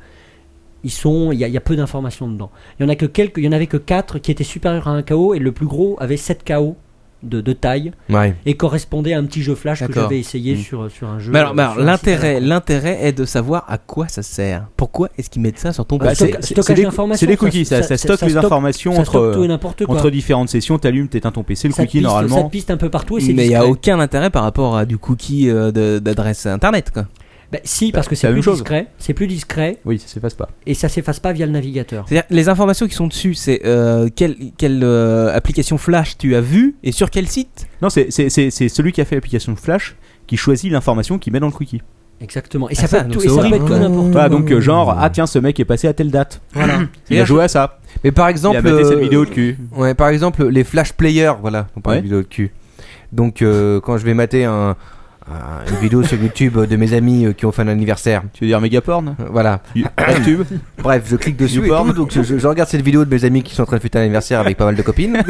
Speaker 5: Ils sont, il y, a- il y a peu d'informations dedans. Il y en a que quelques, il y en avait que 4 qui étaient supérieurs à un KO et le plus gros avait 7 KO de- de taille
Speaker 2: Ouais.
Speaker 5: et correspondait à un petit jeu flash que
Speaker 4: D'accord.
Speaker 5: j'avais essayé
Speaker 8: Mm.
Speaker 5: sur, euh, sur un jeu.
Speaker 4: Mais alors, mais alors,
Speaker 5: sur un
Speaker 4: l'intérêt,
Speaker 5: site.
Speaker 4: l'intérêt est de savoir à quoi ça sert. Pourquoi est-ce qu'ils mettent ça sur ton
Speaker 5: Bah,
Speaker 4: PC
Speaker 5: stocka- stockage
Speaker 8: des-
Speaker 5: d'informations,
Speaker 8: c'est des cookies, ça- ça stocke les informations
Speaker 5: ça
Speaker 8: entre-
Speaker 5: stocke tout et n'importe quoi.
Speaker 8: Entre différentes sessions, t'allumes, t'éteins ton PC, le
Speaker 5: ça te
Speaker 8: cookie
Speaker 5: piste, ça te
Speaker 8: normalement.
Speaker 5: piste un peu partout et c'est
Speaker 4: Mais il n'y
Speaker 5: discret.
Speaker 4: a aucun intérêt par rapport à du cookie euh, de- d'adresse internet. Quoi.
Speaker 5: Bah, si, parce que
Speaker 9: la
Speaker 5: c'est plus
Speaker 9: même chose.
Speaker 5: discret, c'est plus discret
Speaker 9: Oui, ça s'efface pas.
Speaker 5: et ça s'efface pas via le navigateur.
Speaker 4: C'est-à-dire, les informations qui sont dessus, c'est euh, quelle, quelle euh, application Flash tu as vue et sur quel site
Speaker 3: Non, c'est c'est- c'est- c'est celui qui a fait l'application Flash qui choisit l'information qu'il met dans le cookie.
Speaker 5: Exactement. Et
Speaker 4: Ah,
Speaker 5: ça,
Speaker 4: ça,
Speaker 5: peut, être
Speaker 4: donc
Speaker 5: tout,
Speaker 4: c'est
Speaker 5: et ça peut
Speaker 4: horrible,
Speaker 5: être tout
Speaker 4: quoi.
Speaker 5: n'importe
Speaker 3: Voilà, donc euh, genre, ah tiens, ce mec est passé à telle date. Il a
Speaker 2: C'est-à-dire
Speaker 3: joué à ça.
Speaker 2: Mais par
Speaker 3: Il
Speaker 2: exemple,
Speaker 3: a maté cette
Speaker 2: euh,
Speaker 3: vidéo de cul.
Speaker 2: Ouais, par exemple, les flash players, voilà, on parle
Speaker 3: Ouais.
Speaker 2: de vidéos de cul. Donc, euh, quand je vais mater un, un- une vidéo sur [LAUGHS] YouTube de mes amis euh, qui ont fait un anniversaire,
Speaker 3: Tu veux dire méga porn
Speaker 2: euh, voilà.
Speaker 3: tube
Speaker 2: Bref, je clique dessus et
Speaker 3: YouPorn.
Speaker 2: tout, donc je, je- je regarde cette vidéo de mes amis qui sont en train de fêter un anniversaire avec pas mal de
Speaker 4: [LAUGHS]
Speaker 2: copines.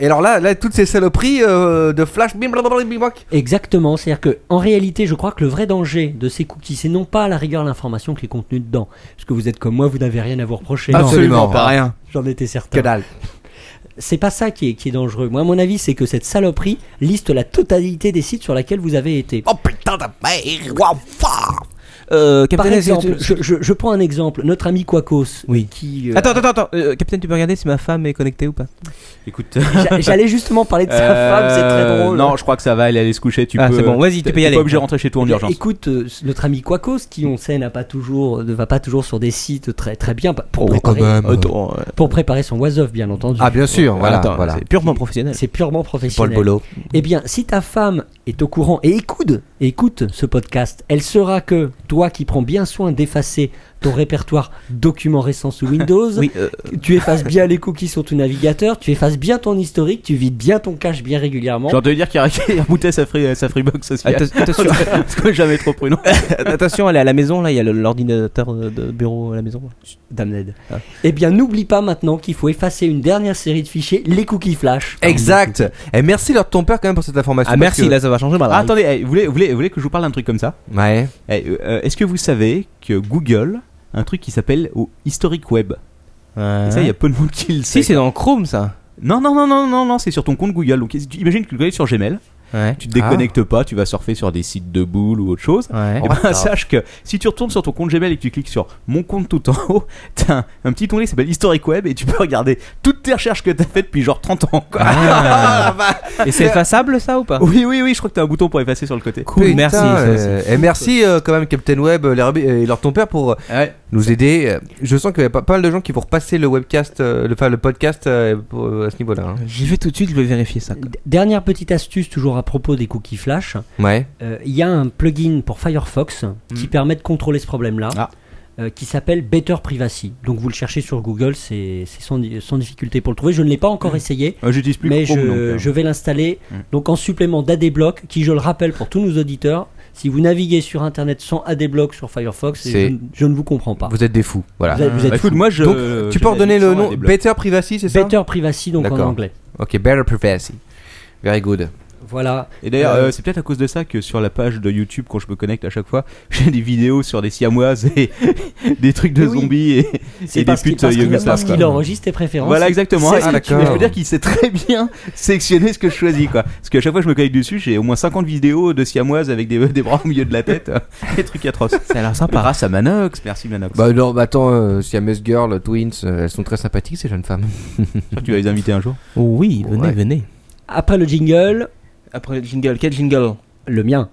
Speaker 2: et alors là, là, toutes ces saloperies euh, de flash, bim, blablabla, bim, blac.
Speaker 5: Exactement, c'est-à-dire que en réalité, je crois que le vrai danger de ces cookies, c'est non pas à la rigueur l'information qui est contenue dedans, parce que vous êtes comme moi, vous n'avez rien à vous reprocher.
Speaker 2: Absolument pas.
Speaker 3: rien.
Speaker 5: J'en étais
Speaker 2: que
Speaker 5: certain.
Speaker 2: dalle.
Speaker 5: C'est pas ça qui est, qui est dangereux. Moi, à mon avis, c'est que cette saloperie liste la totalité des sites sur lesquels vous avez été.
Speaker 4: Oh putain de merde wow, fuck. Euh,
Speaker 5: Par
Speaker 4: Capitaine, est-ce que
Speaker 5: exemple,
Speaker 4: tu-
Speaker 5: je, je- je prends un exemple. Notre ami Quacos,
Speaker 4: Oui.
Speaker 5: qui. euh,
Speaker 4: Attends, attends, attends, euh, Capitaine, tu peux regarder si ma femme est connectée ou pas
Speaker 3: Écoute.
Speaker 5: j'a- J'allais justement parler de
Speaker 3: [LAUGHS]
Speaker 5: sa femme, c'est très drôle.
Speaker 3: Euh, Non, je crois que ça va, elle est allée se coucher. Tu
Speaker 4: Ah,
Speaker 3: peux.
Speaker 4: c'est bon, vas-y, tu
Speaker 3: t'es-
Speaker 4: peux y
Speaker 3: t'es
Speaker 4: aller.
Speaker 3: pas obligé de rentrer chez toi en
Speaker 5: Eh bien,
Speaker 3: urgence.
Speaker 5: Écoute, euh, c- notre ami Quacos, qui on sait n'a pas toujours, ne va pas toujours sur des sites très très bien pa- pour, préparer,
Speaker 4: Attends, euh,
Speaker 5: pour préparer son was bien entendu.
Speaker 2: Ah, bien sûr, voilà,
Speaker 4: attends,
Speaker 2: voilà.
Speaker 4: C'est purement professionnel.
Speaker 5: C'est purement
Speaker 2: Paul
Speaker 5: professionnel.
Speaker 2: Bolo.
Speaker 5: Eh bien, si ta femme est au courant et écoute, et écoute ce podcast, elle saura que toi qui prends bien soin d'effacer ton répertoire documents récents sous Windows,
Speaker 4: [LAUGHS] Oui, euh,
Speaker 5: tu effaces bien les cookies sur ton navigateur, tu effaces bien ton historique, tu vides bien ton cache bien régulièrement.
Speaker 3: J'ai entendu dire [LAUGHS] qu'il rebootait sa, free, sa Freebox sociale.
Speaker 4: [LAUGHS] atten- attention,
Speaker 3: hein. [LAUGHS] Parce qu'on est jamais trop prudent.
Speaker 4: Ah, attention, elle est à la maison, là, il y a le- l'ordinateur euh, de bureau à la maison. Ah,
Speaker 5: Damned. Eh bien, n'oublie pas maintenant qu'il faut effacer une dernière série de fichiers, les cookies flash.
Speaker 2: Exact. Et merci leur ton père quand même pour cette information.
Speaker 4: Ah
Speaker 2: parce
Speaker 4: merci,
Speaker 2: que-
Speaker 4: là ça va changer.
Speaker 3: Ah, attendez, eh, vous voulez, vous, voulez, vous voulez que je vous parle d'un truc comme ça
Speaker 2: Ouais.
Speaker 3: Eh, euh, Est-ce que vous savez que Google a un truc qui s'appelle au historique web Et ça, il y a peu de monde qui le sait.
Speaker 4: Ah. Si, c'est dans Chrome ça.
Speaker 3: Non, non, non, non, non, non, c'est sur ton compte Google. Donc, tu- imagine que tu le connais sur Gmail,
Speaker 4: Ouais.
Speaker 3: tu te déconnectes pas, tu vas surfer sur des sites de boules ou autre chose.
Speaker 4: Ah. Ouais. [LAUGHS]
Speaker 3: Eh ben, sache que si tu retournes sur ton compte Gmail et que tu cliques sur mon compte tout en haut, t'as un, un petit onglet qui s'appelle Historique Web et tu peux regarder toutes tes recherches que t'as faites depuis genre 30 ans. quoi.
Speaker 4: Ah. [LAUGHS] Et c'est effaçable ça ou pas
Speaker 3: Oui, oui, oui, je crois que t'as un bouton pour effacer sur le côté.
Speaker 4: Cool,
Speaker 2: Putain,
Speaker 4: merci.
Speaker 2: euh,
Speaker 4: ça,
Speaker 2: et merci euh, quand même Captain Web euh, les rebelles, euh, et leur ton père pour euh,
Speaker 3: Ouais.
Speaker 2: nous aider. Euh, Je sens qu'il y a pas, pas mal de gens qui vont repasser le webcast, euh, le, enfin le podcast euh, pour- euh, à ce niveau-là. hein.
Speaker 4: c'est- J'y vais tout de suite, je vais vérifier ça. quoi.
Speaker 5: D- Dernière petite astuce, toujours à propos des cookies flash.
Speaker 2: hein. Ouais.
Speaker 5: Euh, Il y a un plugin pour Firefox qui permet de contrôler ce problème-là,
Speaker 3: Hmm. Ah.
Speaker 5: euh, qui s'appelle Better Privacy. Donc vous le cherchez sur Google, c'est c'est sans, di- sans difficulté pour le trouver. Je ne l'ai pas encore essayé,
Speaker 3: Euh, J'utilise plus
Speaker 5: mais
Speaker 3: Chrome,
Speaker 5: je,
Speaker 3: donc, euh,
Speaker 5: je vais l'installer.
Speaker 3: Mm.
Speaker 5: Donc en supplément d'ADBlock, qui je le rappelle pour tous nos auditeurs, si vous naviguez sur Internet sans ADBlock sur Firefox,
Speaker 2: C'est-
Speaker 5: je, ne- je ne vous comprends pas.
Speaker 2: Vous êtes des fous. Voilà.
Speaker 5: Vous êtes- vous êtes
Speaker 3: Bah, écoute,
Speaker 5: fous.
Speaker 3: moi je.
Speaker 2: Donc,
Speaker 3: euh,
Speaker 2: tu
Speaker 3: je
Speaker 2: peux redonner
Speaker 3: navigue
Speaker 2: le
Speaker 3: sans
Speaker 2: nom
Speaker 3: des blogs.
Speaker 2: Better Privacy, c'est ça
Speaker 5: Better Privacy, donc en
Speaker 2: D'accord.
Speaker 5: anglais.
Speaker 2: Ok, Better Privacy. Very good.
Speaker 5: Voilà.
Speaker 3: Et d'ailleurs,
Speaker 5: Euh,
Speaker 3: euh, c'est peut-être à cause de ça que sur la page de YouTube, quand je me connecte à chaque fois, [LAUGHS] j'ai des vidéos sur des siamoises et [LAUGHS] des trucs de
Speaker 5: Eh Oui.
Speaker 3: zombies et, et
Speaker 5: C'est
Speaker 3: des
Speaker 5: parce qu'il
Speaker 3: putes
Speaker 5: parce qu'il-
Speaker 3: yougoslaves,
Speaker 5: parce
Speaker 3: quoi.
Speaker 5: qu'il enregistre tes préférences.
Speaker 3: Voilà exactement.
Speaker 5: C'est
Speaker 3: Et-
Speaker 5: ce
Speaker 2: Ah,
Speaker 5: que tu-
Speaker 2: d'accord.
Speaker 3: mais je veux dire qu'il sait très bien [LAUGHS] sélectionner ce que je choisis quoi. Parce qu'à chaque fois que je me connecte dessus, j'ai au moins 50 vidéos de siamoises avec des, [LAUGHS] des bras au milieu de la tête, [LAUGHS] des trucs atroces.
Speaker 4: Ça a l'air sympa.
Speaker 3: Grâce à Manox, merci Manox.
Speaker 2: Bah non, bah attends, euh, Siamese Girl, Twins, euh, elles sont très sympathiques ces jeunes femmes.
Speaker 3: tu vas les inviter un jour.
Speaker 4: Oh oui, venez,
Speaker 2: Ouais.
Speaker 4: venez.
Speaker 5: Après le jingle,
Speaker 4: Après le jingle, quel jingle
Speaker 5: le mien.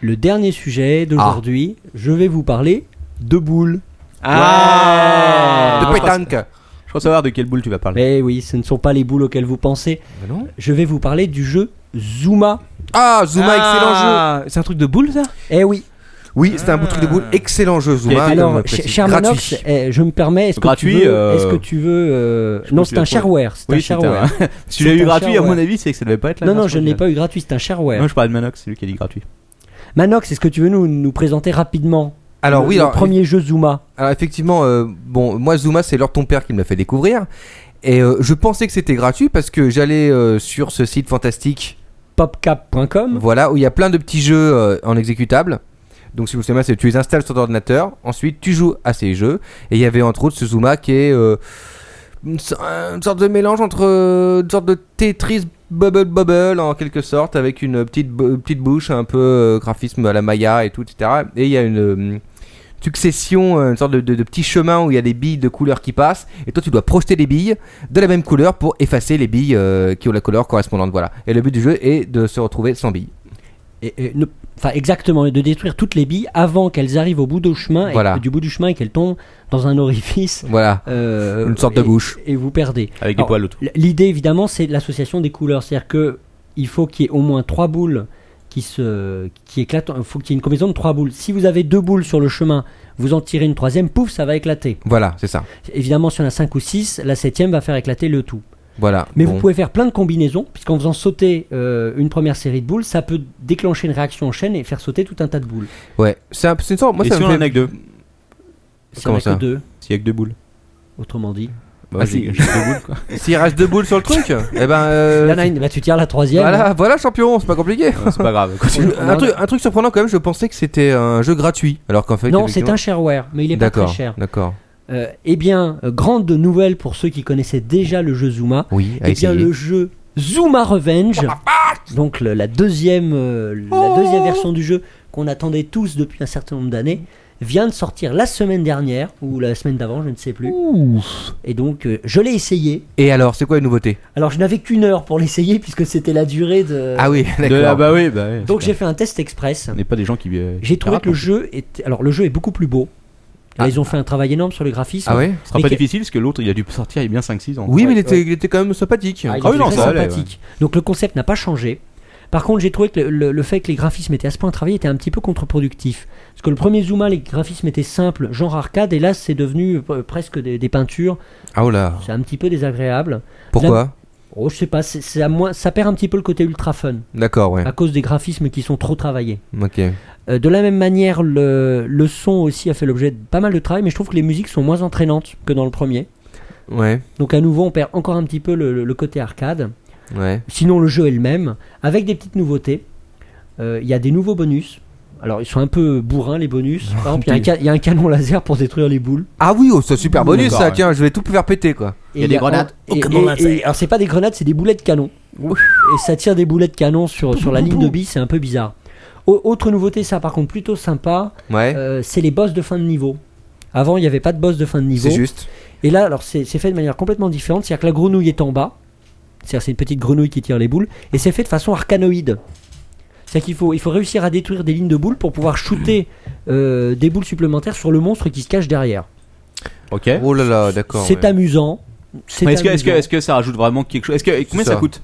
Speaker 5: Le dernier sujet d'aujourd'hui, je vais vous parler de boules.
Speaker 4: Ah
Speaker 2: de pétanque.
Speaker 3: Je crois savoir de quelle boule tu vas parler.
Speaker 5: Mais oui, ce ne sont pas les boules auxquelles vous pensez.
Speaker 2: Bah non.
Speaker 5: Je vais vous parler du jeu Zuma.
Speaker 2: Ah, Zuma, excellent jeu.
Speaker 4: excellent jeu Ah. C'est un truc de boule ça
Speaker 5: Eh oui.
Speaker 2: Oui, c'était un beau truc de boule. Excellent jeu, Zuma.
Speaker 5: Alors,
Speaker 2: Ah, comme
Speaker 5: ch-
Speaker 2: précis.
Speaker 5: cher
Speaker 2: Gratuit.
Speaker 5: Manox, eh, je me permets, est-ce que,
Speaker 3: Gratuit,
Speaker 5: tu veux,
Speaker 3: euh,
Speaker 5: est-ce que tu veux euh,
Speaker 3: je
Speaker 5: Non,
Speaker 3: pense
Speaker 5: c'est
Speaker 3: qu'il
Speaker 5: un
Speaker 3: a trouvé.
Speaker 5: shareware. C'est un
Speaker 3: Oui, c'est
Speaker 5: shareware.
Speaker 3: un- Si tu l'as
Speaker 5: C'est
Speaker 3: eu
Speaker 5: un
Speaker 3: gratuit, à
Speaker 5: shareware.
Speaker 3: mon avis, c'est que ça devait pas être la
Speaker 5: Non, non,
Speaker 3: version
Speaker 5: je ne l'ai
Speaker 3: originale.
Speaker 5: pas eu gratuit, c'est un shareware.
Speaker 3: Non, je parlais de Manox, c'est lui qui a dit gratuit.
Speaker 5: Manox, est-ce que tu veux nous, nous présenter rapidement
Speaker 2: Alors
Speaker 5: le,
Speaker 2: oui,
Speaker 5: le
Speaker 2: alors,
Speaker 5: premier jeu Zuma
Speaker 2: Alors effectivement, euh, bon, moi Zuma, c'est leur ton père qui me l'a fait découvrir. Et euh, je pensais que c'était gratuit parce que j'allais euh, sur ce site fantastique,
Speaker 5: popcap.com
Speaker 2: voilà, où il y a plein de petits jeux euh, en exécutable. Donc si vous savez, c'est tu les installes sur ton ordinateur, ensuite tu joues à ces jeux. Et il y avait entre autres ce Zuma qui est euh, une, so- une sorte de mélange entre euh, une sorte de Tetris Bubble Bubble en quelque sorte, avec une petite bo- petite bouche, un peu euh, graphisme à la Maya et tout, etc. Et il y a une euh, succession, euh, une sorte de, de, de petit chemin où il y a des billes de couleur qui passent, et toi tu dois projeter des billes de la même couleur pour effacer les billes euh, qui ont la couleur correspondante. Voilà. Et le but du jeu est de se retrouver sans billes.
Speaker 5: et- et ne- enfin exactement, et de détruire toutes les billes avant qu'elles arrivent au bout du chemin, et-
Speaker 2: Voilà.
Speaker 5: du bout du chemin et qu'elles tombent dans un orifice.
Speaker 2: Voilà.
Speaker 5: euh,
Speaker 2: [LAUGHS] Une sorte de
Speaker 5: et-
Speaker 2: bouche.
Speaker 5: Et vous perdez.
Speaker 8: Avec des
Speaker 5: Alors,
Speaker 8: poils autour.
Speaker 5: L- L'idée, évidemment, c'est l'association des couleurs. C'est-à-dire que il faut qu'il y ait au moins trois boules qui, se, qui éclatent. Il faut qu'il y ait une combinaison de trois boules. Si vous avez deux boules sur le chemin, vous en tirez une troisième, pouf, ça va éclater.
Speaker 2: Voilà, c'est ça.
Speaker 5: Évidemment, si on a cinq ou six, la septième va faire éclater le tout.
Speaker 2: Voilà.
Speaker 5: Mais
Speaker 2: Bon.
Speaker 5: vous pouvez faire plein de combinaisons, puisqu'en faisant sauter euh, une première série de boules, ça peut déclencher une réaction en chaîne et faire sauter tout un tas de boules.
Speaker 2: Ouais. C'est un- c'est une sorte. Moi,
Speaker 8: Et
Speaker 2: ça
Speaker 8: si
Speaker 2: me
Speaker 8: on en
Speaker 2: fait.
Speaker 8: a que deux
Speaker 5: Si
Speaker 2: Comment
Speaker 5: on a
Speaker 2: ça
Speaker 5: que deux,
Speaker 8: S'il y a que deux boules.
Speaker 5: autrement dit.
Speaker 2: Bah,
Speaker 8: ah,
Speaker 2: j'ai-
Speaker 8: si, j'ai deux boules quoi.
Speaker 2: S'il reste deux boules sur le truc, [LAUGHS] eh ben. euh,
Speaker 5: Là, là, bah, tu tires la troisième.
Speaker 2: Voilà, Ah, voilà champion, c'est pas compliqué.
Speaker 8: Non, C'est pas grave. continue.
Speaker 5: [LAUGHS] On- on
Speaker 2: Un
Speaker 5: en-
Speaker 2: truc, un truc surprenant quand même, je pensais que c'était un jeu gratuit, alors qu'en fait.
Speaker 5: Non, c'est un
Speaker 2: Ah, effectivement-
Speaker 5: shareware, mais il est pas très
Speaker 2: D'accord,
Speaker 5: cher.
Speaker 2: d'accord.
Speaker 5: Euh, eh bien, euh, grande nouvelle pour ceux qui connaissaient déjà le jeu Zuma.
Speaker 2: Oui, à
Speaker 5: Eh bien,
Speaker 2: essayer.
Speaker 5: le jeu Zuma Revenge, donc le- la, deuxième, euh, la deuxième version du jeu qu'on attendait tous depuis un certain nombre d'années, vient de sortir la semaine dernière, ou la semaine d'avant, je ne sais plus. Et donc, euh, je l'ai essayé.
Speaker 2: Et alors, c'est quoi les nouveautés
Speaker 5: Alors, je n'avais qu'une heure pour l'essayer, puisque c'était la durée de...
Speaker 2: Ah oui,
Speaker 8: De- ah
Speaker 2: d'accord.
Speaker 8: bah oui, bah oui.
Speaker 5: donc, j'ai fait un test express.
Speaker 8: On n'est pas des gens qui. euh,
Speaker 5: J'ai
Speaker 8: qui
Speaker 5: trouvé que
Speaker 8: racontent.
Speaker 5: le jeu était... Alors, le jeu est beaucoup plus beau. Là,
Speaker 2: Ah.
Speaker 5: ils ont fait un travail énorme sur le graphisme.
Speaker 2: Ah ouais
Speaker 8: Ce sera pas
Speaker 5: Nickel.
Speaker 8: difficile parce que l'autre il a dû sortir il y a bien 5-6 ans.
Speaker 2: Oui, mais il
Speaker 5: ouais.
Speaker 2: était, il était quand même sympathique.
Speaker 5: Ah, il
Speaker 8: Ah
Speaker 5: est
Speaker 8: oui, non,
Speaker 5: très
Speaker 8: ça allait,
Speaker 5: sympathique. Donc le concept n'a pas changé. Par contre, j'ai trouvé que le, le- le fait que les graphismes étaient à ce point travaillés était un petit peu contre-productif. Parce que le premier Zuma, les graphismes étaient simples, genre arcade, et là, c'est devenu euh, presque des, des peintures.
Speaker 2: Ah oh là.
Speaker 5: C'est un petit peu désagréable.
Speaker 2: Pourquoi
Speaker 5: Oh, je sais pas, c'est- c'est à moins, ça perd un petit peu le côté ultra fun,
Speaker 2: D'accord, ouais.
Speaker 5: à cause des graphismes qui sont trop travaillés.
Speaker 2: Ok.
Speaker 5: Euh, de la même manière, le, le son aussi a fait l'objet de pas mal de travail, mais je trouve que les musiques sont moins entraînantes que dans le premier.
Speaker 2: Ouais,
Speaker 5: Donc à nouveau, on perd encore un petit peu le- le- le côté arcade.
Speaker 2: ouais.
Speaker 5: Sinon, le jeu est le même, avec des petites nouveautés. Euh, Il y a des nouveaux bonus. Alors, ils sont un peu bourrins, les bonus. Par exemple, il y a un ca- il y, a un canon laser pour détruire les boules.
Speaker 2: Ah oui, oh, c'est super bonus
Speaker 8: D'accord,
Speaker 2: ça,
Speaker 8: ouais.
Speaker 2: tiens, je vais tout faire péter quoi.
Speaker 5: Et Il y a des grenades et, et- et- alors, c'est pas des grenades, c'est des boulets de canon. Et ça tire des boulets de canon sur, sur la ligne de billes, c'est un peu bizarre. Au- autre nouveauté, ça par contre plutôt sympa,
Speaker 2: Ouais,
Speaker 5: euh, c'est les boss de fin de niveau. Avant, il n'y avait pas de boss de fin de niveau.
Speaker 2: c'est juste.
Speaker 5: Et là, alors c'est c'est fait de manière complètement différente, c'est-à-dire que la grenouille est en bas, c'est-à-dire c'est une petite grenouille qui tire les boules, et c'est fait de façon arcanoïde. C'est-à-dire qu'il faut, il faut réussir à détruire des lignes de boules pour pouvoir shooter euh, des boules supplémentaires sur le monstre qui se cache derrière.
Speaker 8: Ok. Mais
Speaker 2: Oh là là, d'accord.
Speaker 5: C'est
Speaker 2: ouais.
Speaker 5: amusant. C'est
Speaker 8: Est-ce que, est-ce, que,
Speaker 5: amusant.
Speaker 8: est-ce que ça rajoute vraiment quelque chose Est-ce que et combien
Speaker 2: C'est
Speaker 8: ça,
Speaker 2: ça.
Speaker 8: coûte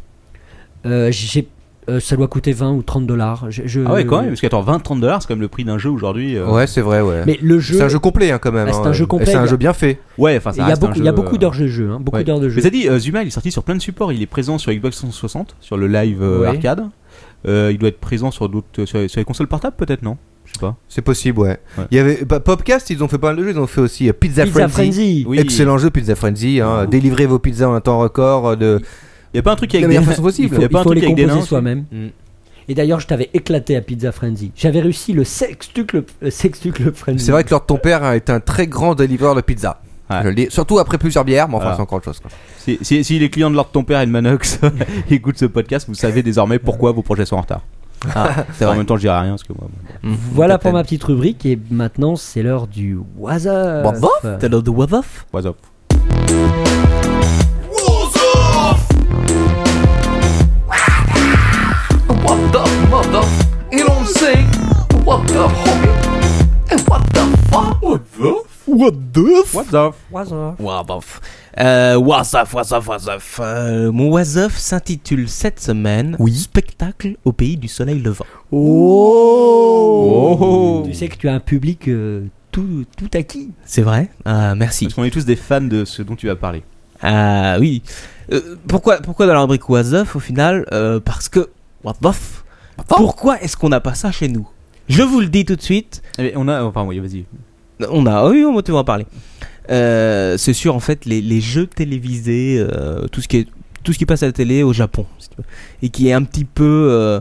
Speaker 5: Euh, j'ai- euh, ça doit coûter 20 ou 30 dollars. Je- je-
Speaker 8: Ah ouais, quand même. Parce qu'attends, 20-30 dollars, c'est quand même le prix d'un jeu aujourd'hui. euh.
Speaker 2: Ouais, c'est vrai, ouais.
Speaker 5: Mais le jeu,
Speaker 2: C'est un jeu complet hein, quand même.
Speaker 5: Ah, c'est
Speaker 2: hein,
Speaker 5: un jeu
Speaker 2: euh,
Speaker 5: complet,
Speaker 2: C'est un
Speaker 5: il y a-
Speaker 2: jeu bien fait.
Speaker 8: Ouais, enfin, ça
Speaker 5: il y a
Speaker 8: reste un
Speaker 5: beaucoup, il y a
Speaker 8: jeu,
Speaker 5: beaucoup
Speaker 8: euh,
Speaker 5: d'heures de jeu. hein, beaucoup
Speaker 8: ouais.
Speaker 5: d'heures de jeu.
Speaker 8: Mais ça dit, euh, Zuma, il est sorti sur plein de supports. Il est présent sur Xbox 360, sur le live euh,
Speaker 2: Ouais.
Speaker 8: arcade. Euh, il doit être présent sur d'autres, sur, sur les consoles portables peut-être, non Je sais pas.
Speaker 2: C'est possible, ouais.
Speaker 8: Ouais.
Speaker 2: Il y avait bah, Popcast, ils ont fait pas mal de jeux, ils ont fait aussi euh, Pizza,
Speaker 5: Pizza
Speaker 2: Frenzy.
Speaker 5: Frenzy.
Speaker 8: Oui.
Speaker 2: Excellent jeu Pizza Frenzy, hein. délivrez vos pizzas en un temps record euh, de
Speaker 8: Il y a pas un truc
Speaker 2: de la
Speaker 8: avec
Speaker 2: meilleure
Speaker 8: des
Speaker 2: façon
Speaker 5: Il
Speaker 2: possible.
Speaker 5: faut,
Speaker 8: y a pas
Speaker 5: il
Speaker 8: un
Speaker 5: faut
Speaker 8: truc
Speaker 5: les
Speaker 8: avec des
Speaker 5: composer
Speaker 8: nains,
Speaker 5: soi-même.
Speaker 2: Mm.
Speaker 5: Et d'ailleurs, je t'avais éclaté à Pizza Frenzy. J'avais réussi le sextuple, le sextuple Frenzy.
Speaker 2: C'est vrai que Lord ton père hein, est un très grand délivreur de pizza.
Speaker 8: Ouais.
Speaker 2: Je le dis, surtout après plusieurs bières, mais enfin
Speaker 8: Voilà.
Speaker 2: c'est encore autre chose. quoi.
Speaker 8: Si, si, si les clients de l'ordre de ton père et de Manox [LAUGHS] écoutent ce podcast, vous savez désormais pourquoi vos projets sont en retard. Ah,
Speaker 5: [LAUGHS]
Speaker 8: en même temps, je dirai rien parce que moi. bon.
Speaker 5: Voilà pour ma petite rubrique. Et maintenant, c'est l'heure du Euh, Waza.
Speaker 2: Bon,
Speaker 4: T'as l'air de What Off
Speaker 8: What's up
Speaker 7: What the mother Et l'on sait What the hobbit And what the fuck What the
Speaker 4: What the
Speaker 8: What's up
Speaker 4: Wabof. Euh, what's up, what's up, what's up. Euh, mon what's up s'intitule cette semaine Spectacle au pays du soleil levant.
Speaker 8: Oh
Speaker 5: Tu sais que tu as un public euh, tout, tout acquis.
Speaker 4: C'est vrai Ah, Merci.
Speaker 8: Parce qu'on est tous des fans de ce dont tu vas parler.
Speaker 4: Ah oui. Euh, pourquoi, pourquoi dans la rubrique What's Up, au final Euh, Parce que What the f- Pourquoi est-ce qu'on n'a pas ça chez nous Je vous le dis tout de suite.
Speaker 8: Eh bien, on a, enfin, oui, vas-y.
Speaker 4: On a. oh oui, on va te en parler. Euh, c'est sur en fait les, les jeux télévisés, euh, tout ce qui est tout ce qui passe à la télé au Japon, si tu veux, et qui est un petit peu euh,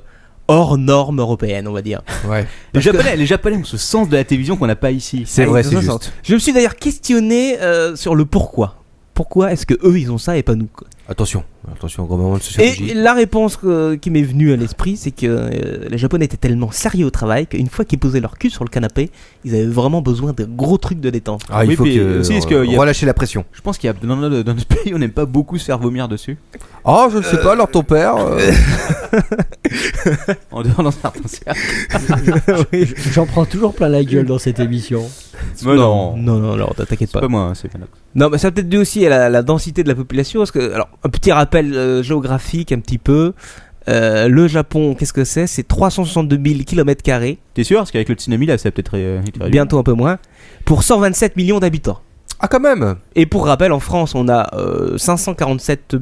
Speaker 4: hors norme européenne, on va dire.
Speaker 2: Ouais.
Speaker 8: Les japonais, les japonais ont ce sens de la télévision qu'on n'a pas ici.
Speaker 2: C'est vrai, c'est
Speaker 4: Ah, ils ont ça,
Speaker 2: juste.
Speaker 4: Je me suis d'ailleurs questionné euh, sur le pourquoi. Pourquoi est-ce que eux ils ont ça et pas nous quoi.
Speaker 2: Attention, attention, gros moment de sociologie.
Speaker 4: Et la réponse que- qui m'est venue à l'esprit, c'est que euh, les Japonais étaient tellement sérieux au travail qu'une fois qu'ils posaient leur cul sur le canapé, ils avaient vraiment besoin de gros trucs de détente.
Speaker 2: Ah, il
Speaker 3: Oui,
Speaker 2: faut
Speaker 3: puis
Speaker 2: que,
Speaker 3: aussi, est-ce qu'il y a-
Speaker 2: relâcher la pression.
Speaker 3: Je pense qu'il y a dans notre, dans notre pays, on n'aime pas beaucoup se faire vomir dessus.
Speaker 2: Ah, je ne sais pas, alors ton père. euh,
Speaker 3: En dehors dans certains [LAUGHS] cercles.
Speaker 5: J'en prends toujours plein la gueule dans cette émission.
Speaker 3: Mais Euh, non,
Speaker 4: Non, non, alors t'inquiète
Speaker 3: c'est
Speaker 4: pas.
Speaker 3: pas moi, hein, c'est Manox.
Speaker 4: Non, mais ça a peut-être dû aussi à la, la densité de la population. Parce que, alors, un petit rappel euh, géographique, un petit peu. Euh, le Japon, qu'est-ce que c'est C'est 362 000 km,
Speaker 3: T'es sûr Parce qu'avec le tsunami, là, ça a peut-être euh, été réduit.
Speaker 4: bientôt un peu moins, pour 127 millions d'habitants.
Speaker 2: Ah, quand même
Speaker 4: Et pour rappel, en France, on a euh, 547 000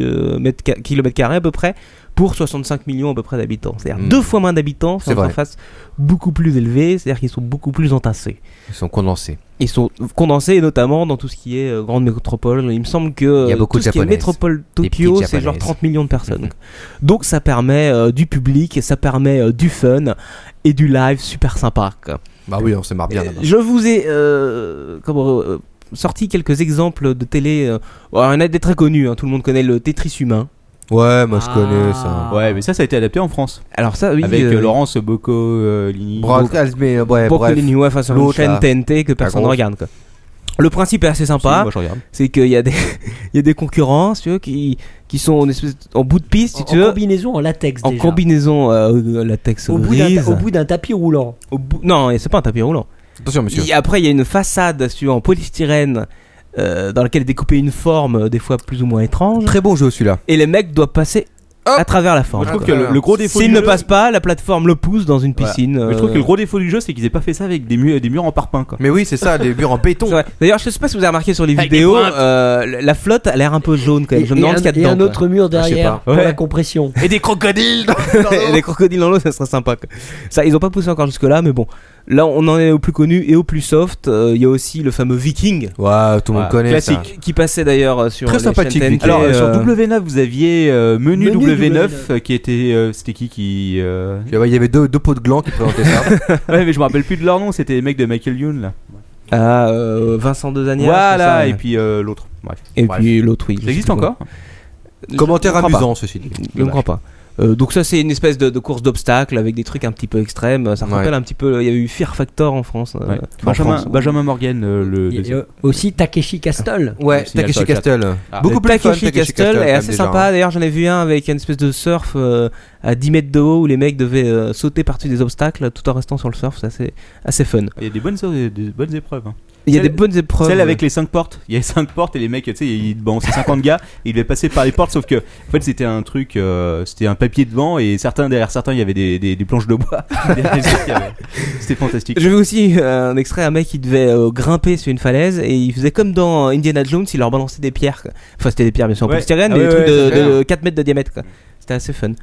Speaker 4: euh, km à peu près pour 65 millions à peu près d'habitants. C'est-à-dire
Speaker 2: Mm.
Speaker 4: deux fois moins d'habitants,
Speaker 2: C'est
Speaker 4: c'est une
Speaker 2: vrai.
Speaker 4: surface beaucoup plus élevée, c'est-à-dire qu'ils sont beaucoup plus entassés.
Speaker 2: Ils sont condensés.
Speaker 4: Ils sont condensés notamment dans tout ce qui est euh, grande métropole. Il me semble que
Speaker 2: Il y a
Speaker 4: euh,
Speaker 2: beaucoup
Speaker 4: tout
Speaker 2: de
Speaker 4: ce qui est
Speaker 2: Japonaises.
Speaker 4: métropole
Speaker 2: Des
Speaker 4: Tokyo,
Speaker 2: petites
Speaker 4: c'est genre
Speaker 2: Japonaises.
Speaker 4: 30 millions de
Speaker 2: [LAUGHS]
Speaker 4: personnes.
Speaker 2: Mhm.
Speaker 4: Donc ça permet euh, du public, ça permet euh, du fun et du live super sympa. quoi.
Speaker 2: Bah oui, on se marre bien
Speaker 4: Euh,
Speaker 2: là-bas.
Speaker 4: Je vous ai euh, comment, euh, sorti quelques exemples de télé. euh, alors, il y en a des très connus, hein, tout le monde connaît le Tetris humain.
Speaker 2: Ouais, moi je connais ça.
Speaker 3: Ah. Ouais, mais ça, ça a été adapté en France.
Speaker 4: Alors ça, oui,
Speaker 3: avec
Speaker 4: euh,
Speaker 3: euh, Laurence euh, Boccolini.
Speaker 2: Broadcast, mais euh, ouais,
Speaker 4: pour
Speaker 2: bref.
Speaker 4: que les New fassent une
Speaker 2: l'autre,
Speaker 4: chaîne
Speaker 2: là.
Speaker 4: TNT que personne ne
Speaker 2: grosse.
Speaker 4: regarde. quoi. Le principe est assez sympa,
Speaker 3: Moi, je regarde.
Speaker 4: c'est qu'il y a des [LAUGHS] il y a des concurrents, si tu veux, qui qui sont en, espèce- en bout de piste, si
Speaker 5: En-
Speaker 4: tu
Speaker 5: en
Speaker 4: veux,
Speaker 5: combinaison en latex
Speaker 4: en
Speaker 5: déjà.
Speaker 4: combinaison euh, latex
Speaker 5: au bout, d'un,
Speaker 4: grise.
Speaker 5: au bout d'un tapis roulant.
Speaker 4: Au bout- Non, c'est pas un tapis roulant.
Speaker 2: Attention, monsieur.
Speaker 4: Et après, il y a une façade si tu veux, en polystyrène euh, dans laquelle est découpée une forme, euh, des fois plus ou moins étrange.
Speaker 2: Très bon jeu celui-là.
Speaker 4: et les mecs doivent passer
Speaker 2: Hop.
Speaker 4: à travers la
Speaker 3: Moi, je
Speaker 4: forme.
Speaker 3: trouve que le, le gros défaut.
Speaker 4: S'ils
Speaker 3: du
Speaker 4: ne
Speaker 3: jeu-
Speaker 4: passent pas, la plateforme le pousse dans une piscine.
Speaker 3: Mais je trouve
Speaker 4: euh,
Speaker 3: que le gros défaut du jeu, c'est qu'ils aient pas fait ça avec des, mu- des murs en parpaing, quoi.
Speaker 2: Mais oui, c'est ça, des murs en
Speaker 4: c'est
Speaker 2: béton.
Speaker 4: vrai. D'ailleurs, je sais pas si vous avez remarqué sur les vidéos, euh, la flotte a l'air un peu jaune quand même. Je me demande
Speaker 5: un,
Speaker 4: ce qu'il y a
Speaker 5: et
Speaker 4: dedans.
Speaker 5: un autre mur derrière pour
Speaker 4: Ouais.
Speaker 5: la compression.
Speaker 10: Et des crocodiles dans-
Speaker 4: quoi. [LAUGHS] les crocodiles dans l'eau, ça serait sympa. quoi. Ça, ils ont pas poussé encore jusque là, mais bon. Là, on en est au plus connu et au plus soft. Euh, Il y a aussi le fameux Viking
Speaker 2: Ouais, tout le monde
Speaker 3: Ouais,
Speaker 2: connaît ça.
Speaker 3: classique.
Speaker 4: qui passait d'ailleurs euh, sur
Speaker 2: Très
Speaker 4: les
Speaker 2: sympathique,
Speaker 4: chaînes TNT,
Speaker 2: Viking.
Speaker 3: Alors,
Speaker 4: euh,
Speaker 3: sur W9, vous aviez euh, menu,
Speaker 5: Menu
Speaker 3: W9,
Speaker 5: W9,
Speaker 3: euh, qui était. euh, C'était qui qui. euh, [LAUGHS]
Speaker 2: Il y avait- il y avait deux, deux pots de gland qui présentaient ça.
Speaker 3: Ouais, mais je me rappelle plus de leur nom, c'était les mecs de Michael Youn, là.
Speaker 4: à euh, Vincent Dezania.
Speaker 3: voilà,
Speaker 4: c'est
Speaker 3: et
Speaker 4: ça,
Speaker 3: puis euh, l'autre. Bref.
Speaker 4: et
Speaker 3: Bref.
Speaker 4: puis l'autre, oui. je
Speaker 3: Ça existe
Speaker 4: sais plus
Speaker 3: encore
Speaker 2: Commentaire
Speaker 4: Je crois pas.
Speaker 2: amusant, ceci dit.
Speaker 4: Je ne crois pas. Euh, donc ça c'est une espèce de, de course d'obstacles avec des trucs un petit peu extrêmes. Ça me
Speaker 2: Ouais.
Speaker 4: rappelle un petit peu, il y a eu Fear Factor en France. euh,
Speaker 3: Ouais.
Speaker 4: en
Speaker 3: Benjamin,
Speaker 4: France.
Speaker 3: Benjamin Morgan, euh, le.
Speaker 5: Et,
Speaker 3: deuxième.
Speaker 5: euh, aussi Takeshi Castle.
Speaker 2: Ouais,
Speaker 3: Je signale
Speaker 2: Takeshi
Speaker 3: sur le chat.
Speaker 2: Castle.
Speaker 3: Ah.
Speaker 2: Beaucoup
Speaker 4: Le
Speaker 2: plus fun,
Speaker 4: Takeshi Castle est
Speaker 2: quand
Speaker 4: assez
Speaker 2: même, déjà,
Speaker 4: sympa.
Speaker 2: hein.
Speaker 4: D'ailleurs j'en ai vu un avec une espèce de surf euh, à 10 mètres de haut où les mecs devaient euh, sauter par-dessus des obstacles tout en restant sur le surf. C'est assez, assez fun.
Speaker 3: Il y a des bonnes, des bonnes épreuves. hein.
Speaker 4: Il y a
Speaker 3: Celle-
Speaker 4: des bonnes épreuves.
Speaker 3: Celle avec les 5 portes. Il y avait 5 portes et les mecs, tu sais, ils- bon, c'est 50 gars, et ils devaient passer par les portes, sauf que, en fait, c'était un truc, euh, c'était un papier devant, et certains, derrière certains, il y avait des, des, des planches de bois. [LAUGHS] Derrière les autres, il y avait- c'était fantastique.
Speaker 4: Je veux aussi euh, un extrait, un mec qui devait euh, grimper sur une falaise et il faisait comme dans Indiana Jones, il leur balançait des pierres. quoi. Enfin, c'était des pierres bien sûr en
Speaker 3: Ouais.
Speaker 4: polystyrène,
Speaker 3: Ah
Speaker 4: mais
Speaker 3: ouais,
Speaker 4: des trucs
Speaker 3: ouais,
Speaker 4: de-
Speaker 3: c'est Mm.
Speaker 4: de, 4 mètres de diamètre. quoi. C'était assez fun.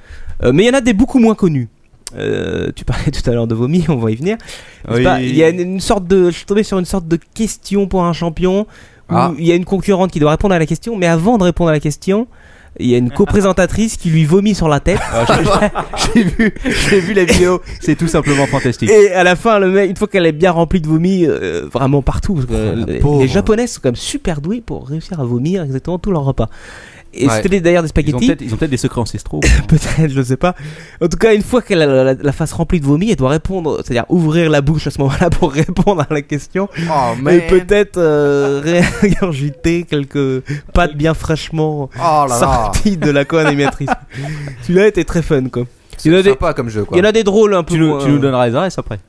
Speaker 4: Euh, mais il y en a des beaucoup moins connus. Euh, tu parlais [LAUGHS] tout à l'heure de vomi, on va y venir. C'est
Speaker 3: Oui.
Speaker 4: pas- Il y a une, une sorte de, je suis tombé sur une sorte de question pour un champion où
Speaker 2: Ah.
Speaker 4: il y a une concurrente qui doit répondre à la question, mais avant de répondre à la question, il y
Speaker 3: [LAUGHS]
Speaker 4: a une coprésentatrice qui lui vomit sur la tête.
Speaker 3: J'ai vu, j'ai vu la vidéo, c'est tout simplement fantastique.
Speaker 4: Et à la fin, le mec, une fois qu'elle est bien remplie de vomi, euh, vraiment partout, parce que, euh,
Speaker 2: Ah, la
Speaker 4: les,
Speaker 2: pauvre.
Speaker 4: les japonaises sont quand même super doués pour réussir à vomir exactement tout leur repas. Et
Speaker 2: Ouais.
Speaker 4: c'était d'ailleurs
Speaker 3: Ils
Speaker 4: des
Speaker 3: ont
Speaker 4: spaghettis.
Speaker 3: peut-être ils ont peut-être des secrets ancestraux.
Speaker 4: [LAUGHS] Peut-être, je sais pas. En tout cas, une fois qu'elle a la, la- la face remplie de vomi, elle doit répondre, c'est-à-dire ouvrir la bouche à ce moment-là pour [LAUGHS] répondre à la question.
Speaker 2: Oh,
Speaker 4: Et
Speaker 2: mais
Speaker 4: peut-être euh, [LAUGHS] régurgiter quelques pâtes bien fraîchement
Speaker 2: Oh là là.
Speaker 4: sorties de
Speaker 2: [LAUGHS]
Speaker 4: la co-animatrice. Celui-là était très fun, quoi. Il y en a
Speaker 2: C'est
Speaker 4: des,
Speaker 2: sympa comme jeu,
Speaker 4: il
Speaker 2: quoi.
Speaker 4: y en a des drôles un peu.
Speaker 3: Tu nous,
Speaker 4: moins-
Speaker 3: tu nous donneras les adresses après.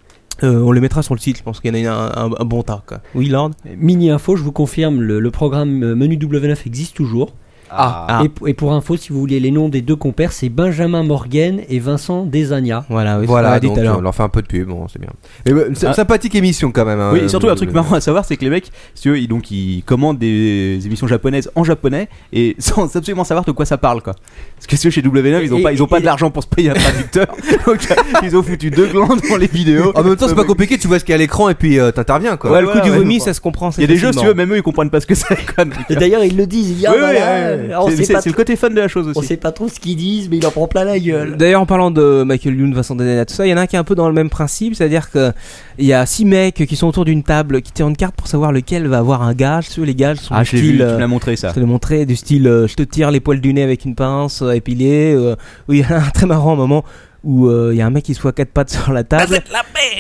Speaker 4: Euh, on les mettra sur le site, je pense qu'il y en a un, un- un bon tas. Quoi. Oui, Lord
Speaker 5: Mini info, je vous confirme, le, le programme euh, Menu W9 existe toujours.
Speaker 3: Ah,
Speaker 4: Ah.
Speaker 5: Et, p- et pour info, si vous voulez les noms des deux compères, c'est Benjamin Morgan et Vincent Desagna.
Speaker 4: Voilà, oui,
Speaker 2: Voilà,
Speaker 4: dit
Speaker 2: donc
Speaker 4: tout à
Speaker 2: euh,
Speaker 4: l'heure.
Speaker 2: on leur fait un peu de pub, bon, c'est bien. Et, bah, c'est-
Speaker 3: Ah.
Speaker 2: Sympathique émission quand même. hein,
Speaker 3: Oui,
Speaker 2: euh,
Speaker 3: et surtout
Speaker 2: le-
Speaker 3: un truc
Speaker 2: le-
Speaker 3: marrant à savoir, c'est que les mecs, si tu veux, ils, donc ils commandent des émissions japonaises en japonais et [LAUGHS] sans absolument savoir de quoi ça parle, quoi. Parce que si tu veux, chez W9, ils ont
Speaker 5: Et-
Speaker 3: pas, ils ont pas
Speaker 5: et-
Speaker 3: de l'argent pour se payer un traducteur, [LAUGHS] donc ils ont foutu deux glands dans les vidéos.
Speaker 2: En même temps, c'est pas compliqué, tu vois ce qu'il y a à l'écran et puis euh, t'interviens, quoi.
Speaker 4: Ouais, le coup
Speaker 3: ouais,
Speaker 4: du
Speaker 3: ouais,
Speaker 4: vomi,
Speaker 3: ouais.
Speaker 4: ça se comprend.
Speaker 3: Il y a des jeux, si tu veux, même eux, ils comprennent pas ce que c'est, quoi. Donc,
Speaker 5: Et d'ailleurs, ils le disent, ils disent,
Speaker 3: Oui,
Speaker 5: ah, bah
Speaker 3: oui,
Speaker 5: là,
Speaker 3: oui,
Speaker 5: on
Speaker 8: C'est-
Speaker 5: sait
Speaker 8: C'est
Speaker 5: pas
Speaker 8: c'est le
Speaker 5: trop-
Speaker 8: côté fun de la chose aussi.
Speaker 5: on sait pas trop ce qu'ils disent, mais il en prend plein la gueule.
Speaker 4: D'ailleurs, en parlant de Michael Youn, Vincent Denena, tout ça, il y en a un qui est un peu dans le même principe, c'est-à-dire que il y a six mecs qui sont autour d'une table qui tirent une carte pour savoir lequel va avoir un gage. Ceux les gages sont
Speaker 8: Ah,
Speaker 4: du
Speaker 8: je l'ai vu,
Speaker 4: style,
Speaker 8: tu
Speaker 4: euh,
Speaker 8: me l'as montré ça.
Speaker 4: je te l'ai montré, du style euh, je te tire les poils du nez avec une pince euh, épilée. euh, où il y a [LAUGHS] un très marrant moment où euh, il y a un mec qui se voit quatre pattes sur la table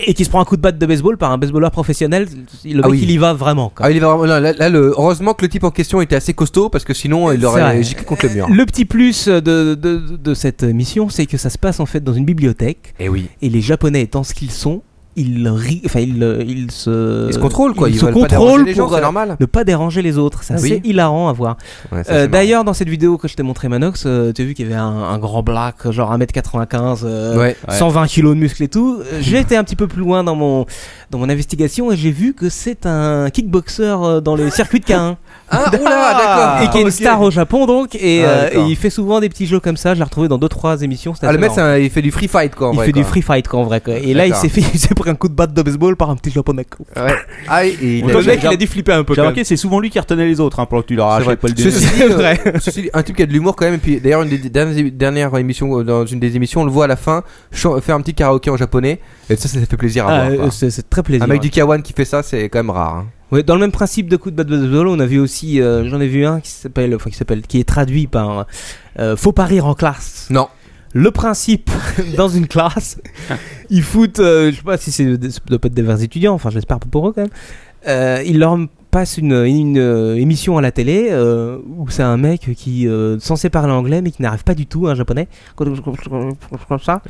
Speaker 4: et qui se prend un coup de batte de baseball par un baseballeur professionnel. Le mec,
Speaker 2: Ah oui.
Speaker 4: il y va vraiment. quoi.
Speaker 2: Ah, il est vraiment- là, là, là, le- heureusement que le type en question était assez costaud parce que sinon il
Speaker 4: C'est
Speaker 2: aurait
Speaker 4: vrai.
Speaker 2: giclé contre le mur.
Speaker 4: Le petit plus de, de- de cette mission, c'est que ça se passe en fait dans une bibliothèque.
Speaker 2: Et Eh oui.
Speaker 4: Et les Japonais étant ce qu'ils sont, ils rient, enfin ils, euh, ils se,
Speaker 2: Ils se contrôlent quoi,
Speaker 4: ils
Speaker 2: ils,
Speaker 4: se
Speaker 2: veulent pas déranger
Speaker 4: contrôlent
Speaker 2: les gens,
Speaker 4: pour
Speaker 2: c'est
Speaker 4: euh,
Speaker 2: normal. Ah
Speaker 4: ne pas déranger les autres. C'est assez
Speaker 2: Oui.
Speaker 4: hilarant à voir.
Speaker 2: Ouais, ça,
Speaker 4: Euh,
Speaker 2: c'est marrant.
Speaker 4: D'ailleurs, dans cette vidéo que je t'ai montré Manox, euh, tu as vu qu'il y avait un, un grand black, genre 1m95, euh,
Speaker 2: Ouais.
Speaker 4: 120 kilos de muscle et tout. Euh, J'ai été un petit peu plus loin dans mon dans mon investigation et j'ai vu que c'est un kickboxer euh, dans le circuit de K1 [LAUGHS]
Speaker 2: Ah, oula, d'accord.
Speaker 4: et qui est une star au Japon donc et,
Speaker 2: Ah,
Speaker 4: euh,
Speaker 2: d'accord.
Speaker 4: et il fait souvent des petits jeux comme ça je l'ai retrouvé dans deux trois émissions c'était
Speaker 2: Ah, le
Speaker 4: assez
Speaker 2: mec,
Speaker 4: marrant.
Speaker 2: c'est un- il fait du free fight quoi. en
Speaker 4: il
Speaker 2: vrai,
Speaker 4: fait du
Speaker 2: quoi.
Speaker 4: free fight quoi, en vrai quoi. et là il
Speaker 2: D'accord.
Speaker 4: s'est fait [LAUGHS] il s'est pris un coup de batte de baseball par un petit japonais quoi.
Speaker 2: Ouais. Ah, et il
Speaker 8: Ouais,
Speaker 4: le
Speaker 8: j'ai-
Speaker 4: mec
Speaker 8: j'ai-
Speaker 4: il a dû flipper un peu
Speaker 8: J'ai
Speaker 4: quand même.
Speaker 8: remarqué, c'est souvent lui qui retenait les autres hein, pour que tu leur arraches
Speaker 2: vrai.
Speaker 8: les poils du nez.
Speaker 2: Ceci dit,
Speaker 4: [LAUGHS] C'est
Speaker 2: euh,
Speaker 8: [LAUGHS]
Speaker 4: vrai.
Speaker 2: ceci dit, un type qui a de l'humour quand même. Et puis d'ailleurs, une des dernières, dernières émissions, euh, dans une des émissions, on le voit à la fin chan- faire un petit karaoké en japonais. Et ça, ça fait plaisir à
Speaker 4: Ah,
Speaker 2: voir.
Speaker 4: euh,
Speaker 2: quoi.
Speaker 4: c'est c'est très plaisir
Speaker 2: Un mec du Kawan qui fait ça, c'est quand même rare. hein.
Speaker 4: Ouais, dans le même principe de coup de batte de baseball on a vu aussi euh, j'en ai vu un qui s'appelle enfin qui s'appelle qui est traduit par euh, faut pas rire en classe
Speaker 2: Non.
Speaker 4: le principe dans une classe, ils foutent, euh, je sais pas si c'est de- ça doit pas être des vers étudiants, enfin j'espère pas pour eux quand même, Euh, ils leur passent une, une, euh, émission à la télé euh, où c'est un mec qui euh, censé parler anglais mais qui n'arrive pas du tout à un japonais, comme ça.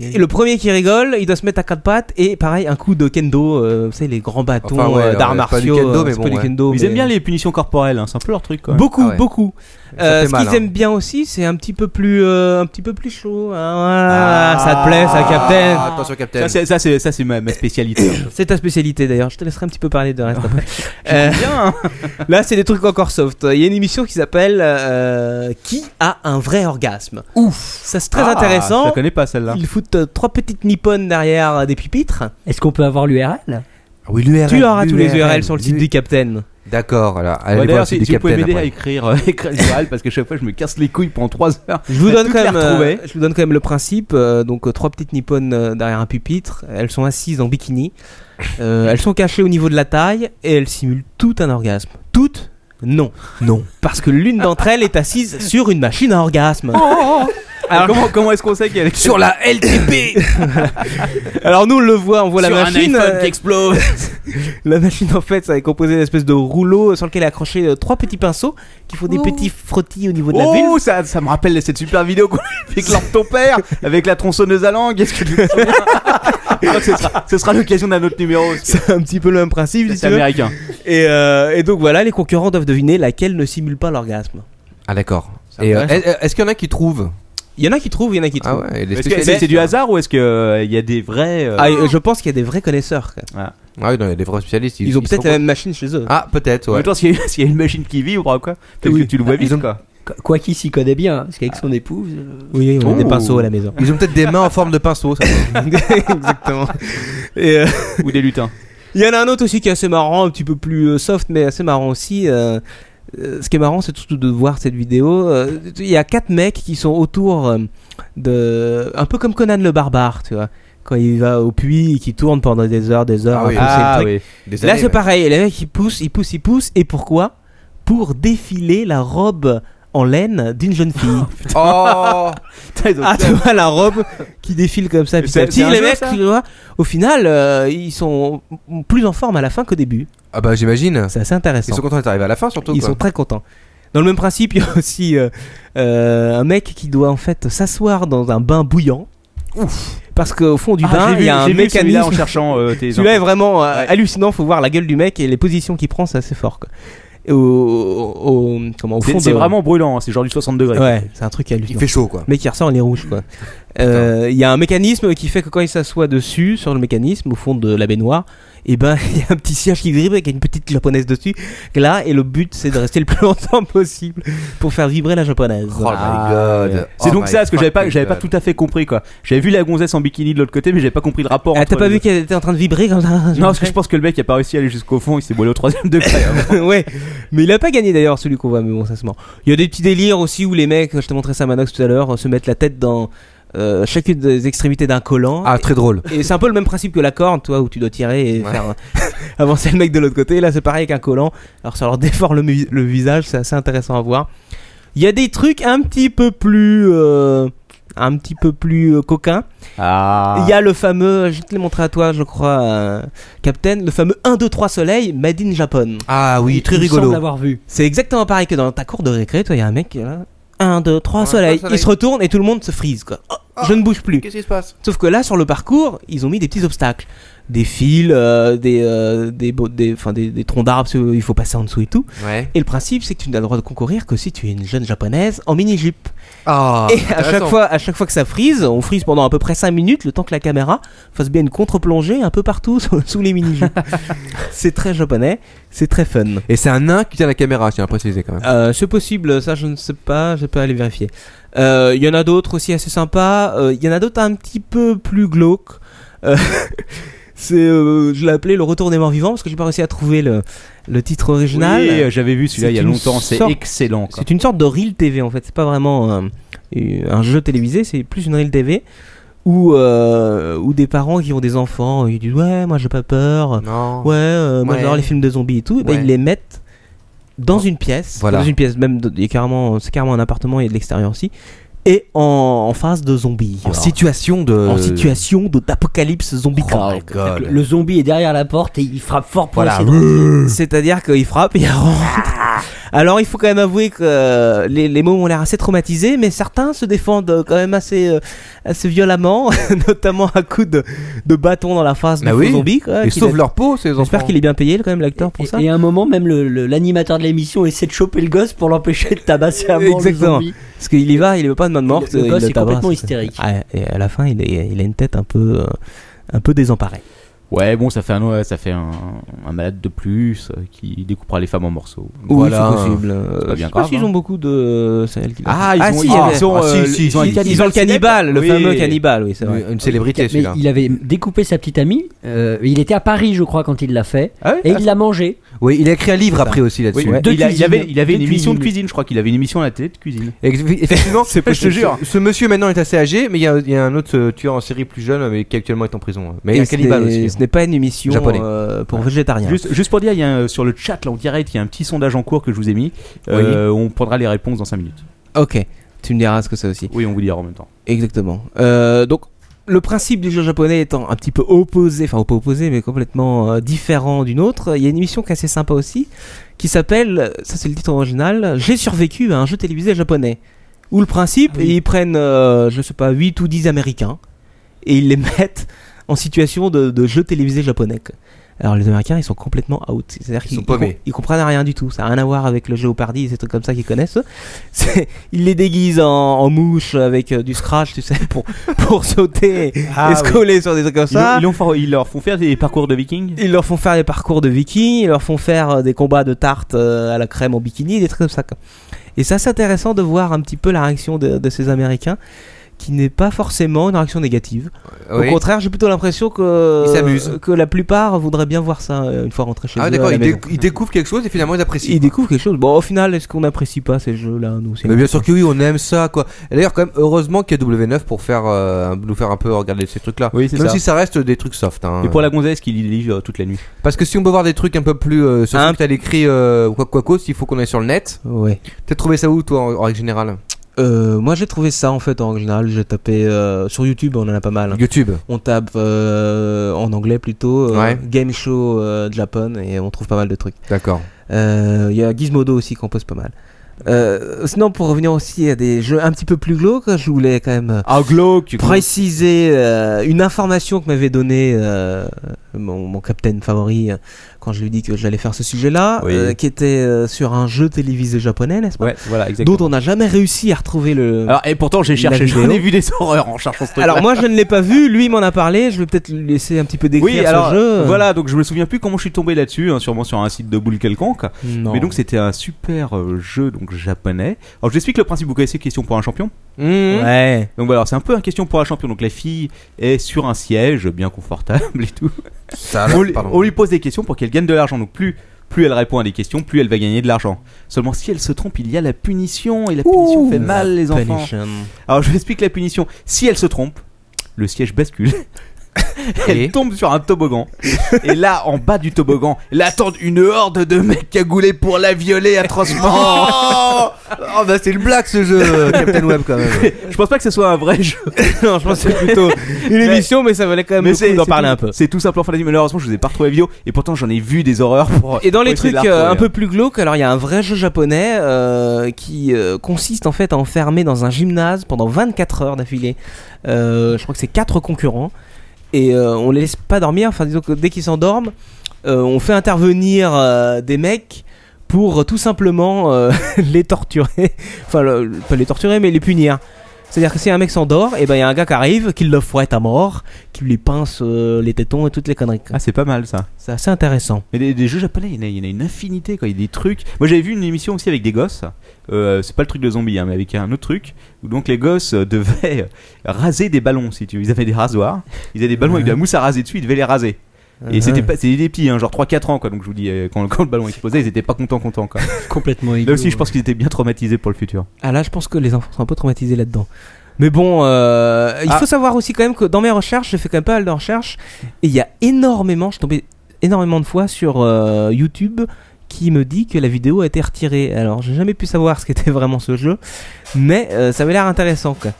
Speaker 4: Et le premier qui rigole, il doit se mettre à quatre pattes et pareil un coup de kendo, euh, vous savez les grands bâtons
Speaker 2: Enfin, ouais,
Speaker 4: euh, d'arts
Speaker 2: ouais, pas du
Speaker 4: martiaux,
Speaker 2: kendo,
Speaker 4: euh,
Speaker 2: mais
Speaker 4: c'est
Speaker 2: bon,
Speaker 4: pas du
Speaker 2: ouais.
Speaker 4: kendo,
Speaker 8: Ils aiment
Speaker 4: mais-
Speaker 8: bien les punitions corporelles, hein, c'est un peu leur truc quand même.
Speaker 4: Beaucoup,
Speaker 2: Ah ouais.
Speaker 4: beaucoup.
Speaker 2: Ça
Speaker 4: Euh,
Speaker 2: fait
Speaker 4: ce
Speaker 2: mal,
Speaker 4: qu'ils
Speaker 2: hein.
Speaker 4: aiment bien aussi, c'est un petit peu plus, euh, un petit peu plus chaud. Ah,
Speaker 8: Ah.
Speaker 4: ça te plaît, ça, Captain.
Speaker 2: Ah, attention, Captain.
Speaker 8: Ça, c'est- ça, c'est ça, c'est ma, ma spécialité.
Speaker 4: C'est ta spécialité d'ailleurs. Je te laisserai un petit peu parler de reste.
Speaker 2: [LAUGHS]
Speaker 4: après. Euh,
Speaker 8: Bien, hein.
Speaker 4: [LAUGHS] là, c'est des trucs encore soft. Il y a une émission qui s'appelle euh, Qui a un vrai orgasme. Ouf, ça c'est très
Speaker 8: Ah, Je
Speaker 4: intéressant.
Speaker 8: la connais pas celle-là.
Speaker 4: Ils foutent euh, trois petites nippones derrière euh, des pupitres.
Speaker 5: Est-ce qu'on peut avoir l'URL
Speaker 2: Ah oui, l'URL.
Speaker 4: tu auras tous les URL sur le site du Captain.
Speaker 2: D'accord, voilà. Allez voir le
Speaker 8: Ouais, D'ailleurs,
Speaker 2: site
Speaker 8: si,
Speaker 2: du
Speaker 8: si vous pouvez
Speaker 2: Captain.
Speaker 8: m'aider à
Speaker 2: après.
Speaker 8: écrire, euh, [LAUGHS] écrire les orales, parce que chaque fois je me casse les couilles pendant 3
Speaker 4: [LAUGHS]
Speaker 8: heures.
Speaker 4: Je vous
Speaker 8: À
Speaker 4: donne
Speaker 8: toutes
Speaker 4: quand
Speaker 8: les
Speaker 4: même, euh,
Speaker 8: retrouver.
Speaker 4: je vous donne quand même le principe. euh, donc euh, trois petites nippones euh, derrière un pupitre. Elles sont assises en bikini. [LAUGHS] Euh, elles sont cachées au niveau de la taille et elles simulent tout un orgasme. Toutes Non. Non. Parce que l'une d'entre elles est assise sur une machine à orgasme.
Speaker 8: Alors, comment comment est-ce qu'on sait qu'elle est [LAUGHS]
Speaker 4: Sur la LTP Alors nous on le voit, on voit la machine. euh,
Speaker 8: explose
Speaker 4: la machine en fait ça est composée d'une espèce de rouleau sur lequel est accroché euh, trois petits pinceaux qui font des petits frottis au niveau de la vulve.
Speaker 8: Oh, ça, ça me rappelle cette super vidéo qu'on a fait avec l'art de ton père, avec la tronçonneuse à langue. Est-ce que tu te
Speaker 4: [LAUGHS]
Speaker 8: souviens Je crois que ce sera, ce sera l'occasion d'un autre numéro. parce que
Speaker 4: C'est un petit peu le même principe. si
Speaker 8: C'est
Speaker 4: tu veux.
Speaker 8: américain.
Speaker 4: Et, euh, et donc voilà, les concurrents doivent deviner laquelle ne simule pas l'orgasme.
Speaker 2: Ah, d'accord.
Speaker 8: C'est
Speaker 2: Et euh,
Speaker 8: intéressant.
Speaker 2: est- est-ce qu'il y en a qui trouvent
Speaker 4: Il y en a qui trouvent, il y en a qui
Speaker 2: Ah
Speaker 4: trouvent.
Speaker 2: ouais, et les
Speaker 8: Est-ce que
Speaker 2: spécialistes,
Speaker 8: C'est c'est du
Speaker 2: hein.
Speaker 8: hasard ou est-ce qu'il y a des vrais. euh,
Speaker 4: Ah, et je pense qu'il y a des vrais connaisseurs. quoi.
Speaker 2: Ah oui, non, il y a des vrais spécialistes.
Speaker 4: Ils ont
Speaker 2: ils
Speaker 4: peut-être
Speaker 2: sont-
Speaker 4: la même machine chez eux.
Speaker 2: Ah, peut-être,
Speaker 8: En
Speaker 2: ouais.
Speaker 8: même temps, s'il y, a- s'il y a une [LAUGHS] machine qui vibre ou quoi, peut-être que tu
Speaker 4: Ah,
Speaker 8: le vois vite.
Speaker 2: Ils ont-
Speaker 8: quoi.
Speaker 5: Qu- Quoi qu'il s'y connaît bien, parce qu'avec son épouse. euh,
Speaker 4: Oui, on a des
Speaker 8: Oh.
Speaker 4: pinceaux à la maison.
Speaker 2: Ils ont peut-être des mains en forme de pinceau, ça.
Speaker 4: Exactement. Et euh,
Speaker 8: Ou des lutins.
Speaker 4: [LAUGHS] il y en a un autre aussi qui est assez marrant, un petit peu plus euh, soft, mais assez marrant aussi. euh, euh, ce qui est marrant, c'est surtout de voir cette vidéo. euh, Il y a quatre mecs qui sont autour euh, de, un peu comme Conan le barbare, tu vois, quand il va au puits et qui tourne pendant des heures, des heures.
Speaker 2: Ah oui.
Speaker 4: à pousser le truc.
Speaker 8: oui. [LAUGHS]
Speaker 2: Des
Speaker 4: Là,
Speaker 2: années,
Speaker 4: c'est
Speaker 2: ouais.
Speaker 4: pareil. Les mecs, ils poussent, ils poussent, ils poussent. Et pourquoi Pour défiler la robe en laine d'une
Speaker 8: [LAUGHS]
Speaker 4: jeune fille.
Speaker 2: Oh
Speaker 8: Putain, ils ont-
Speaker 4: ah, tu vois, la robe qui défile comme ça.
Speaker 8: Mais
Speaker 4: Petit
Speaker 8: c'est-
Speaker 4: à petit,
Speaker 8: c'est un
Speaker 4: les
Speaker 8: jeu,
Speaker 4: mecs,
Speaker 8: ça
Speaker 4: tu vois, au final, euh, ils sont plus en forme à la fin qu'au début.
Speaker 2: Ah bah j'imagine.
Speaker 4: C'est assez
Speaker 2: Ils
Speaker 4: intéressant.
Speaker 2: sont contents d'être arrivés à la fin surtout.
Speaker 4: Ils
Speaker 2: quoi.
Speaker 4: sont très contents. Dans le même principe, [LAUGHS] il y a aussi euh, euh, un mec qui doit en fait s'asseoir dans un bain bouillant. Ouf Parce qu'au fond du
Speaker 8: Ah,
Speaker 4: bain,
Speaker 8: j'ai vu-
Speaker 4: il y a un
Speaker 8: j'ai vu celui-là
Speaker 4: mécanisme.
Speaker 8: en cherchant euh, tes.
Speaker 4: Celui-là est
Speaker 8: infos.
Speaker 4: vraiment euh,
Speaker 8: Ouais.
Speaker 4: hallucinant, faut voir la gueule du mec et les positions qu'il prend, c'est assez fort. quoi. Et Au, au- au- comment, au
Speaker 8: C'est-
Speaker 4: fond
Speaker 8: C'est
Speaker 4: de-
Speaker 8: vraiment brûlant, hein, c'est genre du 60 degrés.
Speaker 4: Ouais, c'est un truc
Speaker 2: Il
Speaker 4: hallucinant.
Speaker 2: fait chaud quoi.
Speaker 4: Mais qui ressort, il est rouge
Speaker 8: [LAUGHS]
Speaker 4: quoi. Euh, Il y a un mécanisme qui fait que quand il s'assoit dessus, sur le mécanisme, au fond de la baignoire, et ben [LAUGHS] il y a un petit siège qui vibre avec une petite japonaise dessus. Là, et le but c'est de rester le plus [LAUGHS] longtemps possible pour faire vibrer la japonaise. Ah,
Speaker 2: Oh my god.
Speaker 8: C'est
Speaker 2: Oh
Speaker 8: donc
Speaker 2: my
Speaker 8: ça, ce que j'avais pas,
Speaker 2: fucking
Speaker 8: j'avais pas
Speaker 2: god.
Speaker 8: tout à fait compris quoi. J'avais vu la gonzesse en bikini de l'autre côté, mais j'avais pas compris le rapport.
Speaker 4: Ah,
Speaker 8: entre
Speaker 4: t'as pas
Speaker 8: les
Speaker 4: vu
Speaker 8: deux.
Speaker 4: qu'elle était en train de vibrer comme ça
Speaker 8: Non, parce que je pense que le mec il a pas réussi à aller jusqu'au fond, il s'est boilé
Speaker 4: [LAUGHS]
Speaker 8: au troisième degré.
Speaker 4: ouais, mais il a pas gagné d'ailleurs celui qu'on voit, mais bon, ça se ment. Il y a des petits délires aussi où les mecs, je te montrais ça à Manox tout à l'heure, se mettent la tête dans euh, chacune des extrémités d'un collant.
Speaker 2: Ah, très drôle.
Speaker 4: Et c'est un peu le même principe que la corde, toi, où tu dois tirer et
Speaker 2: Ouais.
Speaker 4: faire [LAUGHS] avancer le mec de l'autre côté. Là, c'est pareil avec un collant. Alors, ça leur déforme le, mu- le visage, c'est assez intéressant à voir. Il y a des trucs un petit peu plus. euh, un petit peu plus euh, coquins.
Speaker 8: Ah.
Speaker 4: Il y a le fameux, je vais te l'ai montré à toi, je crois, euh, Captain, le fameux 1, 2, 3 soleil, Made in Japan.
Speaker 2: Ah oui, très
Speaker 5: Il me semble
Speaker 2: rigolo.
Speaker 5: l'avoir vu.
Speaker 4: C'est exactement pareil que dans ta cour de récré, toi, il y a un mec qui est là. 1, 2, 3
Speaker 2: Un,
Speaker 4: soleil.
Speaker 2: deux, trois
Speaker 4: Il se
Speaker 2: soleil.
Speaker 4: retourne et tout le monde se frise, quoi. Oh, je ne bouge plus.
Speaker 2: Qu'est-ce qui se passe
Speaker 4: Sauf que là, sur le parcours, ils ont mis des petits obstacles. Des fils, euh, des, euh, des, bo- des, enfin, des, des troncs d'arbres, parce qu'il faut passer en dessous et tout.
Speaker 2: Ouais.
Speaker 4: Et le principe, c'est que tu n'as le droit de concourir que si tu es une jeune japonaise en mini-jupe.
Speaker 2: Ah,
Speaker 4: et à chaque, fois, à chaque fois que ça frise, on frise pendant à peu près 5 minutes, le temps que la caméra fasse bien une contre-plongée un peu partout [LAUGHS] sous sous les
Speaker 2: [LAUGHS]
Speaker 4: mini-jupes. c'est très japonais, c'est très fun.
Speaker 2: Et c'est un nain qui tient la caméra, je tiens à préciser quand même.
Speaker 4: Euh, c'est possible, ça je ne sais pas, je vais pas aller vérifier. Euh, Il y en a d'autres aussi assez sympas, euh, il y en a d'autres un petit peu plus glauques. Euh, [LAUGHS] c'est, euh, je l'ai appelé le retour des morts vivants parce que j'ai pas réussi à trouver le, le titre original.
Speaker 8: Oui, euh, j'avais vu celui-là
Speaker 4: C'est
Speaker 8: il y a
Speaker 4: une
Speaker 8: longtemps, c'est
Speaker 4: sorte-
Speaker 8: excellent. quoi.
Speaker 4: C'est une sorte de reel TV en fait. C'est pas vraiment un, un jeu télévisé, c'est plus une reel TV où, euh, où des parents qui ont des enfants, ils disent ouais moi j'ai pas peur,
Speaker 2: Non.
Speaker 4: Ah. ouais euh, moi
Speaker 2: Hein. Ouais.
Speaker 4: j'adore les films de zombies et tout, et ben,
Speaker 2: Ouais.
Speaker 4: ils les mettent dans une pièce,
Speaker 2: Voilà.
Speaker 4: dans une pièce même, de- et carrément c'est carrément un appartement et de l'extérieur aussi, et en, en face de zombies.
Speaker 2: En euh,
Speaker 4: Alors,
Speaker 2: situation de.
Speaker 4: en situation de- d'apocalypse zombie.
Speaker 5: Oh, le, le zombie est derrière la porte et il frappe fort pour
Speaker 2: Ah, Voilà.
Speaker 5: essayer de-
Speaker 4: C'est-à-dire qu'il frappe et il rentre.
Speaker 2: Ah.
Speaker 4: Alors il faut quand même avouer que euh, les, les mômes ont l'air assez traumatisés, mais certains se défendent quand même assez, euh, assez violemment, [LAUGHS] notamment à coups de, de bâton dans la face de
Speaker 2: Bah
Speaker 4: faux
Speaker 2: oui.
Speaker 4: zombies. quoi,
Speaker 2: Ils
Speaker 4: qu'il
Speaker 2: sauvent
Speaker 4: a-
Speaker 2: leur peau, ces enfants.
Speaker 4: J'espère qu'il est bien payé quand même l'acteur pour
Speaker 5: et,
Speaker 4: ça.
Speaker 5: et à un moment, même le- le- l'animateur de l'émission essaie de choper le gosse pour l'empêcher de tabasser à mort le
Speaker 4: Exactement.
Speaker 5: zombie.
Speaker 4: Parce qu'il y va, il veut pas de main morte.
Speaker 5: Le- le
Speaker 4: il
Speaker 5: gosse est
Speaker 4: tabasse.
Speaker 5: complètement hystérique.
Speaker 4: Ah, et à la fin, il, est- il a une tête un peu, euh, un peu désemparée.
Speaker 8: Ouais, bon, ça fait un, ouais, ça fait un, un malade de plus euh, qui découpera les femmes en morceaux.
Speaker 2: Voilà.
Speaker 4: Oui, c'est possible. Euh,
Speaker 8: pas bien
Speaker 4: je sais
Speaker 8: grave,
Speaker 4: pas s'ils
Speaker 8: hein.
Speaker 4: ont beaucoup de celles qui-
Speaker 8: Ah, ils ont-
Speaker 4: si,
Speaker 8: ils
Speaker 4: il y avait-
Speaker 8: sont,
Speaker 4: ah, si,
Speaker 8: euh,
Speaker 4: si,
Speaker 8: ils
Speaker 4: si,
Speaker 8: ont un
Speaker 4: ils
Speaker 8: cannibale.
Speaker 4: ont le cannibale, le
Speaker 8: Oui.
Speaker 4: fameux cannibale, oui, c'est vrai.
Speaker 2: Une célébrité,
Speaker 5: Ah, Mais
Speaker 2: celui-là.
Speaker 5: il avait découpé sa petite amie. euh, il était à Paris, je crois, quand il l'a fait.
Speaker 4: Ah oui
Speaker 5: et il l'a mangé.
Speaker 2: Oui, il a écrit un livre après aussi
Speaker 8: Oui,
Speaker 2: là-dessus.
Speaker 4: ouais.
Speaker 8: il,
Speaker 5: Deux
Speaker 8: a- il
Speaker 5: cuisines.
Speaker 8: avait, il avait
Speaker 5: Deux
Speaker 8: une émission de
Speaker 5: cuisines.
Speaker 8: cuisine, je crois qu'il avait une émission à la télé de cuisine.
Speaker 2: Eff- Effectivement,
Speaker 8: C'est possible.
Speaker 2: je te jure. Ce monsieur maintenant est assez âgé, mais il y, a- il y a un autre euh, tueur en série plus jeune, mais qui actuellement est en prison. hein. Mais
Speaker 4: Et
Speaker 2: un
Speaker 4: ce
Speaker 2: cannibale
Speaker 4: n'est-
Speaker 2: aussi.
Speaker 4: Ce n'est pas une émission
Speaker 2: Japonais.
Speaker 4: euh, pour végétariens.
Speaker 8: Juste, juste pour dire, il y a un- sur le chat, là, en direct, il y a un petit sondage en cours que je vous ai mis. Euh, on prendra les réponses dans 5 minutes.
Speaker 4: Ok, tu me diras ce que c'est aussi.
Speaker 8: Oui, on vous dira en même temps.
Speaker 4: Exactement. Euh, donc, le principe du jeu japonais étant un petit peu opposé, enfin pas opposé, mais complètement euh, différent d'une autre, il y a une émission qui est assez sympa aussi, qui s'appelle, ça c'est le titre original, J'ai survécu à un jeu télévisé japonais. Où le principe,
Speaker 5: Ah oui.
Speaker 4: ils prennent, euh, je sais pas, 8 ou 10 Américains, et ils les [LAUGHS] mettent en situation de, de jeu télévisé japonais. quoi. Alors les Américains, ils sont complètement out. C'est-à-dire qu'ils
Speaker 2: sont paumés.
Speaker 4: ils com- ils comprennent rien du tout. Ça n'a rien à voir avec le Jeopardy et ces trucs comme ça qu'ils connaissent. [LAUGHS] eux. C'est- Ils les déguisent en, en mouche avec euh, du scratch, tu sais, pour, [LAUGHS] pour sauter et-
Speaker 3: Ah
Speaker 4: et se coller sur des trucs comme
Speaker 8: Ah
Speaker 4: ça.
Speaker 8: Ils, ont- ils ont fa- ils leur font faire des parcours de vikings
Speaker 4: Ils leur font faire des parcours de vikings, ils leur font faire euh, des combats de tarte euh, à la crème en bikini, des trucs comme ça. quoi. Et ça, c'est intéressant de voir un petit peu la réaction de, de ces Américains, qui n'est pas forcément une réaction négative.
Speaker 2: Oui.
Speaker 4: Au contraire, j'ai plutôt l'impression que euh,
Speaker 2: Ils s'amusent.
Speaker 4: que la plupart voudraient bien voir ça euh, une fois rentrés chez eux.
Speaker 2: Ah,
Speaker 4: à
Speaker 2: d'accord,
Speaker 4: la
Speaker 2: il,
Speaker 4: maison.
Speaker 2: décou- il découvre quelque chose et finalement il apprécie.
Speaker 4: Ils découvrent quelque chose. Bon, au final, est-ce qu'on n'apprécie pas ces jeux-là nous c'est-
Speaker 2: Mais bien sûr que oui, on aime ça quoi. Et d'ailleurs, quand même, heureusement qu'il y a W9 pour faire, euh, nous faire un peu regarder ces trucs là.
Speaker 8: Oui, c'est
Speaker 2: Même
Speaker 8: ça.
Speaker 2: si ça reste des trucs soft. hein.
Speaker 8: Et pour la gonzesse qui lit les livres euh, toute la nuit.
Speaker 2: Parce que si on veut voir des trucs un peu plus euh, sur
Speaker 4: Un-
Speaker 2: ce que t'as écrit euh, quoi quoi quoi, il faut qu'on aille sur le net.
Speaker 4: Ouais.
Speaker 2: T'as trouvé ça où toi en, en règle générale
Speaker 4: Euh, moi, j'ai trouvé ça en fait en général. J'ai tapé euh, sur YouTube, on en a pas mal. hein.
Speaker 2: YouTube.
Speaker 4: On tape euh, en anglais plutôt euh,
Speaker 2: Ouais.
Speaker 4: Game Show euh, Japan et on trouve pas mal de trucs.
Speaker 2: D'accord.
Speaker 4: Euh, Il y a Gizmodo aussi qu'on pose pas mal. Euh, sinon, pour revenir aussi à des jeux un petit peu plus glauques, je voulais quand même euh,
Speaker 8: Ah, glauque
Speaker 4: préciser euh, une information que m'avait donnée euh, mon, mon capitaine favori euh, quand je lui dis que j'allais faire ce sujet-là,
Speaker 3: Oui.
Speaker 4: euh, qui était euh, sur un jeu télévisé japonais, n'est-ce pas
Speaker 3: Ouais, voilà, exactement.
Speaker 4: Dont on n'a jamais réussi à retrouver le.
Speaker 3: Alors, et pourtant, j'ai cherché,
Speaker 4: vidéo.
Speaker 3: j'en ai vu des horreurs en cherchant ce truc. [LAUGHS]
Speaker 4: Alors, moi je ne l'ai pas vu, lui il m'en a parlé, je vais peut-être lui laisser un petit peu décrire
Speaker 3: oui,
Speaker 4: ce
Speaker 3: alors
Speaker 4: jeu.
Speaker 3: voilà, donc je me souviens plus comment je suis tombé là-dessus, hein, sûrement sur un site de boule quelconque.
Speaker 4: Non.
Speaker 3: Mais donc c'était un super euh, jeu donc japonais. Alors je vous explique le principe, vous connaissez question pour un champion
Speaker 4: Ouais.
Speaker 3: Donc voilà, alors, c'est un peu un question pour un champion. Donc la fille est sur un siège bien confortable
Speaker 2: [LAUGHS]
Speaker 3: et tout.
Speaker 2: Ça,
Speaker 3: on, lui,
Speaker 2: pardon.
Speaker 3: on lui pose des questions pour qu'elle gagne de l'argent. Donc plus plus elle répond à des questions, plus elle va gagner de l'argent. Seulement si elle se trompe, il y a la punition et la punition fait mal les enfants.
Speaker 4: Punition.
Speaker 3: Alors je vous explique la punition. Si elle se trompe, le siège bascule. [LAUGHS] Elle
Speaker 2: Et
Speaker 3: tombe sur un toboggan. Et là, en bas du toboggan, l'attendent une horde de mecs cagoulés pour la violer atrocement.
Speaker 2: [LAUGHS] Oh, Oh, bah c'est le black ce jeu, Captain Web quand même.
Speaker 3: je pense pas que ce soit un vrai [LAUGHS] jeu.
Speaker 4: non, je pense que c'est plutôt une émission, mais ça
Speaker 3: Euh,
Speaker 4: valait quand même le coup d'en
Speaker 3: c'est
Speaker 4: parler
Speaker 3: tout-
Speaker 4: un peu.
Speaker 3: C'est tout simplement fantasy. Malheureusement, je vous ai pas retrouvé la vidéo. Et pourtant, j'en ai vu des horreurs. Pour,
Speaker 4: Et dans les
Speaker 3: pour essayer
Speaker 4: trucs
Speaker 3: de la
Speaker 4: euh, un
Speaker 3: retrouver.
Speaker 4: peu plus glauques, alors il y a un vrai jeu japonais euh, qui euh, consiste en fait à enfermer dans un gymnase pendant 24 heures d'affilée. Euh, je crois que c'est quatre concurrents et euh, on les laisse pas dormir. Enfin, disons que dès qu'ils s'endorment, euh, on fait intervenir euh, des mecs pour euh, tout simplement euh, [LAUGHS] les torturer. Enfin, le- le- pas les torturer, mais les punir. C'est-à-dire que si un mec s'endort, et ben il y a un gars qui arrive, qui le fouette à mort, qui lui pince euh, les tétons et toutes les conneries.
Speaker 3: [LAUGHS] Ah, c'est pas mal ça.
Speaker 4: C'est assez intéressant.
Speaker 3: Mais des, des jeux japonais, il y, en a, il y en a une infinité quoi. Il y a des trucs. Moi, j'avais vu une émission aussi avec des gosses. Euh, c'est pas le truc de zombies, hein, mais avec un autre truc où donc les gosses euh, [LAUGHS] devaient euh, raser des ballons si tu veux. Ils avaient des rasoirs. Ils avaient des ballons avec de la mousse à raser dessus. Ils devaient les raser. Et c'était pas, c'était des petits, hein, genre 3-4 ans quoi. Donc je vous dis, euh, quand, quand le ballon explosait, ils étaient pas contents, contents quoi.
Speaker 5: Complètement
Speaker 3: Là aussi, je pense qu'ils étaient bien traumatisés pour le futur.
Speaker 4: Ah là, je pense que les enfants sont un peu traumatisés là-dedans. Mais bon, euh, il
Speaker 3: Ah.
Speaker 4: faut savoir aussi quand même que dans mes recherches, j'ai fait quand même pas mal de recherches, et il y a énormément, je suis tombé énormément de fois sur euh, YouTube qui me dit que la vidéo a été retirée. Alors, j'ai jamais pu savoir ce qu'était vraiment ce jeu, mais euh, ça avait l'air intéressant. Quoi.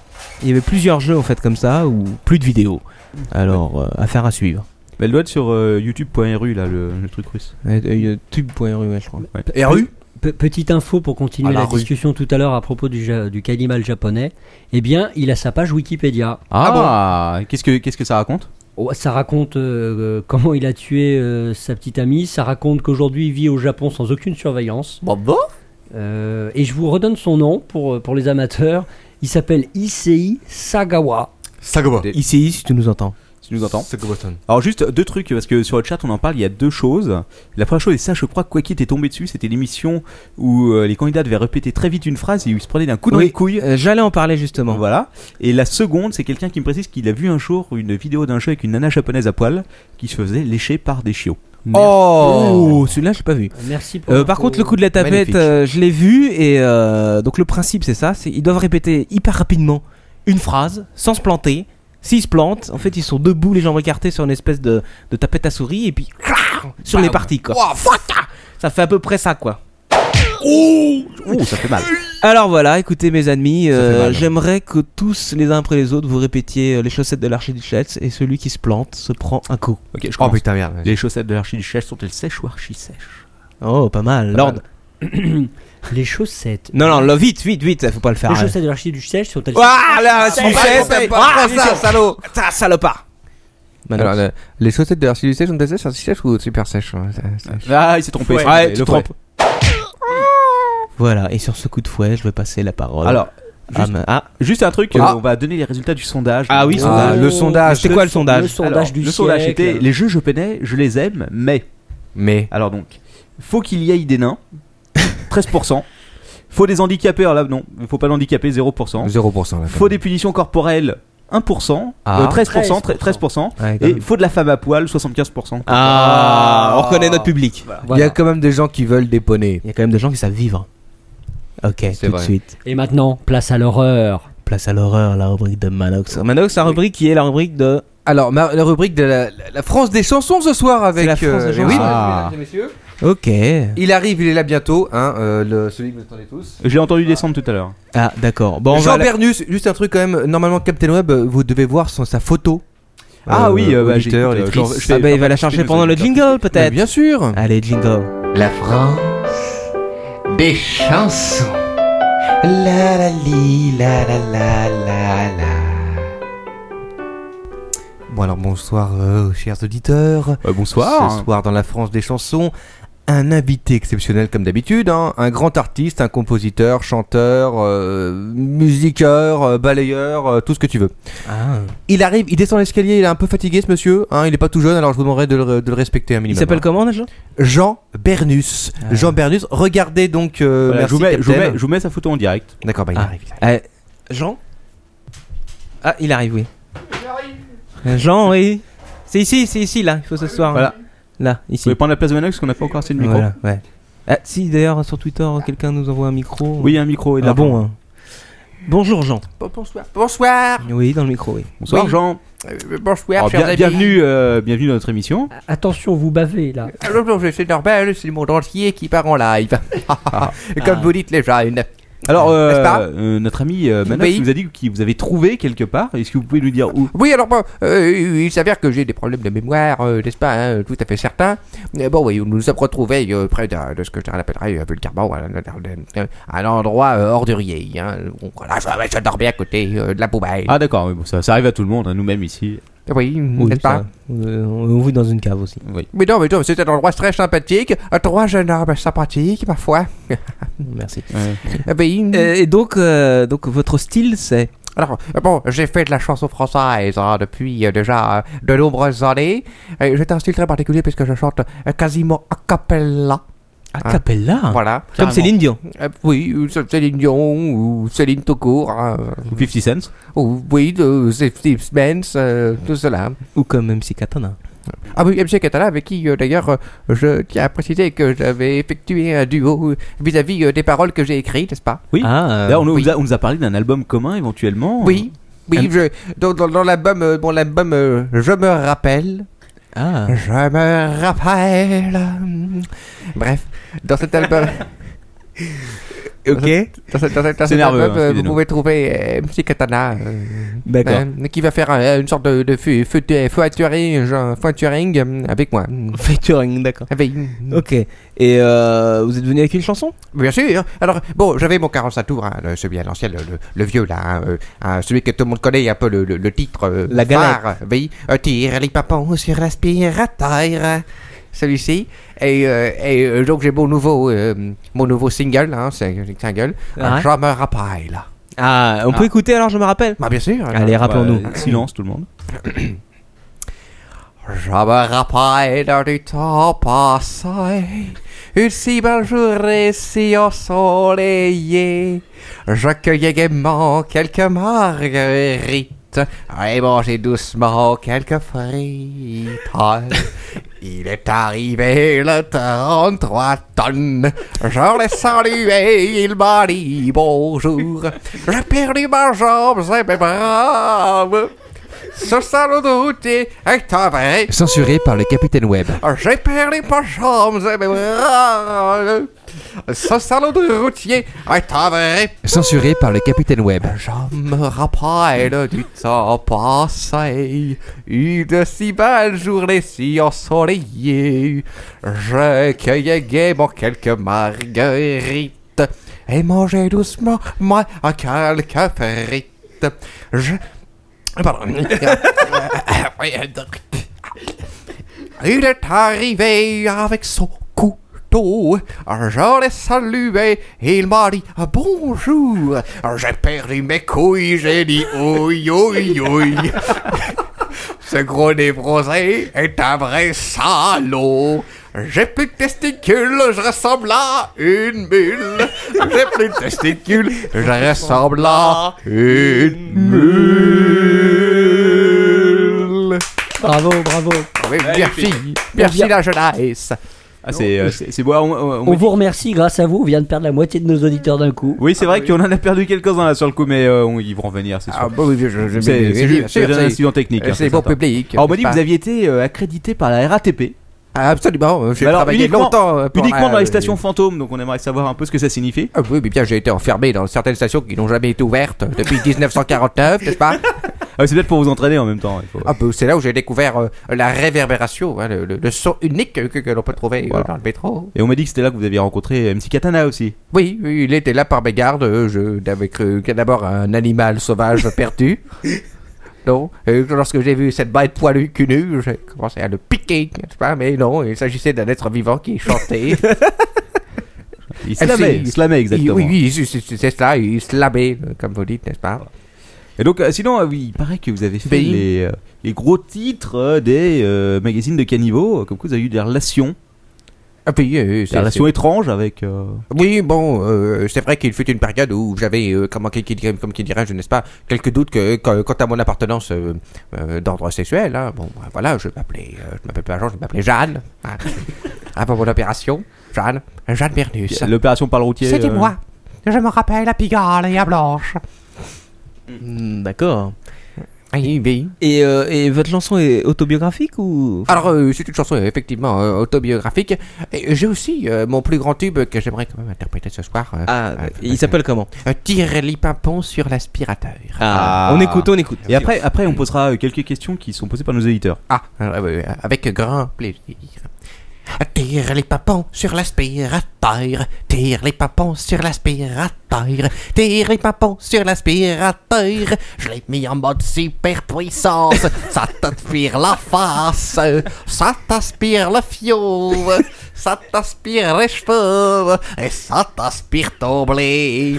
Speaker 4: Il y avait plusieurs jeux en fait comme ça, ou plus de vidéos. Alors, euh, affaire à suivre.
Speaker 3: Mais elle doit être sur euh, youtube.ru là, le, le truc russe.
Speaker 4: Euh, euh, Tube.ru, je crois.
Speaker 2: Et rue
Speaker 5: Pe- petite info pour continuer
Speaker 2: À la
Speaker 5: la,
Speaker 2: rue.
Speaker 5: discussion tout à l'heure à propos du, ja- du canimal japonais. Eh bien, il a sa page Wikipédia.
Speaker 3: Ah, qu'est-ce que qu'est-ce que ça raconte
Speaker 5: Oh, Ça raconte euh, euh, comment il a tué euh, sa petite amie. Ça raconte qu'aujourd'hui il vit au Japon sans aucune surveillance.
Speaker 7: Bon, bon.
Speaker 5: Euh, et je vous redonne son nom pour, euh, pour les amateurs. Il s'appelle Issei Sagawa.
Speaker 2: Sagoba.
Speaker 4: Ici, si tu nous entends.
Speaker 3: Si tu nous entends.
Speaker 2: Sagobaton.
Speaker 3: Alors juste deux trucs parce que sur le chat on en parle, il y a deux choses. La première chose et ça je crois que Quacky était tombé dessus, c'était l'émission où euh, les candidats devaient répéter très vite une phrase et ils se prenaient d'un coup dans
Speaker 4: Oui.
Speaker 3: les couilles.
Speaker 4: Euh, J'allais en parler justement.
Speaker 3: Voilà. Et la seconde, c'est quelqu'un qui me précise qu'il a vu un jour une vidéo d'un jeu avec une nana japonaise à poil qui se faisait lécher par des chiots.
Speaker 2: Oh
Speaker 4: Oh, celui-là, je l'ai pas vu.
Speaker 5: Merci pour
Speaker 4: Euh,
Speaker 5: l'info.
Speaker 4: par contre, le coup de la tapette,
Speaker 2: Magnifique.
Speaker 4: euh, je l'ai vu et euh, donc le principe c'est ça, c'est ils doivent répéter hyper rapidement une phrase sans se planter. S'ils se plantent, en fait, ils sont debout, les jambes écartées sur une espèce de, de tapette à souris et puis sur les parties quoi. Ça fait à peu près ça quoi.
Speaker 3: Oh, ça fait mal.
Speaker 4: Alors voilà, écoutez mes amis, euh,
Speaker 2: fait mal.
Speaker 4: j'aimerais que tous les uns après les autres vous répétiez euh, les chaussettes de l'archiduchesse et celui qui se plante se prend un coup.
Speaker 3: Ok, je
Speaker 2: Oh
Speaker 3: crois.
Speaker 2: putain merde.
Speaker 3: les chaussettes de l'archiduchesse sont-elles sèches ou archi-sèches
Speaker 4: Oh, pas mal. Lord.
Speaker 5: Les chaussettes.
Speaker 4: Non non, là, vite, vite, vite, faut pas le faire. Hein.
Speaker 5: Les
Speaker 4: arrête.
Speaker 5: chaussettes de l'archiduchesse sont-elles
Speaker 4: Ah la
Speaker 2: Archiduchesse,
Speaker 4: archiduchesse,
Speaker 2: prends ça, salaud
Speaker 4: ça salopard.
Speaker 2: Alors, euh, les chaussettes de l'archiduchesse sont des sèches, archi-sèches ou super sèches ouais, ça- ça-
Speaker 3: Ah, il s'est trompé. il s'est trompé, le trompe.
Speaker 4: Voilà, et sur ce coup de fouet, je vais passer la parole.
Speaker 3: Alors,
Speaker 4: à
Speaker 3: juste-
Speaker 4: ma- ah,
Speaker 3: juste un truc, euh,
Speaker 2: Ah.
Speaker 3: on va donner les résultats du sondage.
Speaker 4: Ah oui,
Speaker 3: Donc,
Speaker 2: Ah,
Speaker 4: sondage.
Speaker 2: le sondage.
Speaker 4: C'était quoi le sondage
Speaker 5: Euh, Le sondage
Speaker 3: Alors,
Speaker 5: du
Speaker 3: le sondage
Speaker 5: siècle.
Speaker 3: était les jeux japonais, je les aime, mais
Speaker 2: Mais
Speaker 3: alors donc faut qu'il y ait des nains 13%. Faut des handicapés, alors là non, il faut pas d'handicapés 0%.
Speaker 2: 0% là.
Speaker 3: Faut des punitions corporelles 1%,
Speaker 2: Ah.
Speaker 3: euh, 13%, 13%, 13%,
Speaker 4: ouais, quand
Speaker 3: et
Speaker 4: même.
Speaker 3: faut de la femme à poil 75%.
Speaker 4: Ah, on reconnaît notre public.
Speaker 2: Il y a quand même des gens qui veulent déponner.
Speaker 4: Il y a quand même des gens qui savent vivre. Ok, tout de
Speaker 2: vrai.
Speaker 4: suite.
Speaker 5: Et maintenant, place à l'horreur.
Speaker 4: Place à l'horreur, la rubrique de Manox. Manox, la rubrique qui est la rubrique de.
Speaker 2: Alors, ma- la rubrique de la, la- la France des chansons ce soir avec. euh,
Speaker 4: la France des
Speaker 2: mais oui,
Speaker 4: chansons.
Speaker 2: mesdames et messieurs.
Speaker 4: Ok.
Speaker 2: Il arrive, il est là bientôt, hein, euh, le, celui que vous attendez tous.
Speaker 3: J'ai entendu descendre tout à l'heure.
Speaker 4: Ah, d'accord. Bon, on
Speaker 2: Jean
Speaker 4: va. la-
Speaker 2: Bernus, juste un truc quand même. Normalement, Captain Web, euh, vous devez voir son- sa photo.
Speaker 3: Ah oui, euh, bah,
Speaker 2: auditeur,
Speaker 3: j'écoute, euh,
Speaker 2: lectrice.
Speaker 3: genre, je
Speaker 4: Ah, bah, il va la
Speaker 3: je
Speaker 4: chercher
Speaker 3: vais
Speaker 4: pendant
Speaker 3: nous
Speaker 4: le
Speaker 3: écouter.
Speaker 4: jingle,
Speaker 2: Mais
Speaker 4: peut-être.
Speaker 2: bien sûr.
Speaker 8: Ah,
Speaker 4: Allez, jingle.
Speaker 7: La France des chansons. La la li, la la la la la.
Speaker 8: Bon alors bonsoir euh, chers auditeurs.
Speaker 3: Euh, bonsoir.
Speaker 8: Ce soir dans la France des chansons, un invité exceptionnel comme d'habitude, hein, un grand artiste, un compositeur, chanteur, euh, musiqueur, euh, balayeur, euh, tout ce que tu veux.
Speaker 2: Ah.
Speaker 8: Il arrive, il descend l'escalier, il est un peu fatigué ce monsieur, hein, il n'est pas tout jeune alors je vous demanderai de le, de le respecter un
Speaker 4: Il
Speaker 8: minimum.
Speaker 4: s'appelle
Speaker 8: hein.
Speaker 4: comment déjà
Speaker 8: Jean Bernus.
Speaker 4: Ah.
Speaker 8: Jean Bernus, regardez donc... euh,
Speaker 3: Voilà,
Speaker 8: merci,
Speaker 3: je, vous mets, je, vous
Speaker 8: Captain.
Speaker 3: mets- je vous mets sa photo en direct.
Speaker 8: D'accord, bah, il
Speaker 4: Ah.
Speaker 8: arrive. il arrive.
Speaker 4: Euh, Jean Ah, il arrive, oui. Euh, Jean, oui. C'est ici, c'est ici, là. Il faut s'asseoir.
Speaker 3: Voilà.
Speaker 4: Là,
Speaker 3: Vous
Speaker 4: ici.
Speaker 3: pouvez prendre la place de Manox parce qu'on n'a pas encore assez de micro.
Speaker 4: Voilà, ouais. Ah, si, d'ailleurs, sur Twitter, quelqu'un nous envoie un micro.
Speaker 3: Oui, il y a un micro et de
Speaker 4: Ah
Speaker 3: la
Speaker 4: bon hein. Bonjour Jean.
Speaker 8: Bonsoir. Bonsoir.
Speaker 4: Oui, dans le micro, oui.
Speaker 3: Bonsoir
Speaker 8: Oui.
Speaker 3: Jean.
Speaker 8: Euh, Bonsoir,
Speaker 3: Alors, Oh, bien- bienvenue, euh, bienvenue dans notre émission.
Speaker 8: Ah.
Speaker 5: Attention, vous bavez là.
Speaker 8: Alors, bonjour, c'est normal, c'est le monde entier qui part en live. Et Comme
Speaker 5: Ah.
Speaker 8: vous dites, les jeunes.
Speaker 3: Alors, euh,
Speaker 8: N'est-ce pas
Speaker 3: euh, notre ami euh, Manox
Speaker 8: Oui.
Speaker 3: nous a dit qu'il vous avait trouvé quelque part. Est-ce que vous pouvez nous dire où
Speaker 8: Oui, alors, bon, euh, il s'avère que j'ai des problèmes de mémoire, euh, n'est-ce pas, hein, tout à fait certain. Mais bon, oui, nous nous sommes retrouvés euh, près de, de ce que je l'appellerais euh, vulgairement à, un endroit euh, ordurier. Hein. Bon, Voilà, je, je dormais à côté euh, de la poubelle.
Speaker 3: Ah d'accord, oui, bon, ça, ça arrive à tout le monde, hein, nous-mêmes ici.
Speaker 8: Oui,
Speaker 3: Mm,
Speaker 4: Oui,
Speaker 8: n'est-ce pas
Speaker 4: ça. Euh, on vit dans une cave aussi.
Speaker 8: Mais non, mais non, c'est un endroit très sympathique. Trois jeunes hommes sympathiques, parfois.
Speaker 4: Merci.
Speaker 3: Mm.
Speaker 8: Eh ben,
Speaker 4: Euh, et donc, euh, donc votre style, c'est
Speaker 8: Alors, euh, bon, j'ai fait de la chanson française hein, depuis euh, déjà euh, de nombreuses années. Euh, J'ai un style très particulier puisque je chante euh, quasiment a cappella.
Speaker 4: a
Speaker 3: Ah.
Speaker 4: cappella.
Speaker 8: Voilà.
Speaker 4: Ah. Comme
Speaker 8: Carrément.
Speaker 4: Céline Dion.
Speaker 8: Euh, oui, ou C- Céline Dion ou Céline tout court. hein,
Speaker 3: Ou 50 Cent.
Speaker 8: ou oui, de Steve Spence, euh, tout cela.
Speaker 4: Ou comme MC Katana.
Speaker 8: Ah oui, MC Catala, avec qui euh, d'ailleurs euh, je tiens à préciser que j'avais effectué un duo vis-à-vis euh, des paroles que j'ai écrites, n'est-ce pas
Speaker 3: Oui.
Speaker 4: Ah, euh,
Speaker 3: D'ailleurs, on, nous
Speaker 8: oui.
Speaker 3: a- on nous a parlé d'un album commun éventuellement.
Speaker 8: Oui. Oui, je, dans, dans, dans l'album, euh, dans l'album euh, Je me rappelle,
Speaker 4: ah.
Speaker 8: Je me rappelle. Bref, dans cet album.
Speaker 4: Ok.
Speaker 8: Dans cet, dans cet- dans
Speaker 3: C'est
Speaker 8: cet
Speaker 3: nerveux,
Speaker 8: album,
Speaker 3: hein,
Speaker 8: euh, vous
Speaker 3: excusez-nous.
Speaker 8: pouvez trouver euh, MC Katana, euh,
Speaker 4: D'accord.
Speaker 3: Ben.
Speaker 8: euh, qui va faire euh, une sorte de, de fu- fu- de featuring, genre, featuring, euh, avec moi.
Speaker 4: Featuring, d'accord.
Speaker 8: Avec-
Speaker 4: Ok. Et euh, vous êtes venu avec une chanson
Speaker 8: Bien sûr. hein. Alors, bon, j'avais mon 45 tours, hein, le- celui à l'ancien, le, le- le vieux, là, hein, euh, hein, celui que tout le monde connaît, un peu le, le- le titre. euh,
Speaker 4: La galette.
Speaker 8: phare, Oui, Euh, tire les papons sur l'aspirateur. Celui-ci. Et, euh, et, euh, donc, j'ai mon nouveau, euh, mon nouveau single, hein, c'est un single.
Speaker 4: Ah ouais.
Speaker 8: Je me rappelle.
Speaker 4: Ah, on peut écouter alors, je me rappelle.
Speaker 8: Bah, bien sûr.
Speaker 4: Allez, rappelons-nous.
Speaker 3: Bah, silence tout le monde.
Speaker 8: Je me rappelle du temps passé, une si belle journée si ensoleillée. Je cueillais gaiement quelques marguerites et mangeais doucement quelques frites. Il est arrivé le 33 tonnes, je l'ai salué, il m'a dit bonjour. J'ai perdu ma jambe, c'est mes bras. Ce salon de route est un vrai.
Speaker 11: Censuré par le capitaine Web.
Speaker 8: J'ai perdu ma chambre, c'est mes bras. ben, Ce salon de routier est un vrai.
Speaker 11: Censuré par le capitaine Web.
Speaker 8: Je me rappelle du temps passé, une si belle journée si ensoleillée. Je cueillais gaiement quelques marguerites et mangeais doucement moi quelques frites. Je. Pardon. [LAUGHS] Il est arrivé avec son couteau. Je l'ai salué. Il m'a dit bonjour. J'ai perdu mes couilles. J'ai dit oui, oui, oui. [LAUGHS] Ce gros névrosé est un vrai salaud. J'ai plus de testicules, je ressemble à une mule. J'ai plus de testicules, je ressemble à une mule.
Speaker 5: Bravo, bravo.
Speaker 8: Oui, merci, merci la jeunesse.
Speaker 3: Ah, c'est euh, c'est- c'est bon. on- on- on-
Speaker 5: On vous remercie, grâce à vous, on vient de perdre la moitié de nos auditeurs d'un coup.
Speaker 3: Oui, c'est vrai qu'on en a perdu quelques-uns là sur le coup, mais euh, on- ils vont revenir, c'est sûr.
Speaker 8: Ah bon, oui, je, je, je-
Speaker 3: c'est
Speaker 8: oui,
Speaker 3: c'est
Speaker 8: bien
Speaker 3: juste c'est
Speaker 8: sûr,
Speaker 3: un
Speaker 8: c'est-
Speaker 3: incident technique. hein,
Speaker 8: c'est bon
Speaker 3: certain.
Speaker 8: public.
Speaker 3: Alors, on m'a dit que vous
Speaker 8: n'est-ce
Speaker 3: aviez été euh, accrédité par la RATP,
Speaker 8: pas Ah, Absolument, j'ai
Speaker 3: Mais alors,
Speaker 8: travaillé
Speaker 3: uniquement-
Speaker 8: longtemps. euh, pour
Speaker 3: uniquement
Speaker 8: la-
Speaker 3: dans les stations fantômes, donc on aimerait savoir un peu ce que ça signifie.
Speaker 8: Ah oui, mais bien, j'ai été enfermé dans certaines stations qui n'ont jamais été ouvertes
Speaker 3: [LAUGHS]
Speaker 8: depuis 1949, n'est-ce pas
Speaker 3: Ah, c'est peut-être pour vous entraîner en même temps. il faut-
Speaker 8: Ah, bah, C'est là où j'ai découvert euh, la réverbération, hein, le, le- le son unique que, que l'on peut trouver euh,
Speaker 3: Voilà.
Speaker 8: dans le métro.
Speaker 3: Et on m'a dit que c'était là que vous aviez rencontré MC Katana aussi.
Speaker 8: Oui, oui, il était euh, là par mégarde. euh, Je n'avais cru qu'il y a d'abord un animal sauvage perdu. non. Et lorsque j'ai vu cette bête poilue cul nue, j'ai commencé à le piquer, n'est-ce pas Mais non, il s'agissait d'un être vivant qui chantait.
Speaker 3: Il slamait,
Speaker 8: si.
Speaker 3: il slamait exactement.
Speaker 8: Oui, oui, c'est- c'est c'est ça, il slamait, comme vous dites, n'est-ce pas
Speaker 3: Et donc, euh, sinon, euh, oui, il paraît que vous avez fait
Speaker 8: Bing.
Speaker 3: les, euh, les gros titres euh, des euh, magazines de caniveau. Comme quoi, vous avez eu des relations,
Speaker 8: Ah, puis, euh,
Speaker 3: des
Speaker 8: c'est- c'est-
Speaker 3: relations étranges avec. euh,
Speaker 8: Oui, bon, euh, c'est vrai qu'il fut une période où j'avais, euh, comment qu'il qu'il dirait- comme qui dirais-je, n'est-ce pas, quelques doutes que, que- quant à mon appartenance euh, euh, d'ordre sexuel. hein. Bon, bah, voilà, je m'appelais, euh, je m'appelais pas Jean, je m'appelais Jeanne. hein. [LAUGHS] Avant mon opération, Jeanne, Jeanne Bernus.
Speaker 3: L'opération par le routier.
Speaker 8: C'était
Speaker 3: euh,
Speaker 8: moi. Je me rappelle à Pigalle et à Blanche.
Speaker 4: Hmm, D'accord.
Speaker 8: Oui, oui.
Speaker 4: Et, euh, et votre chanson est autobiographique ou
Speaker 8: Alors, euh, c'est une chanson euh, effectivement euh, autobiographique. Et J'ai aussi euh, mon plus grand tube que j'aimerais quand même interpréter ce soir. euh,
Speaker 4: Ah,
Speaker 8: euh,
Speaker 4: il s'appelle comment
Speaker 8: euh, Tire les pimpons sur l'aspirateur.
Speaker 4: ah, On écoute, on écoute.
Speaker 3: Et après, après, on posera euh, quelques questions qui sont posées par nos éditeurs.
Speaker 8: Ah, euh, oui, oui, avec grand plaisir. Tire les papons sur l'aspirateur. Tire les papons sur l'aspirateur. Tire les papons sur l'aspirateur. Je l'ai mis en mode superpuissance. Ça t'aspire la face. Ça t'aspire le fioul. Ça t'aspire les cheveux. Et ça t'aspire ton blé.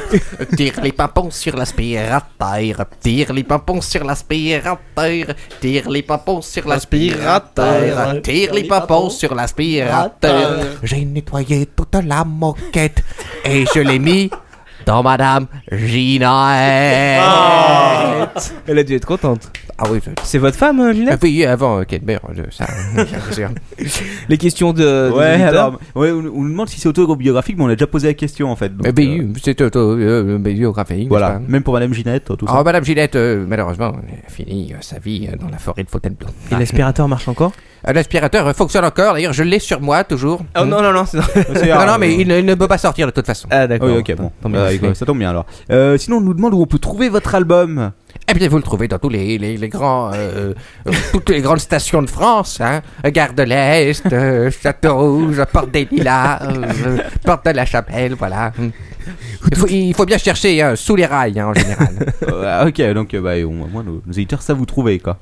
Speaker 8: Tire les papons sur l'aspirateur. Tire les papons sur l'aspirateur. Tire les papons sur l'aspirateur. Tire les papons sur l'aspirateur. J'ai nettoyé toute la moquette et je l'ai mis dans Madame
Speaker 4: Ah.
Speaker 8: Ginette.
Speaker 4: Elle a dû être contente.
Speaker 8: Ah oui, je...
Speaker 4: C'est votre femme, euh, Ginette
Speaker 8: oui, avant euh, qu'elle meure de ça, bien sûr.
Speaker 4: Les questions de. des
Speaker 3: Ouais,
Speaker 4: auditeurs
Speaker 3: alors, ouais, on, on nous demande si c'est autobiographique, mais on a déjà posé la question en fait. donc,
Speaker 8: Mais
Speaker 3: euh,
Speaker 8: Eh ben, oui, c'est euh, autobiographique.
Speaker 3: voilà, même pour Madame Ginette, tout ça.
Speaker 8: Oh, Madame Gillette, euh, malheureusement, elle a fini euh, sa vie euh, dans la forêt de Fontainebleau.
Speaker 4: Et l'aspirateur marche encore
Speaker 8: Ah, L'aspirateur euh, fonctionne encore, d'ailleurs, je l'ai sur moi toujours. Mm.
Speaker 4: Oh non, non, non.
Speaker 3: [LAUGHS]
Speaker 8: non, non, mais il, ne- il ne peut pas sortir de toute façon.
Speaker 4: [LAUGHS] Ah, d'accord.
Speaker 3: euh. Oui, ok, bon.
Speaker 4: Tant mieux.
Speaker 3: Euh, ouais, ça tombe bien alors. Euh, sinon, on nous demande où on peut trouver votre
Speaker 8: [LAUGHS]
Speaker 3: album.
Speaker 8: Eh bien, vous le trouvez dans tous les, les, les grands, euh, euh, [LAUGHS] toutes les grandes stations de France, hein. Gare de l'Est, euh, Château-Rouge, Porte des Lilas, euh, Porte de la Chapelle, voilà. Mm. Il faut, il faut bien chercher, hein, sous les rails, hein, en général.
Speaker 3: [LAUGHS] Euh, ok, donc euh, bah, on- au moins nos, nos éditeurs savent vous trouver quoi.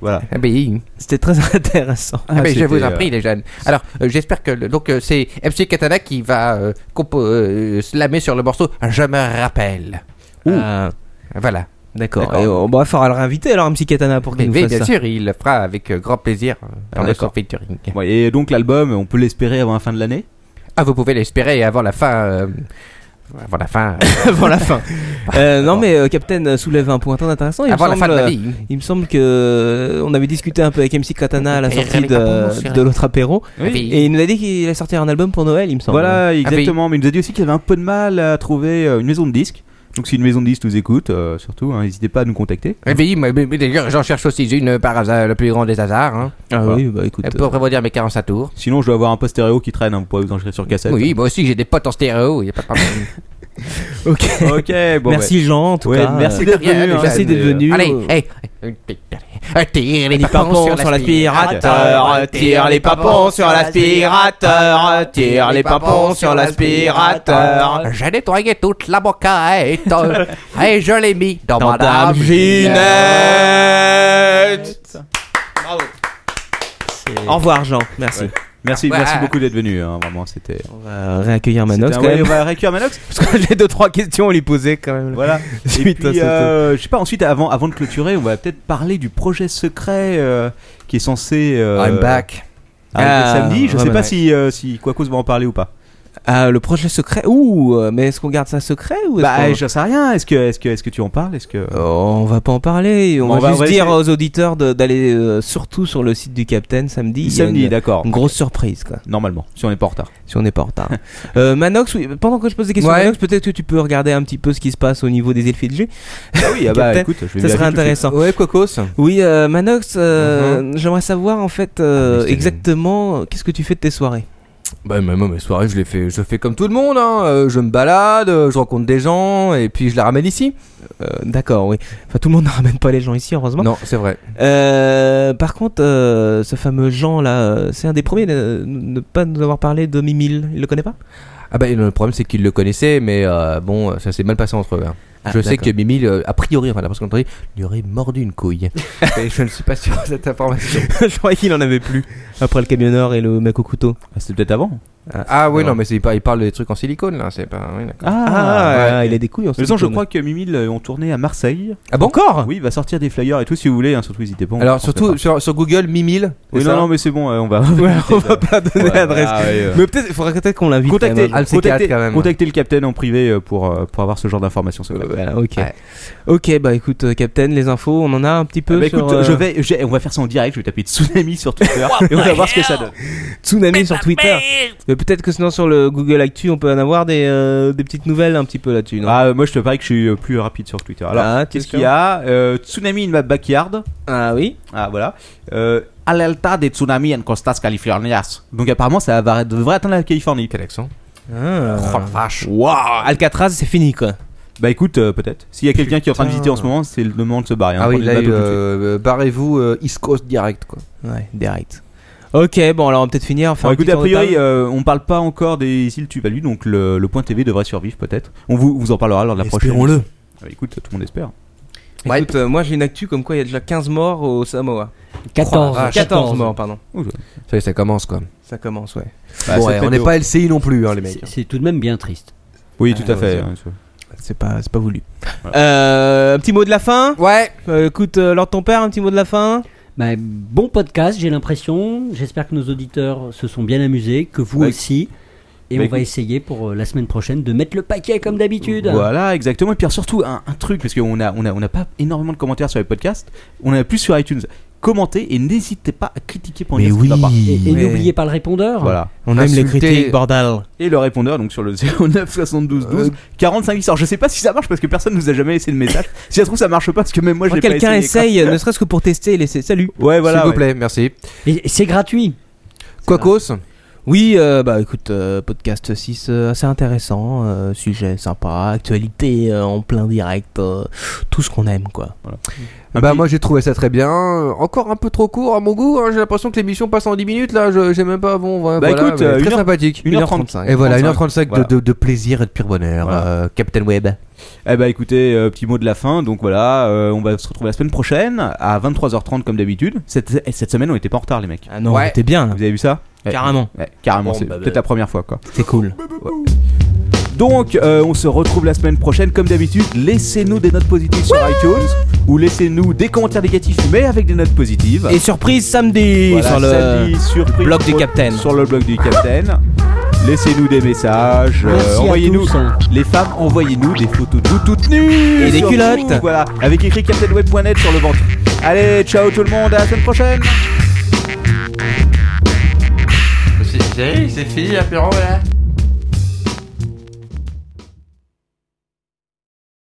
Speaker 3: Voilà.
Speaker 8: Eh bien,
Speaker 4: C'était très [LAUGHS] intéressant.
Speaker 8: Ah, mais je
Speaker 3: c'était,
Speaker 8: vous en
Speaker 3: euh,
Speaker 8: prie, les jeunes. Alors, euh, j'espère que le- donc euh, c'est MC Katana qui va euh, compo- euh, slammer sur le morceau. Je me rappelle. Euh,
Speaker 4: Ah,
Speaker 8: Voilà.
Speaker 4: D'accord.
Speaker 8: D'accord.
Speaker 4: Et euh, on va falloir le réinviter alors, un petit katana pour
Speaker 8: Mais
Speaker 4: qu'il nous
Speaker 8: oui,
Speaker 4: fasse
Speaker 8: bien
Speaker 4: ça.
Speaker 8: sûr, il le fera avec euh, grand plaisir euh,
Speaker 3: Ah,
Speaker 8: dans le
Speaker 3: d'accord.
Speaker 8: featuring.
Speaker 3: Bon, et donc l'album, on peut l'espérer avant la fin de l'année.
Speaker 8: Ah, vous pouvez l'espérer avant la fin. euh, avant la fin.
Speaker 4: [LAUGHS] Avant la fin. Euh, non, mais euh, Captain soulève un point très intéressant. Il
Speaker 8: euh, avant
Speaker 4: me
Speaker 8: la
Speaker 4: semble,
Speaker 8: fin de
Speaker 4: euh,
Speaker 8: la vie.
Speaker 4: Il me semble que euh, on avait discuté un peu avec MC Katana à la
Speaker 8: Et
Speaker 4: sortie
Speaker 8: Eric Apollo,
Speaker 4: de,
Speaker 8: c'est
Speaker 4: de l'autre apéro.
Speaker 8: Oui.
Speaker 4: Et il nous a dit qu'il allait sortir un album pour Noël, il me semble.
Speaker 3: Voilà,
Speaker 8: oui.
Speaker 4: Ah
Speaker 3: exactement. Mais il nous a dit aussi qu'il avait un peu de mal à trouver euh, une maison de disques. Donc si une maison de disques nous écoute, euh, surtout, hein, n'hésitez pas à nous contacter.
Speaker 8: Eh bien, mais- mais- mais d'ailleurs, j'en cherche aussi une euh, par hasard, le plus grand des hasards. Hein,
Speaker 4: Ah
Speaker 3: Voilà.
Speaker 4: oui, bah écoute.
Speaker 8: pour prévoir mes carences à tour.
Speaker 3: Sinon, je dois avoir un post stéréo qui traîne. hein, vous pourrez vous en tirer sur cassette.
Speaker 8: Oui, moi aussi, j'ai des potes en stéréo. Il n'y a pas de problème.
Speaker 4: euh, Ok.
Speaker 3: [LAUGHS] Ok. Bon.
Speaker 4: merci Jean, en tout
Speaker 3: Ouais,
Speaker 4: cas.
Speaker 3: merci
Speaker 4: Euh,
Speaker 3: d'être
Speaker 8: de rien,
Speaker 3: venu. hein,
Speaker 8: déjà.
Speaker 4: merci d'être venu.
Speaker 8: Allez,
Speaker 4: Euh,
Speaker 8: hey, euh, tire les
Speaker 4: Les papons sur
Speaker 3: euh,
Speaker 4: l'aspirateur, tire les papons sur l'aspirateur, tire les papons sur l'aspirateur.
Speaker 8: J'ai nettoyé toute la moquette et je l'ai mis dans,
Speaker 4: Dans ta
Speaker 8: Madame
Speaker 4: Ginette. euh, Au revoir Jean, merci.
Speaker 3: Ouais. Merci,
Speaker 8: Ouais.
Speaker 3: merci beaucoup d'être venu. hein, vraiment, c'était.
Speaker 4: On va réaccueillir Manox
Speaker 3: C'était
Speaker 4: quand
Speaker 3: un-
Speaker 4: même.
Speaker 3: ouais, on va récupérer Manox.
Speaker 4: Parce
Speaker 8: [LAUGHS]
Speaker 4: que j'ai deux trois questions à lui poser quand même.
Speaker 3: Voilà.
Speaker 4: [LAUGHS]
Speaker 3: Et
Speaker 4: Suite à
Speaker 3: puis,
Speaker 4: cette-
Speaker 3: euh, je sais pas, ensuite, avant, avant de clôturer, on va peut-être parler du projet secret euh, qui est censé. euh,
Speaker 8: I'm back.
Speaker 3: arriver
Speaker 4: Ah,
Speaker 3: samedi. Je
Speaker 4: ouais,
Speaker 3: sais
Speaker 4: ouais,
Speaker 3: pas
Speaker 4: ouais.
Speaker 3: si, euh, si Quacos va en parler ou pas.
Speaker 4: Ah, le projet secret. Ouh, euh, mais est-ce qu'on garde ça secret ou est-ce
Speaker 3: Bah,
Speaker 4: qu'on-
Speaker 3: j'en sais rien. Est-ce que, est-ce que, est-ce que tu en parles Est-ce que.
Speaker 4: Oh, on va pas en parler. On
Speaker 3: Bon, on va-
Speaker 4: va
Speaker 3: on
Speaker 4: juste
Speaker 3: va
Speaker 4: dire
Speaker 3: essayer.
Speaker 4: aux auditeurs de- d'aller euh, surtout sur le site du Captain samedi. Il y a
Speaker 3: Samedi,
Speaker 4: une,
Speaker 3: d'accord.
Speaker 4: une grosse surprise quoi.
Speaker 3: Normalement, si on n'est pas en retard.
Speaker 4: Si on n'est pas
Speaker 3: [LAUGHS]
Speaker 4: en retard. Euh, Manox, oui, pendant que je pose des questions,
Speaker 8: Ouais.
Speaker 4: Manox, peut-être que tu peux regarder un petit peu ce qui se passe au niveau des îles Fidji.
Speaker 3: Ah oui, ah bah
Speaker 4: Captain,
Speaker 3: écoute, je vais
Speaker 4: Ça
Speaker 3: vérifier tout
Speaker 4: serait
Speaker 3: de suite. Uh-huh.
Speaker 4: intéressant.
Speaker 8: Ouais, Cocos.
Speaker 4: Oui, euh, Manox, euh, j'aimerais savoir en fait euh,
Speaker 8: Ah, mais c'est-
Speaker 4: exactement euh, qu'est-ce que tu fais de tes soirées.
Speaker 8: Bah, mais moi, mes soirées, je les fais, je fais comme tout le monde. hein. Euh, Je me balade, euh, je rencontre des gens et puis je les ramène ici.
Speaker 4: Euh, D'accord, oui. Enfin, tout le monde [LAUGHS] ne ramène pas les gens ici, heureusement.
Speaker 8: Non, c'est vrai.
Speaker 4: Euh, par contre, euh, ce fameux Jean là, euh, c'est un des premiers de ne pas nous avoir parlé de Mimil. Il le connaît pas
Speaker 8: Ah bah, le problème, c'est qu'ils le connaissaient, mais euh, bon, ça s'est mal passé entre eux. hein.
Speaker 2: je sais
Speaker 4: d'accord.
Speaker 2: que Mimi, euh, a priori, enfin d'après ce qu'on entendait, lui aurait mordu une [LAUGHS] couille. Et je ne suis pas sûr de cette information.
Speaker 4: je croyais qu'il en avait plus. Après le camionneur et le mec au couteau.
Speaker 3: Ah, C'était peut-être avant.
Speaker 2: Ah, oui, non, mais c'est- il parle- il parle des trucs en silicone là. C'est pas. oui, d'accord.
Speaker 4: Ah, il a des couilles en
Speaker 3: De toute façon, je crois que Mimile euh, ont tourné à Marseille.
Speaker 2: Ah bon
Speaker 4: Encore
Speaker 3: Oui, il va sortir des flyers et tout si vous voulez, hein, surtout n'hésitez pas. on
Speaker 2: Alors
Speaker 3: pense
Speaker 2: surtout
Speaker 3: pas.
Speaker 2: sur, sur Google, Mimile. c'est
Speaker 3: Oui,
Speaker 2: ça
Speaker 3: non, non, mais c'est bon, euh, on va. [LAUGHS]
Speaker 4: On va pas donner l'adresse.
Speaker 3: Ah, ouais, euh.
Speaker 4: Mais peut-être, il faudrait peut-être qu'on l'invite.
Speaker 3: Contactez,
Speaker 4: quand même.
Speaker 2: Ah, le C4
Speaker 3: contactez-
Speaker 2: quand même.
Speaker 3: contactez le capitaine en privé euh, pour, euh, pour avoir ce genre d'informations. c'est
Speaker 4: Euh,
Speaker 3: vrai.
Speaker 4: Voilà, ok.
Speaker 2: Ouais.
Speaker 4: Ok, bah écoute, euh, Captain, les infos, on en a un petit peu.
Speaker 3: Ah bah
Speaker 4: sur,
Speaker 3: écoute,
Speaker 4: euh,
Speaker 3: je vais, j'ai- on va faire ça en direct. Je vais taper tsunami sur Twitter et on va voir ce que ça donne.
Speaker 4: Tsunami
Speaker 5: Ah,
Speaker 4: sur Twitter. Mais peut-être que sinon sur le Google Actu, on peut en avoir des, euh, des petites nouvelles un petit peu là-dessus. non
Speaker 3: Ah, euh, moi, je te parie que je suis euh, plus rapide sur Twitter. Alors,
Speaker 4: Ah,
Speaker 3: qu'est-ce
Speaker 4: t'es
Speaker 3: qu'il
Speaker 4: sûr
Speaker 3: y a Euh, Tsunami in my backyard.
Speaker 4: Ah oui
Speaker 3: Ah, voilà. Euh, Alerta de tsunami en costas californias. Donc, apparemment, ça va- devrait atteindre la Californie.
Speaker 2: Quel accent
Speaker 4: Ah.
Speaker 2: Oh la vache.
Speaker 4: Waouh, Alcatraz, c'est fini quoi.
Speaker 3: Bah, écoute, euh, peut-être. S'il y a quelqu'un qui est en train de visiter en ce moment, c'est le moment de se barrer. hein.
Speaker 2: Ah oui,
Speaker 3: Prendre
Speaker 2: là,
Speaker 3: le bateau tout de suite.
Speaker 2: euh, euh, barrez-vous euh, East Coast direct quoi.
Speaker 4: Ouais, direct. Ok, bon, alors on va peut-être finir. Faire
Speaker 3: Enfin,
Speaker 4: un
Speaker 3: écoutez,
Speaker 4: petit
Speaker 3: a
Speaker 4: tour de
Speaker 3: priori,
Speaker 4: table.
Speaker 3: euh, on parle pas encore des îles Tuvalu, donc le, le point TV devrait survivre peut-être. On vous, vous en parlera lors de la prochaine.
Speaker 4: Espérons-le.
Speaker 3: émission. Ah, écoute, tout le monde espère.
Speaker 2: Ouais.
Speaker 4: Écoute, euh, moi j'ai une actu comme quoi il y a déjà 15 morts au Samoa.
Speaker 5: 14.
Speaker 2: Ah,
Speaker 4: 14 morts, pardon.
Speaker 2: Ça y est, ça commence quoi.
Speaker 4: Ça commence, ouais.
Speaker 3: Bah,
Speaker 2: Bon,
Speaker 3: c'est
Speaker 2: ouais,
Speaker 3: peut-être
Speaker 2: on n'est
Speaker 3: le-
Speaker 2: pas LCI non plus, hein, les mecs.
Speaker 5: C'est- C'est tout de même bien triste.
Speaker 3: Oui, tout
Speaker 4: Ah,
Speaker 3: à fait.
Speaker 4: ouais,
Speaker 3: hein, ça-
Speaker 4: C'est pas, c'est pas voulu. Euh, un petit mot de la fin
Speaker 2: Ouais.
Speaker 4: Euh, Écoute, euh, Lord ton père, un petit mot de la fin
Speaker 5: Bah, bon podcast, j'ai l'impression. J'espère que nos auditeurs se sont bien amusés, que vous
Speaker 3: Ouais.
Speaker 5: aussi. Et
Speaker 3: Bah,
Speaker 5: on va
Speaker 3: écoute.
Speaker 5: essayer pour euh, la semaine prochaine de mettre le paquet comme d'habitude.
Speaker 3: Voilà, exactement. Et puis alors, surtout, un, un truc, parce qu'on n'a on a, on a pas énormément de commentaires sur les podcasts, on en a plus sur iTunes. Commentez et n'hésitez pas à critiquer pour
Speaker 4: Mais
Speaker 3: dire ce qui va pas.
Speaker 5: Et, et
Speaker 4: Ouais.
Speaker 5: n'oubliez pas le répondeur.
Speaker 3: Voilà.
Speaker 4: On aime les
Speaker 2: Insulter-
Speaker 4: critiques, bordel.
Speaker 3: Et le répondeur, donc sur le [LAUGHS] 09 72 12 45 800. Je sais pas si ça marche parce que personne nous a jamais laissé de message. si ça se trouve, ça marche pas parce que même moi, je l'ai pas
Speaker 4: Quelqu'un
Speaker 3: essayé, quoi.
Speaker 4: essaye, ne serait-ce que pour tester et laisser. Salut.
Speaker 3: Ouais, voilà.
Speaker 2: S'il vous
Speaker 3: ouais.
Speaker 2: plaît, merci. Ah
Speaker 5: Et c'est gratuit.
Speaker 2: Quacos
Speaker 4: Oui, euh, bah écoute, euh, podcast 6, euh, assez intéressant, euh, sujet sympa, actualité euh, en plein direct, euh, tout ce qu'on aime quoi.
Speaker 3: Un
Speaker 2: Bah
Speaker 3: petit-
Speaker 2: moi j'ai trouvé ça très bien. Euh, Encore un peu trop court à mon goût. hein. J'ai l'impression que l'émission passe en 10 minutes là. Je j'ai même pas bon. Voilà,
Speaker 3: Bah,
Speaker 2: voilà,
Speaker 3: écoute,
Speaker 2: mais
Speaker 3: euh,
Speaker 2: très
Speaker 3: une heure-
Speaker 2: sympathique.
Speaker 3: 1h35.
Speaker 2: Et voilà, 1h35
Speaker 3: 1h35. Voilà.
Speaker 2: de, de- de plaisir et de pur bonheur.
Speaker 3: Voilà.
Speaker 2: euh, Captain Web.
Speaker 3: Eh bah écoutez, euh, petit mot de la fin, donc voilà, euh, on va se retrouver la semaine prochaine à 23h30 comme d'habitude. Cette, eh, cette semaine on était pas en retard les mecs.
Speaker 4: Ah non,
Speaker 2: Ouais.
Speaker 4: t'es bien, là.
Speaker 3: Vous avez vu ça Ouais.
Speaker 4: carrément,
Speaker 3: Ouais, carrément,
Speaker 4: Bon,
Speaker 3: c'est
Speaker 4: bah, bah.
Speaker 3: peut-être la première fois quoi.
Speaker 4: c'est cool.
Speaker 3: Donc euh, on se retrouve la semaine prochaine comme d'habitude. Laissez-nous des notes positives sur iTunes ou laissez-nous des commentaires négatifs mais avec des notes positives.
Speaker 4: Et surprise samedi
Speaker 3: Voilà,
Speaker 4: sur le
Speaker 3: samedi, surprise
Speaker 4: blog du
Speaker 3: pro-
Speaker 4: Captain.
Speaker 3: Sur le blog du Captain. Laissez-nous des messages. euh,
Speaker 5: Merci à
Speaker 3: envoyez-nous.
Speaker 5: tous, hein.
Speaker 3: Les femmes, envoyez-nous des photos de vous toutes nues.
Speaker 4: Et des
Speaker 3: sur
Speaker 4: culottes.
Speaker 3: Facebook, Voilà, avec écrit CaptainWeb.net sur le ventre. Allez, ciao tout le monde, à la semaine prochaine.
Speaker 7: C'est fini l'apéro là